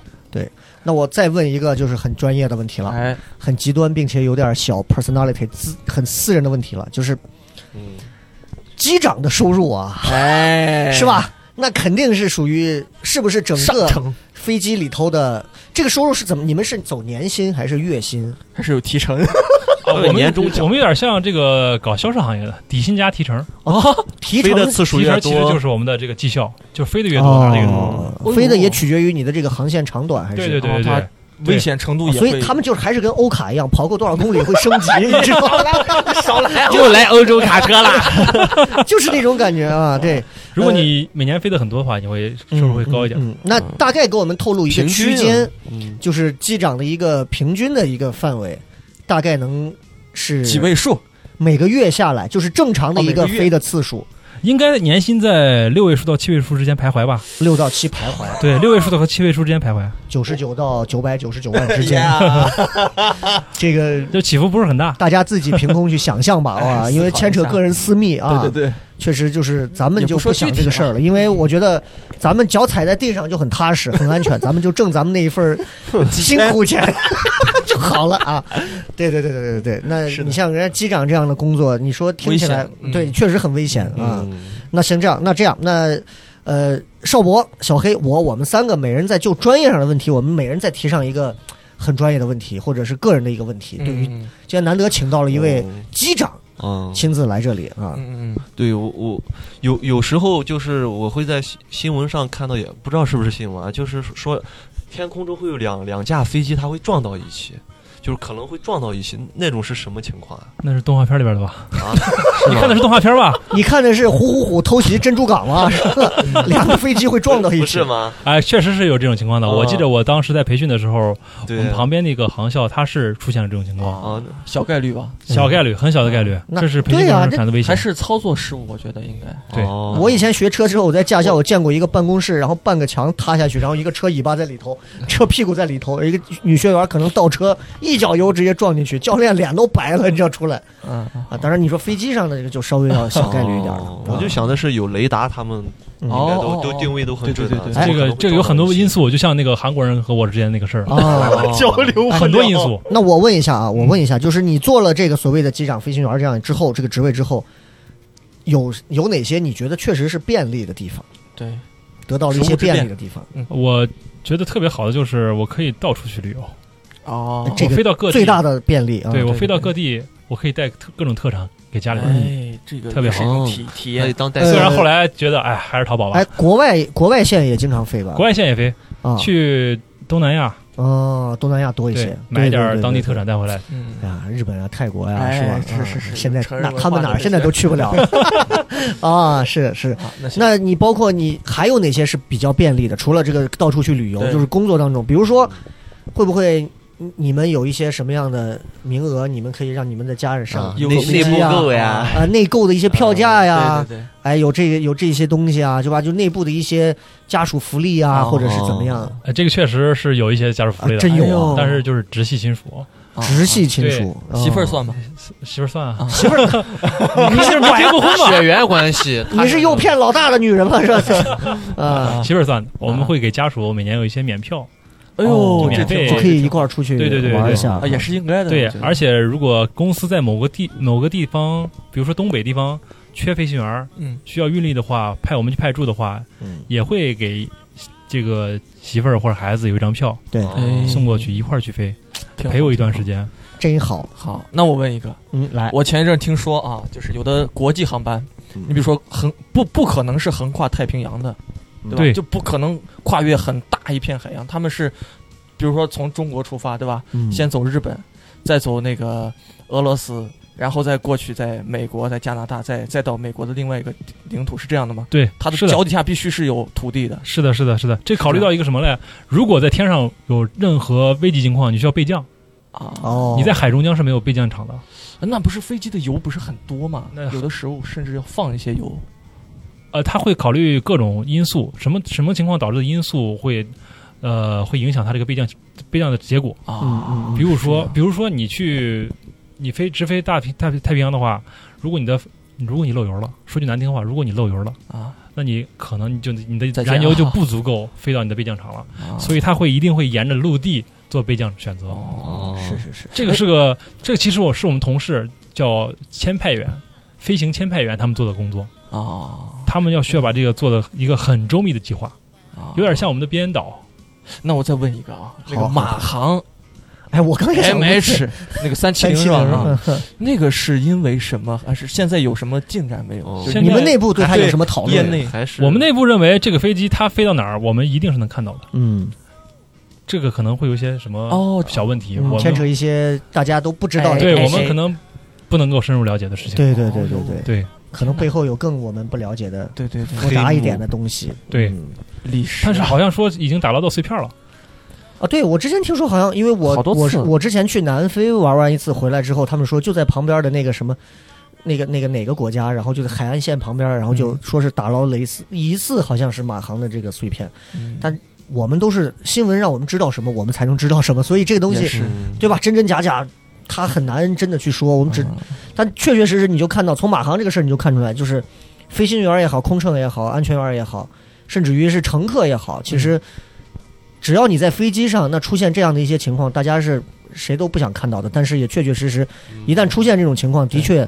[SPEAKER 2] 那我再问一个就是很专业的问题了，
[SPEAKER 6] 哎，
[SPEAKER 2] 很极端并且有点小 personality 私很私人的问题了，就是
[SPEAKER 7] 嗯
[SPEAKER 2] 机长的收入啊，
[SPEAKER 6] 哎，
[SPEAKER 2] 是？吧？那肯定是属于是不是整
[SPEAKER 6] 上
[SPEAKER 2] 个
[SPEAKER 6] 乘
[SPEAKER 2] 飞机里头的这个收入是怎么？你们是走年薪还是月薪？
[SPEAKER 6] 还是有提成，
[SPEAKER 5] 啊我们
[SPEAKER 7] 年终奖
[SPEAKER 5] 我们有点像这个搞销售行业的底薪加提成，
[SPEAKER 2] 哦提
[SPEAKER 7] 飞
[SPEAKER 2] 成
[SPEAKER 7] 的次数
[SPEAKER 5] 提
[SPEAKER 7] 越
[SPEAKER 5] 成其实就
[SPEAKER 7] 多，
[SPEAKER 5] 是我们的这个绩效，就飞得越多拿的越多。
[SPEAKER 2] 哦，飞的也取决于你的这个航线长短还是？
[SPEAKER 5] 对 对对对
[SPEAKER 6] 哦
[SPEAKER 5] 对，
[SPEAKER 6] 危险程度
[SPEAKER 2] 哦
[SPEAKER 6] 也
[SPEAKER 2] 所
[SPEAKER 6] 会，
[SPEAKER 2] 以他们就是还是跟欧卡一样，跑够多少公里会升级，你知道吗？少来，
[SPEAKER 7] 又来欧洲卡车了。
[SPEAKER 2] 就是那种感觉啊。对，
[SPEAKER 5] 如果你每年飞得很多的话，你会收入会高一点。
[SPEAKER 2] 嗯，嗯嗯那大概给我们透露一个
[SPEAKER 7] 平均啊
[SPEAKER 2] 区间，
[SPEAKER 7] 嗯，
[SPEAKER 2] 就是机长的一个平均的一个范围，大概能是
[SPEAKER 6] 几位 数，
[SPEAKER 2] 每个月下来，就是正常的一
[SPEAKER 6] 哦每个月
[SPEAKER 2] 飞的次数，
[SPEAKER 5] 应该年薪在六位数到七位数之间徘徊吧？
[SPEAKER 2] 六到七徘徊，
[SPEAKER 5] 对，六位数的和七位数之间徘徊，
[SPEAKER 2] 九十九到九百九十九万之 间。这个
[SPEAKER 5] 就起伏不是很大。
[SPEAKER 2] 大家自己凭空去想象
[SPEAKER 6] 哎
[SPEAKER 2] 吧，啊，因为牵扯个人私密啊。
[SPEAKER 6] 对对对，
[SPEAKER 2] 确实就是咱们
[SPEAKER 6] 也
[SPEAKER 2] 就
[SPEAKER 6] 不说
[SPEAKER 2] 想
[SPEAKER 6] 具
[SPEAKER 2] 这
[SPEAKER 6] 体
[SPEAKER 2] 个
[SPEAKER 6] 啊
[SPEAKER 2] 事儿了，因为我觉得咱们脚踩在地上就很踏实，很安全，咱们就挣咱们那一份儿辛苦 钱就好了啊。对对对对对对，那
[SPEAKER 7] 是的
[SPEAKER 2] 你像人家机长这样的工作，你说听起来
[SPEAKER 6] 危险嗯
[SPEAKER 2] 对，确实很危险啊。
[SPEAKER 7] 嗯
[SPEAKER 2] 那行这样，那这样，那呃，邵博、小黑，我我们三个每人在就专业上的问题，我们每人再提上一个很专业的问题，或者是个人的一个问题。对于
[SPEAKER 6] 嗯
[SPEAKER 2] 今天难得请到了一位机长
[SPEAKER 4] 哦嗯，
[SPEAKER 2] 亲自来这里啊。
[SPEAKER 6] 嗯嗯
[SPEAKER 4] 对我我有有时候就是我会在新新闻上看到，也不知道是不是新闻啊，就是说天空中会有两两架飞机，它会撞到一起，就是可能会撞到一起，那种是什么情况啊？
[SPEAKER 5] 那是动画片里边的 吧？
[SPEAKER 4] 啊，
[SPEAKER 5] 你看的是动画片吧？
[SPEAKER 2] 你看的是虎虎虎偷袭珍珠港 吗？是吧 两个飞机会撞到一
[SPEAKER 4] 不
[SPEAKER 2] 起
[SPEAKER 4] 是？吗？
[SPEAKER 5] 哎，确实是有这种情况的。
[SPEAKER 2] 嗯
[SPEAKER 4] 哦
[SPEAKER 5] 我记得我当时在培训的时候，我
[SPEAKER 4] 对
[SPEAKER 5] 们旁边那个航校它是出现了这种情况，
[SPEAKER 4] 啊，
[SPEAKER 6] 嗯，小概率吧，
[SPEAKER 5] 小概率，很小的概率，
[SPEAKER 2] 嗯那
[SPEAKER 5] 这是培训
[SPEAKER 2] 对呀
[SPEAKER 5] 过程
[SPEAKER 2] 这
[SPEAKER 5] 产生的危
[SPEAKER 6] 还
[SPEAKER 5] 险。
[SPEAKER 6] 是操作失误，我觉得应该。
[SPEAKER 5] 对
[SPEAKER 4] 哦
[SPEAKER 2] 我以前学车之后，我在驾校我见过一个办公室，然后半个墙塌下去，然后一个车尾巴在里头，
[SPEAKER 4] 嗯
[SPEAKER 2] 车屁股在里头，一个女学员可能倒车一脚油直接撞进去，教练脸都白了，你知道出来
[SPEAKER 6] 嗯，
[SPEAKER 2] 啊。当然你说飞机上的这个就稍微要小概率一点了。
[SPEAKER 4] 哦
[SPEAKER 2] 啊
[SPEAKER 4] 我就想的是有雷达，他们
[SPEAKER 2] 嗯
[SPEAKER 4] 应该
[SPEAKER 6] 哦
[SPEAKER 4] 都
[SPEAKER 6] 哦
[SPEAKER 4] 都
[SPEAKER 6] 哦
[SPEAKER 4] 定位都很
[SPEAKER 6] 对
[SPEAKER 4] 准
[SPEAKER 6] 对
[SPEAKER 4] 的。
[SPEAKER 6] 对对
[SPEAKER 4] 怎么
[SPEAKER 5] 这
[SPEAKER 4] 可
[SPEAKER 5] 个
[SPEAKER 4] 能会
[SPEAKER 5] 这个有
[SPEAKER 4] 撞
[SPEAKER 5] 很
[SPEAKER 4] 到
[SPEAKER 5] 多
[SPEAKER 4] 一起哦
[SPEAKER 5] 因。 素，就像那个韩国人和我之间那个事儿，
[SPEAKER 2] 啊。
[SPEAKER 4] 交流不
[SPEAKER 5] 很多
[SPEAKER 4] 了
[SPEAKER 5] 因素。
[SPEAKER 2] 那我问一下
[SPEAKER 5] 嗯
[SPEAKER 2] 啊，我问一下，就是你做了这个所谓的机长、飞行员这样之后，这个职位之后，有有哪些你觉得确实是便利的地方，
[SPEAKER 6] 对，
[SPEAKER 2] 得到了一
[SPEAKER 6] 职
[SPEAKER 2] 些
[SPEAKER 6] 务之
[SPEAKER 2] 便
[SPEAKER 6] 便
[SPEAKER 2] 利的地方？
[SPEAKER 5] 我觉得特别好的就是我可以到处去旅游，
[SPEAKER 6] 哦
[SPEAKER 2] 这
[SPEAKER 5] 我
[SPEAKER 2] 个
[SPEAKER 5] 飞到各地，
[SPEAKER 2] 最大的便利啊！
[SPEAKER 5] 对我
[SPEAKER 6] 对
[SPEAKER 5] 飞到
[SPEAKER 6] 对
[SPEAKER 5] 各地，我可以带特各种特产给家里人。
[SPEAKER 2] 嗯
[SPEAKER 6] 哎，这个
[SPEAKER 5] 特别
[SPEAKER 6] 也是一种
[SPEAKER 4] 好
[SPEAKER 6] 体体
[SPEAKER 4] 可以
[SPEAKER 6] 验。
[SPEAKER 4] 当代
[SPEAKER 2] 呃
[SPEAKER 5] 虽
[SPEAKER 4] 表
[SPEAKER 5] 然后来觉得哎还是淘宝吧
[SPEAKER 2] 哎，，国外国外线也经常飞吧？
[SPEAKER 5] 国外线也飞，
[SPEAKER 2] 啊，
[SPEAKER 5] 去东南亚
[SPEAKER 2] 哦，东南亚多一些
[SPEAKER 5] 对，买点
[SPEAKER 2] 对
[SPEAKER 5] 儿当地特。产带回来。
[SPEAKER 6] 嗯
[SPEAKER 2] 对对对对呀，日本啊，泰国呀，
[SPEAKER 6] 哎
[SPEAKER 2] 是吧？
[SPEAKER 6] 是是
[SPEAKER 2] 啊
[SPEAKER 6] 是
[SPEAKER 2] 现在
[SPEAKER 6] 成人
[SPEAKER 2] 那
[SPEAKER 6] 文化
[SPEAKER 2] 他们哪儿
[SPEAKER 6] 的这
[SPEAKER 2] 现在
[SPEAKER 6] 些
[SPEAKER 2] 都去不 了啊！是是，
[SPEAKER 6] 啊，那行
[SPEAKER 2] 那你包括你还有哪些是比较便利的？除了这个到处去旅游，
[SPEAKER 6] 对
[SPEAKER 2] 就是工作当中，比如说，会不会你你们有一些什么样的名额，你们可以让你们的家人上
[SPEAKER 7] 啊
[SPEAKER 2] 有
[SPEAKER 7] 内
[SPEAKER 2] 飞机
[SPEAKER 7] 内部购呀
[SPEAKER 2] 啊啊内购的一些票价呀，
[SPEAKER 6] 啊对对对，
[SPEAKER 2] 哎，有这个有这些东西啊，对吧？就内部的一些家属福利啊，
[SPEAKER 7] 哦
[SPEAKER 2] 或者是怎么样，
[SPEAKER 5] 哎，这个确实是有一些家属福利
[SPEAKER 2] 啊
[SPEAKER 5] 的，
[SPEAKER 2] 真
[SPEAKER 6] 哎
[SPEAKER 2] 有
[SPEAKER 6] 呦
[SPEAKER 2] 啊，
[SPEAKER 5] 但是就是直系亲属，
[SPEAKER 6] 啊
[SPEAKER 2] 直系亲属，
[SPEAKER 6] 啊媳妇
[SPEAKER 5] 哦
[SPEAKER 6] 儿算吧，
[SPEAKER 5] 媳妇儿算啊，
[SPEAKER 2] 媳妇儿，
[SPEAKER 5] 你是没结过婚
[SPEAKER 7] 血
[SPEAKER 5] 吧？
[SPEAKER 7] 缘关系，
[SPEAKER 2] 你是诱骗老大的女人吗？是吧？ 啊，
[SPEAKER 5] 媳妇儿算的，我们会给家属每年有一些免票，
[SPEAKER 6] 哎
[SPEAKER 2] 哦
[SPEAKER 6] 呦，这
[SPEAKER 5] 免费
[SPEAKER 6] 挺
[SPEAKER 2] 就
[SPEAKER 6] 好
[SPEAKER 2] 可以一块儿出去
[SPEAKER 5] 对对对对
[SPEAKER 2] 玩一下
[SPEAKER 6] 啊，也是应该的。
[SPEAKER 2] 嗯
[SPEAKER 5] 对
[SPEAKER 6] 我觉，得
[SPEAKER 5] 而且如果公司在某个地某个地方，比如说东北地方缺飞行员儿，
[SPEAKER 6] 嗯，
[SPEAKER 5] 需要运力的话，派我们去派驻的话，
[SPEAKER 2] 嗯
[SPEAKER 5] 也会给这个媳妇儿或者孩子有一张票
[SPEAKER 2] 对，
[SPEAKER 6] 哎
[SPEAKER 5] 嗯送过去，一块儿去飞，
[SPEAKER 6] 挺好
[SPEAKER 5] 陪我一段时。间。哎
[SPEAKER 2] 真好，
[SPEAKER 6] 挺好，好那我问一个，
[SPEAKER 2] 嗯，来，
[SPEAKER 6] 我前一阵听说啊，就是有的国际航班，
[SPEAKER 4] 嗯
[SPEAKER 6] 你比如说横不不可能是横跨太平洋的，对吧？
[SPEAKER 5] 嗯对
[SPEAKER 6] 就不可能跨越很大一片海洋，他们是，比如说从中国出发，对吧？
[SPEAKER 2] 嗯
[SPEAKER 6] 先走日本，再走那个俄罗斯，然后再过去，在美国，在加拿大，再再到美国的另外一个领土，是这样的吗？
[SPEAKER 5] 对，
[SPEAKER 6] 它的
[SPEAKER 5] 是
[SPEAKER 6] 脚底下必须是有土地的。
[SPEAKER 5] 是的，是的，是的。这考虑到一个什么嘞？如果在天上有任何危急情况，你需要备降。
[SPEAKER 6] 啊，
[SPEAKER 2] 哦，
[SPEAKER 5] 你在海中央是没有备降场的。
[SPEAKER 6] 那不是飞机的油不是很多吗
[SPEAKER 5] 那？
[SPEAKER 6] 有的时候甚至要放一些油。
[SPEAKER 5] 呃，他会考虑各种因素，什么什么情况导致的因素会，呃，会影响他这个备降备降的结果。
[SPEAKER 2] 嗯
[SPEAKER 6] 啊，
[SPEAKER 2] 嗯
[SPEAKER 5] 比
[SPEAKER 6] 是
[SPEAKER 5] 如说
[SPEAKER 6] 啊，
[SPEAKER 5] 比如说你去你飞直飞大平太太平洋的话，如果你的如果你漏油了，说句难听话，如果你漏油了，
[SPEAKER 2] 嗯
[SPEAKER 6] 啊，
[SPEAKER 5] 那你可能你就你的
[SPEAKER 6] 再见
[SPEAKER 5] 燃油
[SPEAKER 6] 啊
[SPEAKER 5] 就不足够飞到你的备降场了，
[SPEAKER 6] 啊
[SPEAKER 5] 所以他会一定会沿着陆地做备降选择。
[SPEAKER 6] 哦，
[SPEAKER 2] 嗯，是是是，
[SPEAKER 5] 这个是个，这个其实我是我们同事叫签派员，飞行签派员他们做的工作，
[SPEAKER 6] 啊，
[SPEAKER 5] 他们要需要把这个做的一个很周密的计划，
[SPEAKER 6] 啊
[SPEAKER 5] 有点。像我们的编导，
[SPEAKER 6] 那我再问一个啊，那
[SPEAKER 2] 好
[SPEAKER 6] 个马航
[SPEAKER 2] 哎，我刚才想
[SPEAKER 6] M
[SPEAKER 2] 问
[SPEAKER 6] H 那个三七
[SPEAKER 2] 三
[SPEAKER 6] 零
[SPEAKER 2] 七
[SPEAKER 6] 是
[SPEAKER 2] 零嗯
[SPEAKER 6] 吧？啊，那个是因为什么？还是现在有什么进展没有？
[SPEAKER 4] 哦
[SPEAKER 6] 就是
[SPEAKER 5] 现
[SPEAKER 2] 你
[SPEAKER 5] 在
[SPEAKER 2] 们内部对他有什么讨
[SPEAKER 6] 业
[SPEAKER 2] 论？
[SPEAKER 6] 内
[SPEAKER 4] 还是
[SPEAKER 5] 我们内部认为这个飞机它飞到哪儿，我们一定是能看到的。
[SPEAKER 2] 嗯，
[SPEAKER 5] 这个可能会有一些什么
[SPEAKER 6] 哦，
[SPEAKER 5] 小问题，
[SPEAKER 2] 嗯
[SPEAKER 5] 我
[SPEAKER 2] 牵
[SPEAKER 5] 们
[SPEAKER 2] 扯一些大家都不知道的
[SPEAKER 6] 哎
[SPEAKER 2] 东
[SPEAKER 5] 对
[SPEAKER 2] 西，
[SPEAKER 5] 我们可能不能够深入了解的事情。
[SPEAKER 2] 对对对对对，
[SPEAKER 5] 对
[SPEAKER 2] 可能背后有更我们不了解的
[SPEAKER 6] 对对对，
[SPEAKER 2] 复杂一点的东西。
[SPEAKER 5] 对
[SPEAKER 2] 嗯，
[SPEAKER 6] 历史
[SPEAKER 5] 但是好像说已经打捞到碎片了。
[SPEAKER 2] 啊，对我之前听说好像，因为我
[SPEAKER 6] 好多次
[SPEAKER 2] 我是我之前去南非玩完一次回来之后，他们说就在旁边的那个什么。那个那个哪个国家，然后就在海岸线旁边，然后就说是打捞了一次一次，好像是马航的这个碎片。
[SPEAKER 6] 嗯
[SPEAKER 2] 但我们都是新闻让我们知道什么，我们才能知道什么，所以这个东
[SPEAKER 6] 也
[SPEAKER 4] 嗯
[SPEAKER 2] 西
[SPEAKER 6] 是
[SPEAKER 2] 对吧？真真假假，他很难真的去说。我们只
[SPEAKER 6] 嗯
[SPEAKER 2] 但确确实实，你就看到从马航这个事儿，你就看出来，就是飞行员也好，空乘也好，安全员也好，甚至于是乘客也好，其实
[SPEAKER 6] 嗯
[SPEAKER 2] 只要你在飞机上，那出现这样的一些情况，大家是谁都不想看到的。但是也确确实实，
[SPEAKER 6] 嗯
[SPEAKER 2] 一旦出现这种情况，的确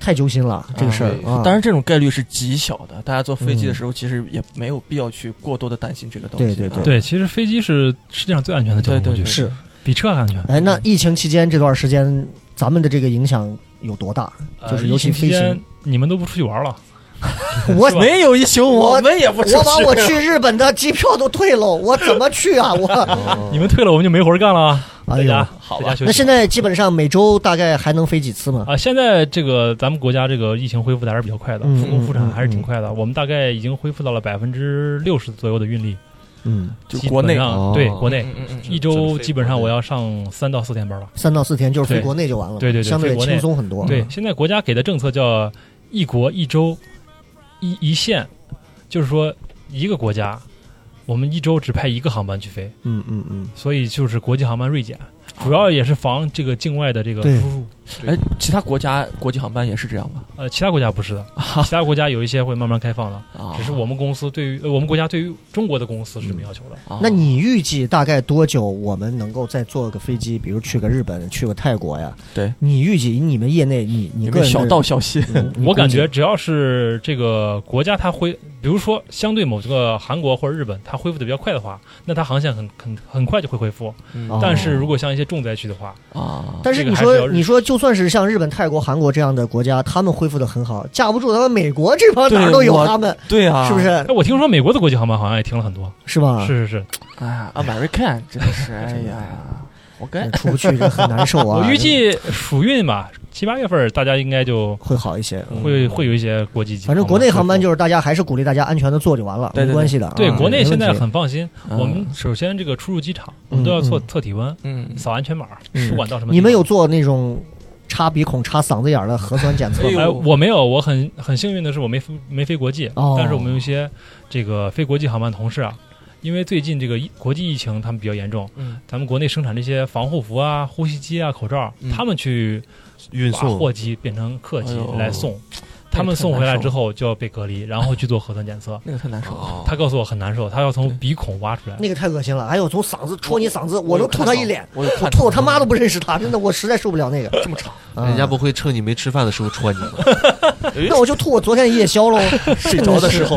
[SPEAKER 2] 太揪心了，这个事儿
[SPEAKER 4] 对
[SPEAKER 2] 啊。
[SPEAKER 6] 当然，这种概率是极小的。大家坐飞机的时候，其实也没有必要去过多的担心这个东西。
[SPEAKER 2] 嗯对对
[SPEAKER 6] 啊
[SPEAKER 5] 对，其实飞机是世界上最安全的交
[SPEAKER 6] 对
[SPEAKER 5] 通工
[SPEAKER 6] 对
[SPEAKER 5] 具
[SPEAKER 6] 对，。
[SPEAKER 2] 是
[SPEAKER 5] 比车还安全。
[SPEAKER 2] 哎，那疫情期间这段时间，咱们的这个影响有多 大？
[SPEAKER 5] 呃
[SPEAKER 2] 就是尤其
[SPEAKER 5] 疫情期
[SPEAKER 2] 飞行
[SPEAKER 5] 间你们都不出去玩了，
[SPEAKER 2] 我
[SPEAKER 5] 是吧
[SPEAKER 6] 没有一宿，
[SPEAKER 2] 我
[SPEAKER 6] 我们也不出 去。
[SPEAKER 2] 我把我去日本的机票都退了，我怎么去啊？ 我
[SPEAKER 5] 你们退了我们就没活儿干了啊，
[SPEAKER 2] 哎
[SPEAKER 5] 在
[SPEAKER 2] 呦
[SPEAKER 5] 家，
[SPEAKER 6] 好
[SPEAKER 5] 在家
[SPEAKER 6] 吧，
[SPEAKER 5] 休
[SPEAKER 2] 那
[SPEAKER 5] 息
[SPEAKER 2] 现。在基本上每周大概还能飞几次吗？
[SPEAKER 5] 啊，现在这个咱们国家这个疫情恢复的还是比较快的，
[SPEAKER 2] 嗯
[SPEAKER 5] 复工复产
[SPEAKER 2] 嗯
[SPEAKER 5] 还是挺
[SPEAKER 2] 嗯
[SPEAKER 5] 快的。我们大概已经恢复到了百分之六十左右的运力，
[SPEAKER 2] 嗯，
[SPEAKER 6] 就
[SPEAKER 5] 基
[SPEAKER 6] 国
[SPEAKER 5] 本
[SPEAKER 6] 内
[SPEAKER 5] 上
[SPEAKER 7] 哦
[SPEAKER 5] 对国内
[SPEAKER 6] 嗯嗯嗯嗯
[SPEAKER 5] 一周基本上我要上三到四天班了。
[SPEAKER 2] 三到四天就是飞
[SPEAKER 5] 对
[SPEAKER 2] 国内就完了嘛，
[SPEAKER 5] 对对对
[SPEAKER 2] 相对
[SPEAKER 5] 飞国内
[SPEAKER 2] 轻松很多。嗯
[SPEAKER 5] 对，现在国家给的政策叫“一国一州一一线”，就是说一个国家，我们一周只派一个航班去飞，
[SPEAKER 2] 嗯嗯嗯，
[SPEAKER 5] 所以就是国际航班锐减，主要也是防这个境外的这个
[SPEAKER 2] 对
[SPEAKER 5] 输入。
[SPEAKER 6] 哎，其他国家国际航班也是这样吧？
[SPEAKER 5] 呃，其他国家 不是的，其他国家有一些会慢慢开放的，
[SPEAKER 6] 啊，
[SPEAKER 5] 只是我们公司对于、呃我们国家对于中国的公司是没要求的。
[SPEAKER 6] 啊，
[SPEAKER 2] 那你预计大概多久我们能够再坐个飞机，比如去个日本、去个泰国呀？
[SPEAKER 6] 对，
[SPEAKER 2] 你预计你们业内你你
[SPEAKER 6] 有
[SPEAKER 2] 个
[SPEAKER 6] 没
[SPEAKER 2] 人嗯
[SPEAKER 6] 有小道消息？
[SPEAKER 5] 我感觉
[SPEAKER 2] 你
[SPEAKER 5] 只要是这个国家它恢，比如说相对某这个韩国或者日本，它恢复的比较快的话，那它航线很很很快就会恢复。
[SPEAKER 2] 哦
[SPEAKER 5] 但是如果像一些重灾区的话，
[SPEAKER 6] 嗯啊，
[SPEAKER 2] 但是
[SPEAKER 5] 这个
[SPEAKER 2] 你
[SPEAKER 5] 还是
[SPEAKER 2] 说，
[SPEAKER 5] 要
[SPEAKER 2] 你说就算是像日本、泰国、韩国这样的国家，他们恢复的很好，架不住咱们美国这帮哪儿
[SPEAKER 6] 对
[SPEAKER 2] 都有
[SPEAKER 6] 我
[SPEAKER 2] 他们，
[SPEAKER 6] 对啊，
[SPEAKER 2] 是不？是？
[SPEAKER 5] 哎，我听说美国的国际航班好像也停了很多。
[SPEAKER 2] 是吧？
[SPEAKER 5] 是是是，
[SPEAKER 6] 哎呀，American 真的是，哎呀，活该。
[SPEAKER 2] 出不去这很难受啊。
[SPEAKER 5] 我预计暑运吧，七八月份儿大家应该就
[SPEAKER 2] 会好一些。
[SPEAKER 5] 会会有一些国际。
[SPEAKER 2] 嗯反正国内航班
[SPEAKER 5] 就
[SPEAKER 2] 就是大家还是鼓励大家安全的坐就完了，
[SPEAKER 6] 对对
[SPEAKER 2] 没
[SPEAKER 6] 对
[SPEAKER 2] 关系的啊。
[SPEAKER 5] 对
[SPEAKER 2] 没
[SPEAKER 5] 国内现在
[SPEAKER 2] 问题啊
[SPEAKER 5] 很放心。
[SPEAKER 6] 嗯
[SPEAKER 5] 我们首先这个出入机场，我们都要测测体温、
[SPEAKER 6] 嗯，
[SPEAKER 5] 扫安全码，
[SPEAKER 2] 嗯
[SPEAKER 5] 不管到什么。
[SPEAKER 2] 你们有？做那种插鼻孔、插嗓子眼儿的核酸检测
[SPEAKER 6] 哎
[SPEAKER 2] 吗？
[SPEAKER 6] 呦
[SPEAKER 5] 哎，我没有，我很很幸运的是我没飞没飞国际，
[SPEAKER 2] 哦
[SPEAKER 5] 但是我们有一些这个飞国际航班同事啊。因为最近这个疫国际疫情，他们比较严重，
[SPEAKER 6] 嗯
[SPEAKER 5] 咱们国内生产这些防护服啊、呼吸机啊、口罩，
[SPEAKER 6] 嗯
[SPEAKER 5] 他们去
[SPEAKER 4] 运
[SPEAKER 5] 把
[SPEAKER 4] 送
[SPEAKER 5] 货机变成客机
[SPEAKER 6] 哎呦
[SPEAKER 5] 来送，他们送回来之
[SPEAKER 6] 后，
[SPEAKER 5] 后就要被隔离，然后去做核酸检测。
[SPEAKER 6] 那个太难受了。
[SPEAKER 5] 他告诉我很难受，他要从鼻孔挖出来。
[SPEAKER 2] 那个太恶心了！还有从嗓子戳你嗓子，我能吐他一脸，
[SPEAKER 6] 我有看到，我有看到
[SPEAKER 2] 吐我他妈都不认识他，真的我实在受不了那个。
[SPEAKER 6] 这么长，
[SPEAKER 2] 啊
[SPEAKER 7] 人家不会趁你没吃饭的时候戳你吗？
[SPEAKER 2] 那哎我就吐我昨天的夜宵喽，睡着的时候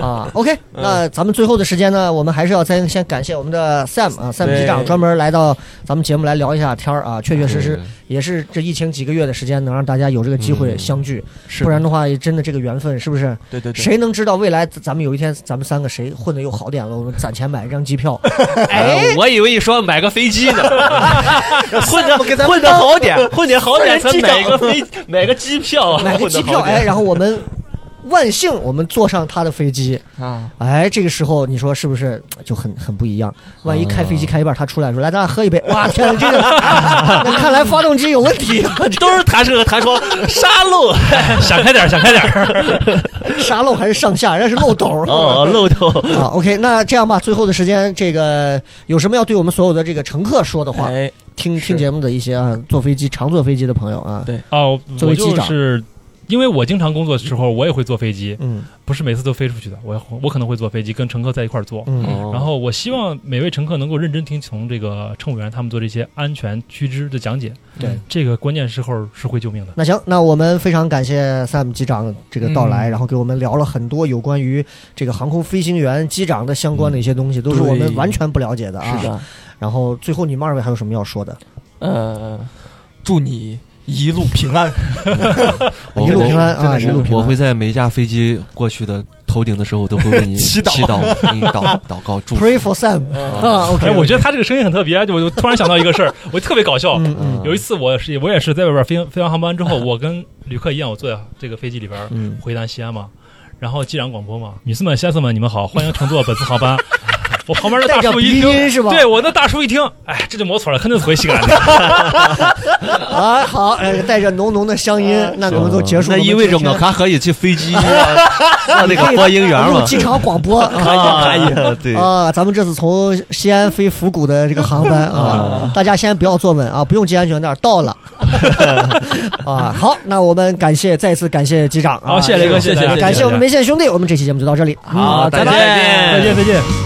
[SPEAKER 2] 啊。OK，那咱们最后的时间呢，我们还是要再先感谢我们的 Sam 啊，Sam
[SPEAKER 6] 对
[SPEAKER 2] 机长专门来到咱们节目来聊一下天儿啊，确确实实
[SPEAKER 7] 对
[SPEAKER 2] 也是这疫情几个月的时间，能让大家有这个机会
[SPEAKER 7] 嗯
[SPEAKER 2] 相聚，
[SPEAKER 6] 是
[SPEAKER 2] 不然的话，也真的这个缘分是不是？
[SPEAKER 6] 对对对，
[SPEAKER 2] 谁能知道未来咱们有一天咱们三个谁混的又好点了，我们攒钱买一张机票，
[SPEAKER 7] 哎，我以为你说买个飞机呢，混的
[SPEAKER 2] 给咱们
[SPEAKER 7] 混的好点，混的好点，
[SPEAKER 2] 私
[SPEAKER 7] 咱
[SPEAKER 2] 人机长
[SPEAKER 7] 买个飞买个机票啊，
[SPEAKER 2] 买个
[SPEAKER 7] 混得
[SPEAKER 2] 机
[SPEAKER 7] 好
[SPEAKER 2] 票，
[SPEAKER 7] 点
[SPEAKER 2] 哎，然后我们万幸我们坐上他的飞机，
[SPEAKER 6] 啊，
[SPEAKER 2] 哎，这个时候你说是不是就很很不一样？万一开飞机开一半，他出来说：“来，咱俩喝一杯。”哇，天哪，这 个那看来发动机有问题，
[SPEAKER 7] 都是弹射和弹窗沙 漏，
[SPEAKER 5] 想开点儿，想开点儿。
[SPEAKER 2] 啥漏还是上下，人家是漏 斗。
[SPEAKER 7] 哦，漏洞。
[SPEAKER 2] 啊，OK，那这样吧，最后的时间，这个有什么要对我们所有的这个乘客说的话？
[SPEAKER 6] 哎，
[SPEAKER 2] 听
[SPEAKER 6] 是
[SPEAKER 2] 听节目的一些啊，坐飞机常坐飞机的朋友啊，
[SPEAKER 6] 对
[SPEAKER 5] 哦，
[SPEAKER 2] 作
[SPEAKER 5] 我
[SPEAKER 2] 为机
[SPEAKER 5] 就
[SPEAKER 2] 长
[SPEAKER 5] 是因为我经常工作的时候，我也会坐飞机，
[SPEAKER 2] 嗯
[SPEAKER 5] 不是每次都飞出去的。我也我可能会坐飞机，跟乘客在一块儿坐。
[SPEAKER 2] 嗯
[SPEAKER 4] 哦
[SPEAKER 5] 然后我希望每位乘客能够认真听从这个乘务员他们做这些安全须知的讲解。
[SPEAKER 2] 对，
[SPEAKER 5] 这个关键时候是会救命的。
[SPEAKER 2] 那行，那我们非常感谢 Sam 机长这个到
[SPEAKER 6] 嗯
[SPEAKER 2] 来，然后给我们聊了很多有关于这个航空飞行员、机长的相关的一些东西，都是我们
[SPEAKER 6] 对
[SPEAKER 2] 完全不了解的啊。
[SPEAKER 6] 是的，
[SPEAKER 2] 然后最后你们二位还有什么要说的？
[SPEAKER 6] 呃，祝你一路平安。
[SPEAKER 2] 一路平安啊，一路平
[SPEAKER 4] 我
[SPEAKER 2] 安
[SPEAKER 4] 会。在每一架飞机过去的头顶的时候，我都会为你
[SPEAKER 6] 祈祷
[SPEAKER 4] 祈 祷、给你祷祷告、祝福。
[SPEAKER 2] Pray for Sam 啊，OK，
[SPEAKER 5] 哎，我觉得他这个声音很特别，就我就突然想到一个事儿，我特别搞笑。
[SPEAKER 2] 嗯嗯
[SPEAKER 5] 有一次我是我也是在外边飞飞完航班之后，我跟旅客一样，我坐在这个飞机里边儿
[SPEAKER 2] 嗯
[SPEAKER 5] 回南西安嘛，然后机长广播嘛，女士们、先生们，你们好，欢迎乘坐本次航班。 我旁边的大
[SPEAKER 2] 带着
[SPEAKER 5] 叔一
[SPEAKER 2] 鼻音
[SPEAKER 5] 听，
[SPEAKER 2] 是吧？
[SPEAKER 5] 对我那大叔一听，哎，这就没错了，肯定是回西安 的。
[SPEAKER 2] 啊，好，呃带着浓浓的乡音，那我们都结束
[SPEAKER 7] 那
[SPEAKER 2] 了。
[SPEAKER 7] 意味着我
[SPEAKER 2] 们
[SPEAKER 7] 还可以去飞机啊 上那个播音员
[SPEAKER 2] 入
[SPEAKER 7] 嘛？
[SPEAKER 2] 机场广播啊。
[SPEAKER 7] 可以，可以，对，
[SPEAKER 2] 啊，咱们这次从西安飞府谷的这个航班啊，大家先不要坐稳啊，不用系安全带，到了。啊，好，那我们感谢，再次感谢机长啊，
[SPEAKER 5] 好，谢谢雷哥，
[SPEAKER 6] 谢谢
[SPEAKER 5] 谢大家
[SPEAKER 6] 谢谢
[SPEAKER 2] 感谢我们梅县兄弟，我们这期节目就到这里，
[SPEAKER 6] 好
[SPEAKER 2] 嗯
[SPEAKER 6] 再
[SPEAKER 2] 拜拜
[SPEAKER 6] 见
[SPEAKER 5] 再见，再见。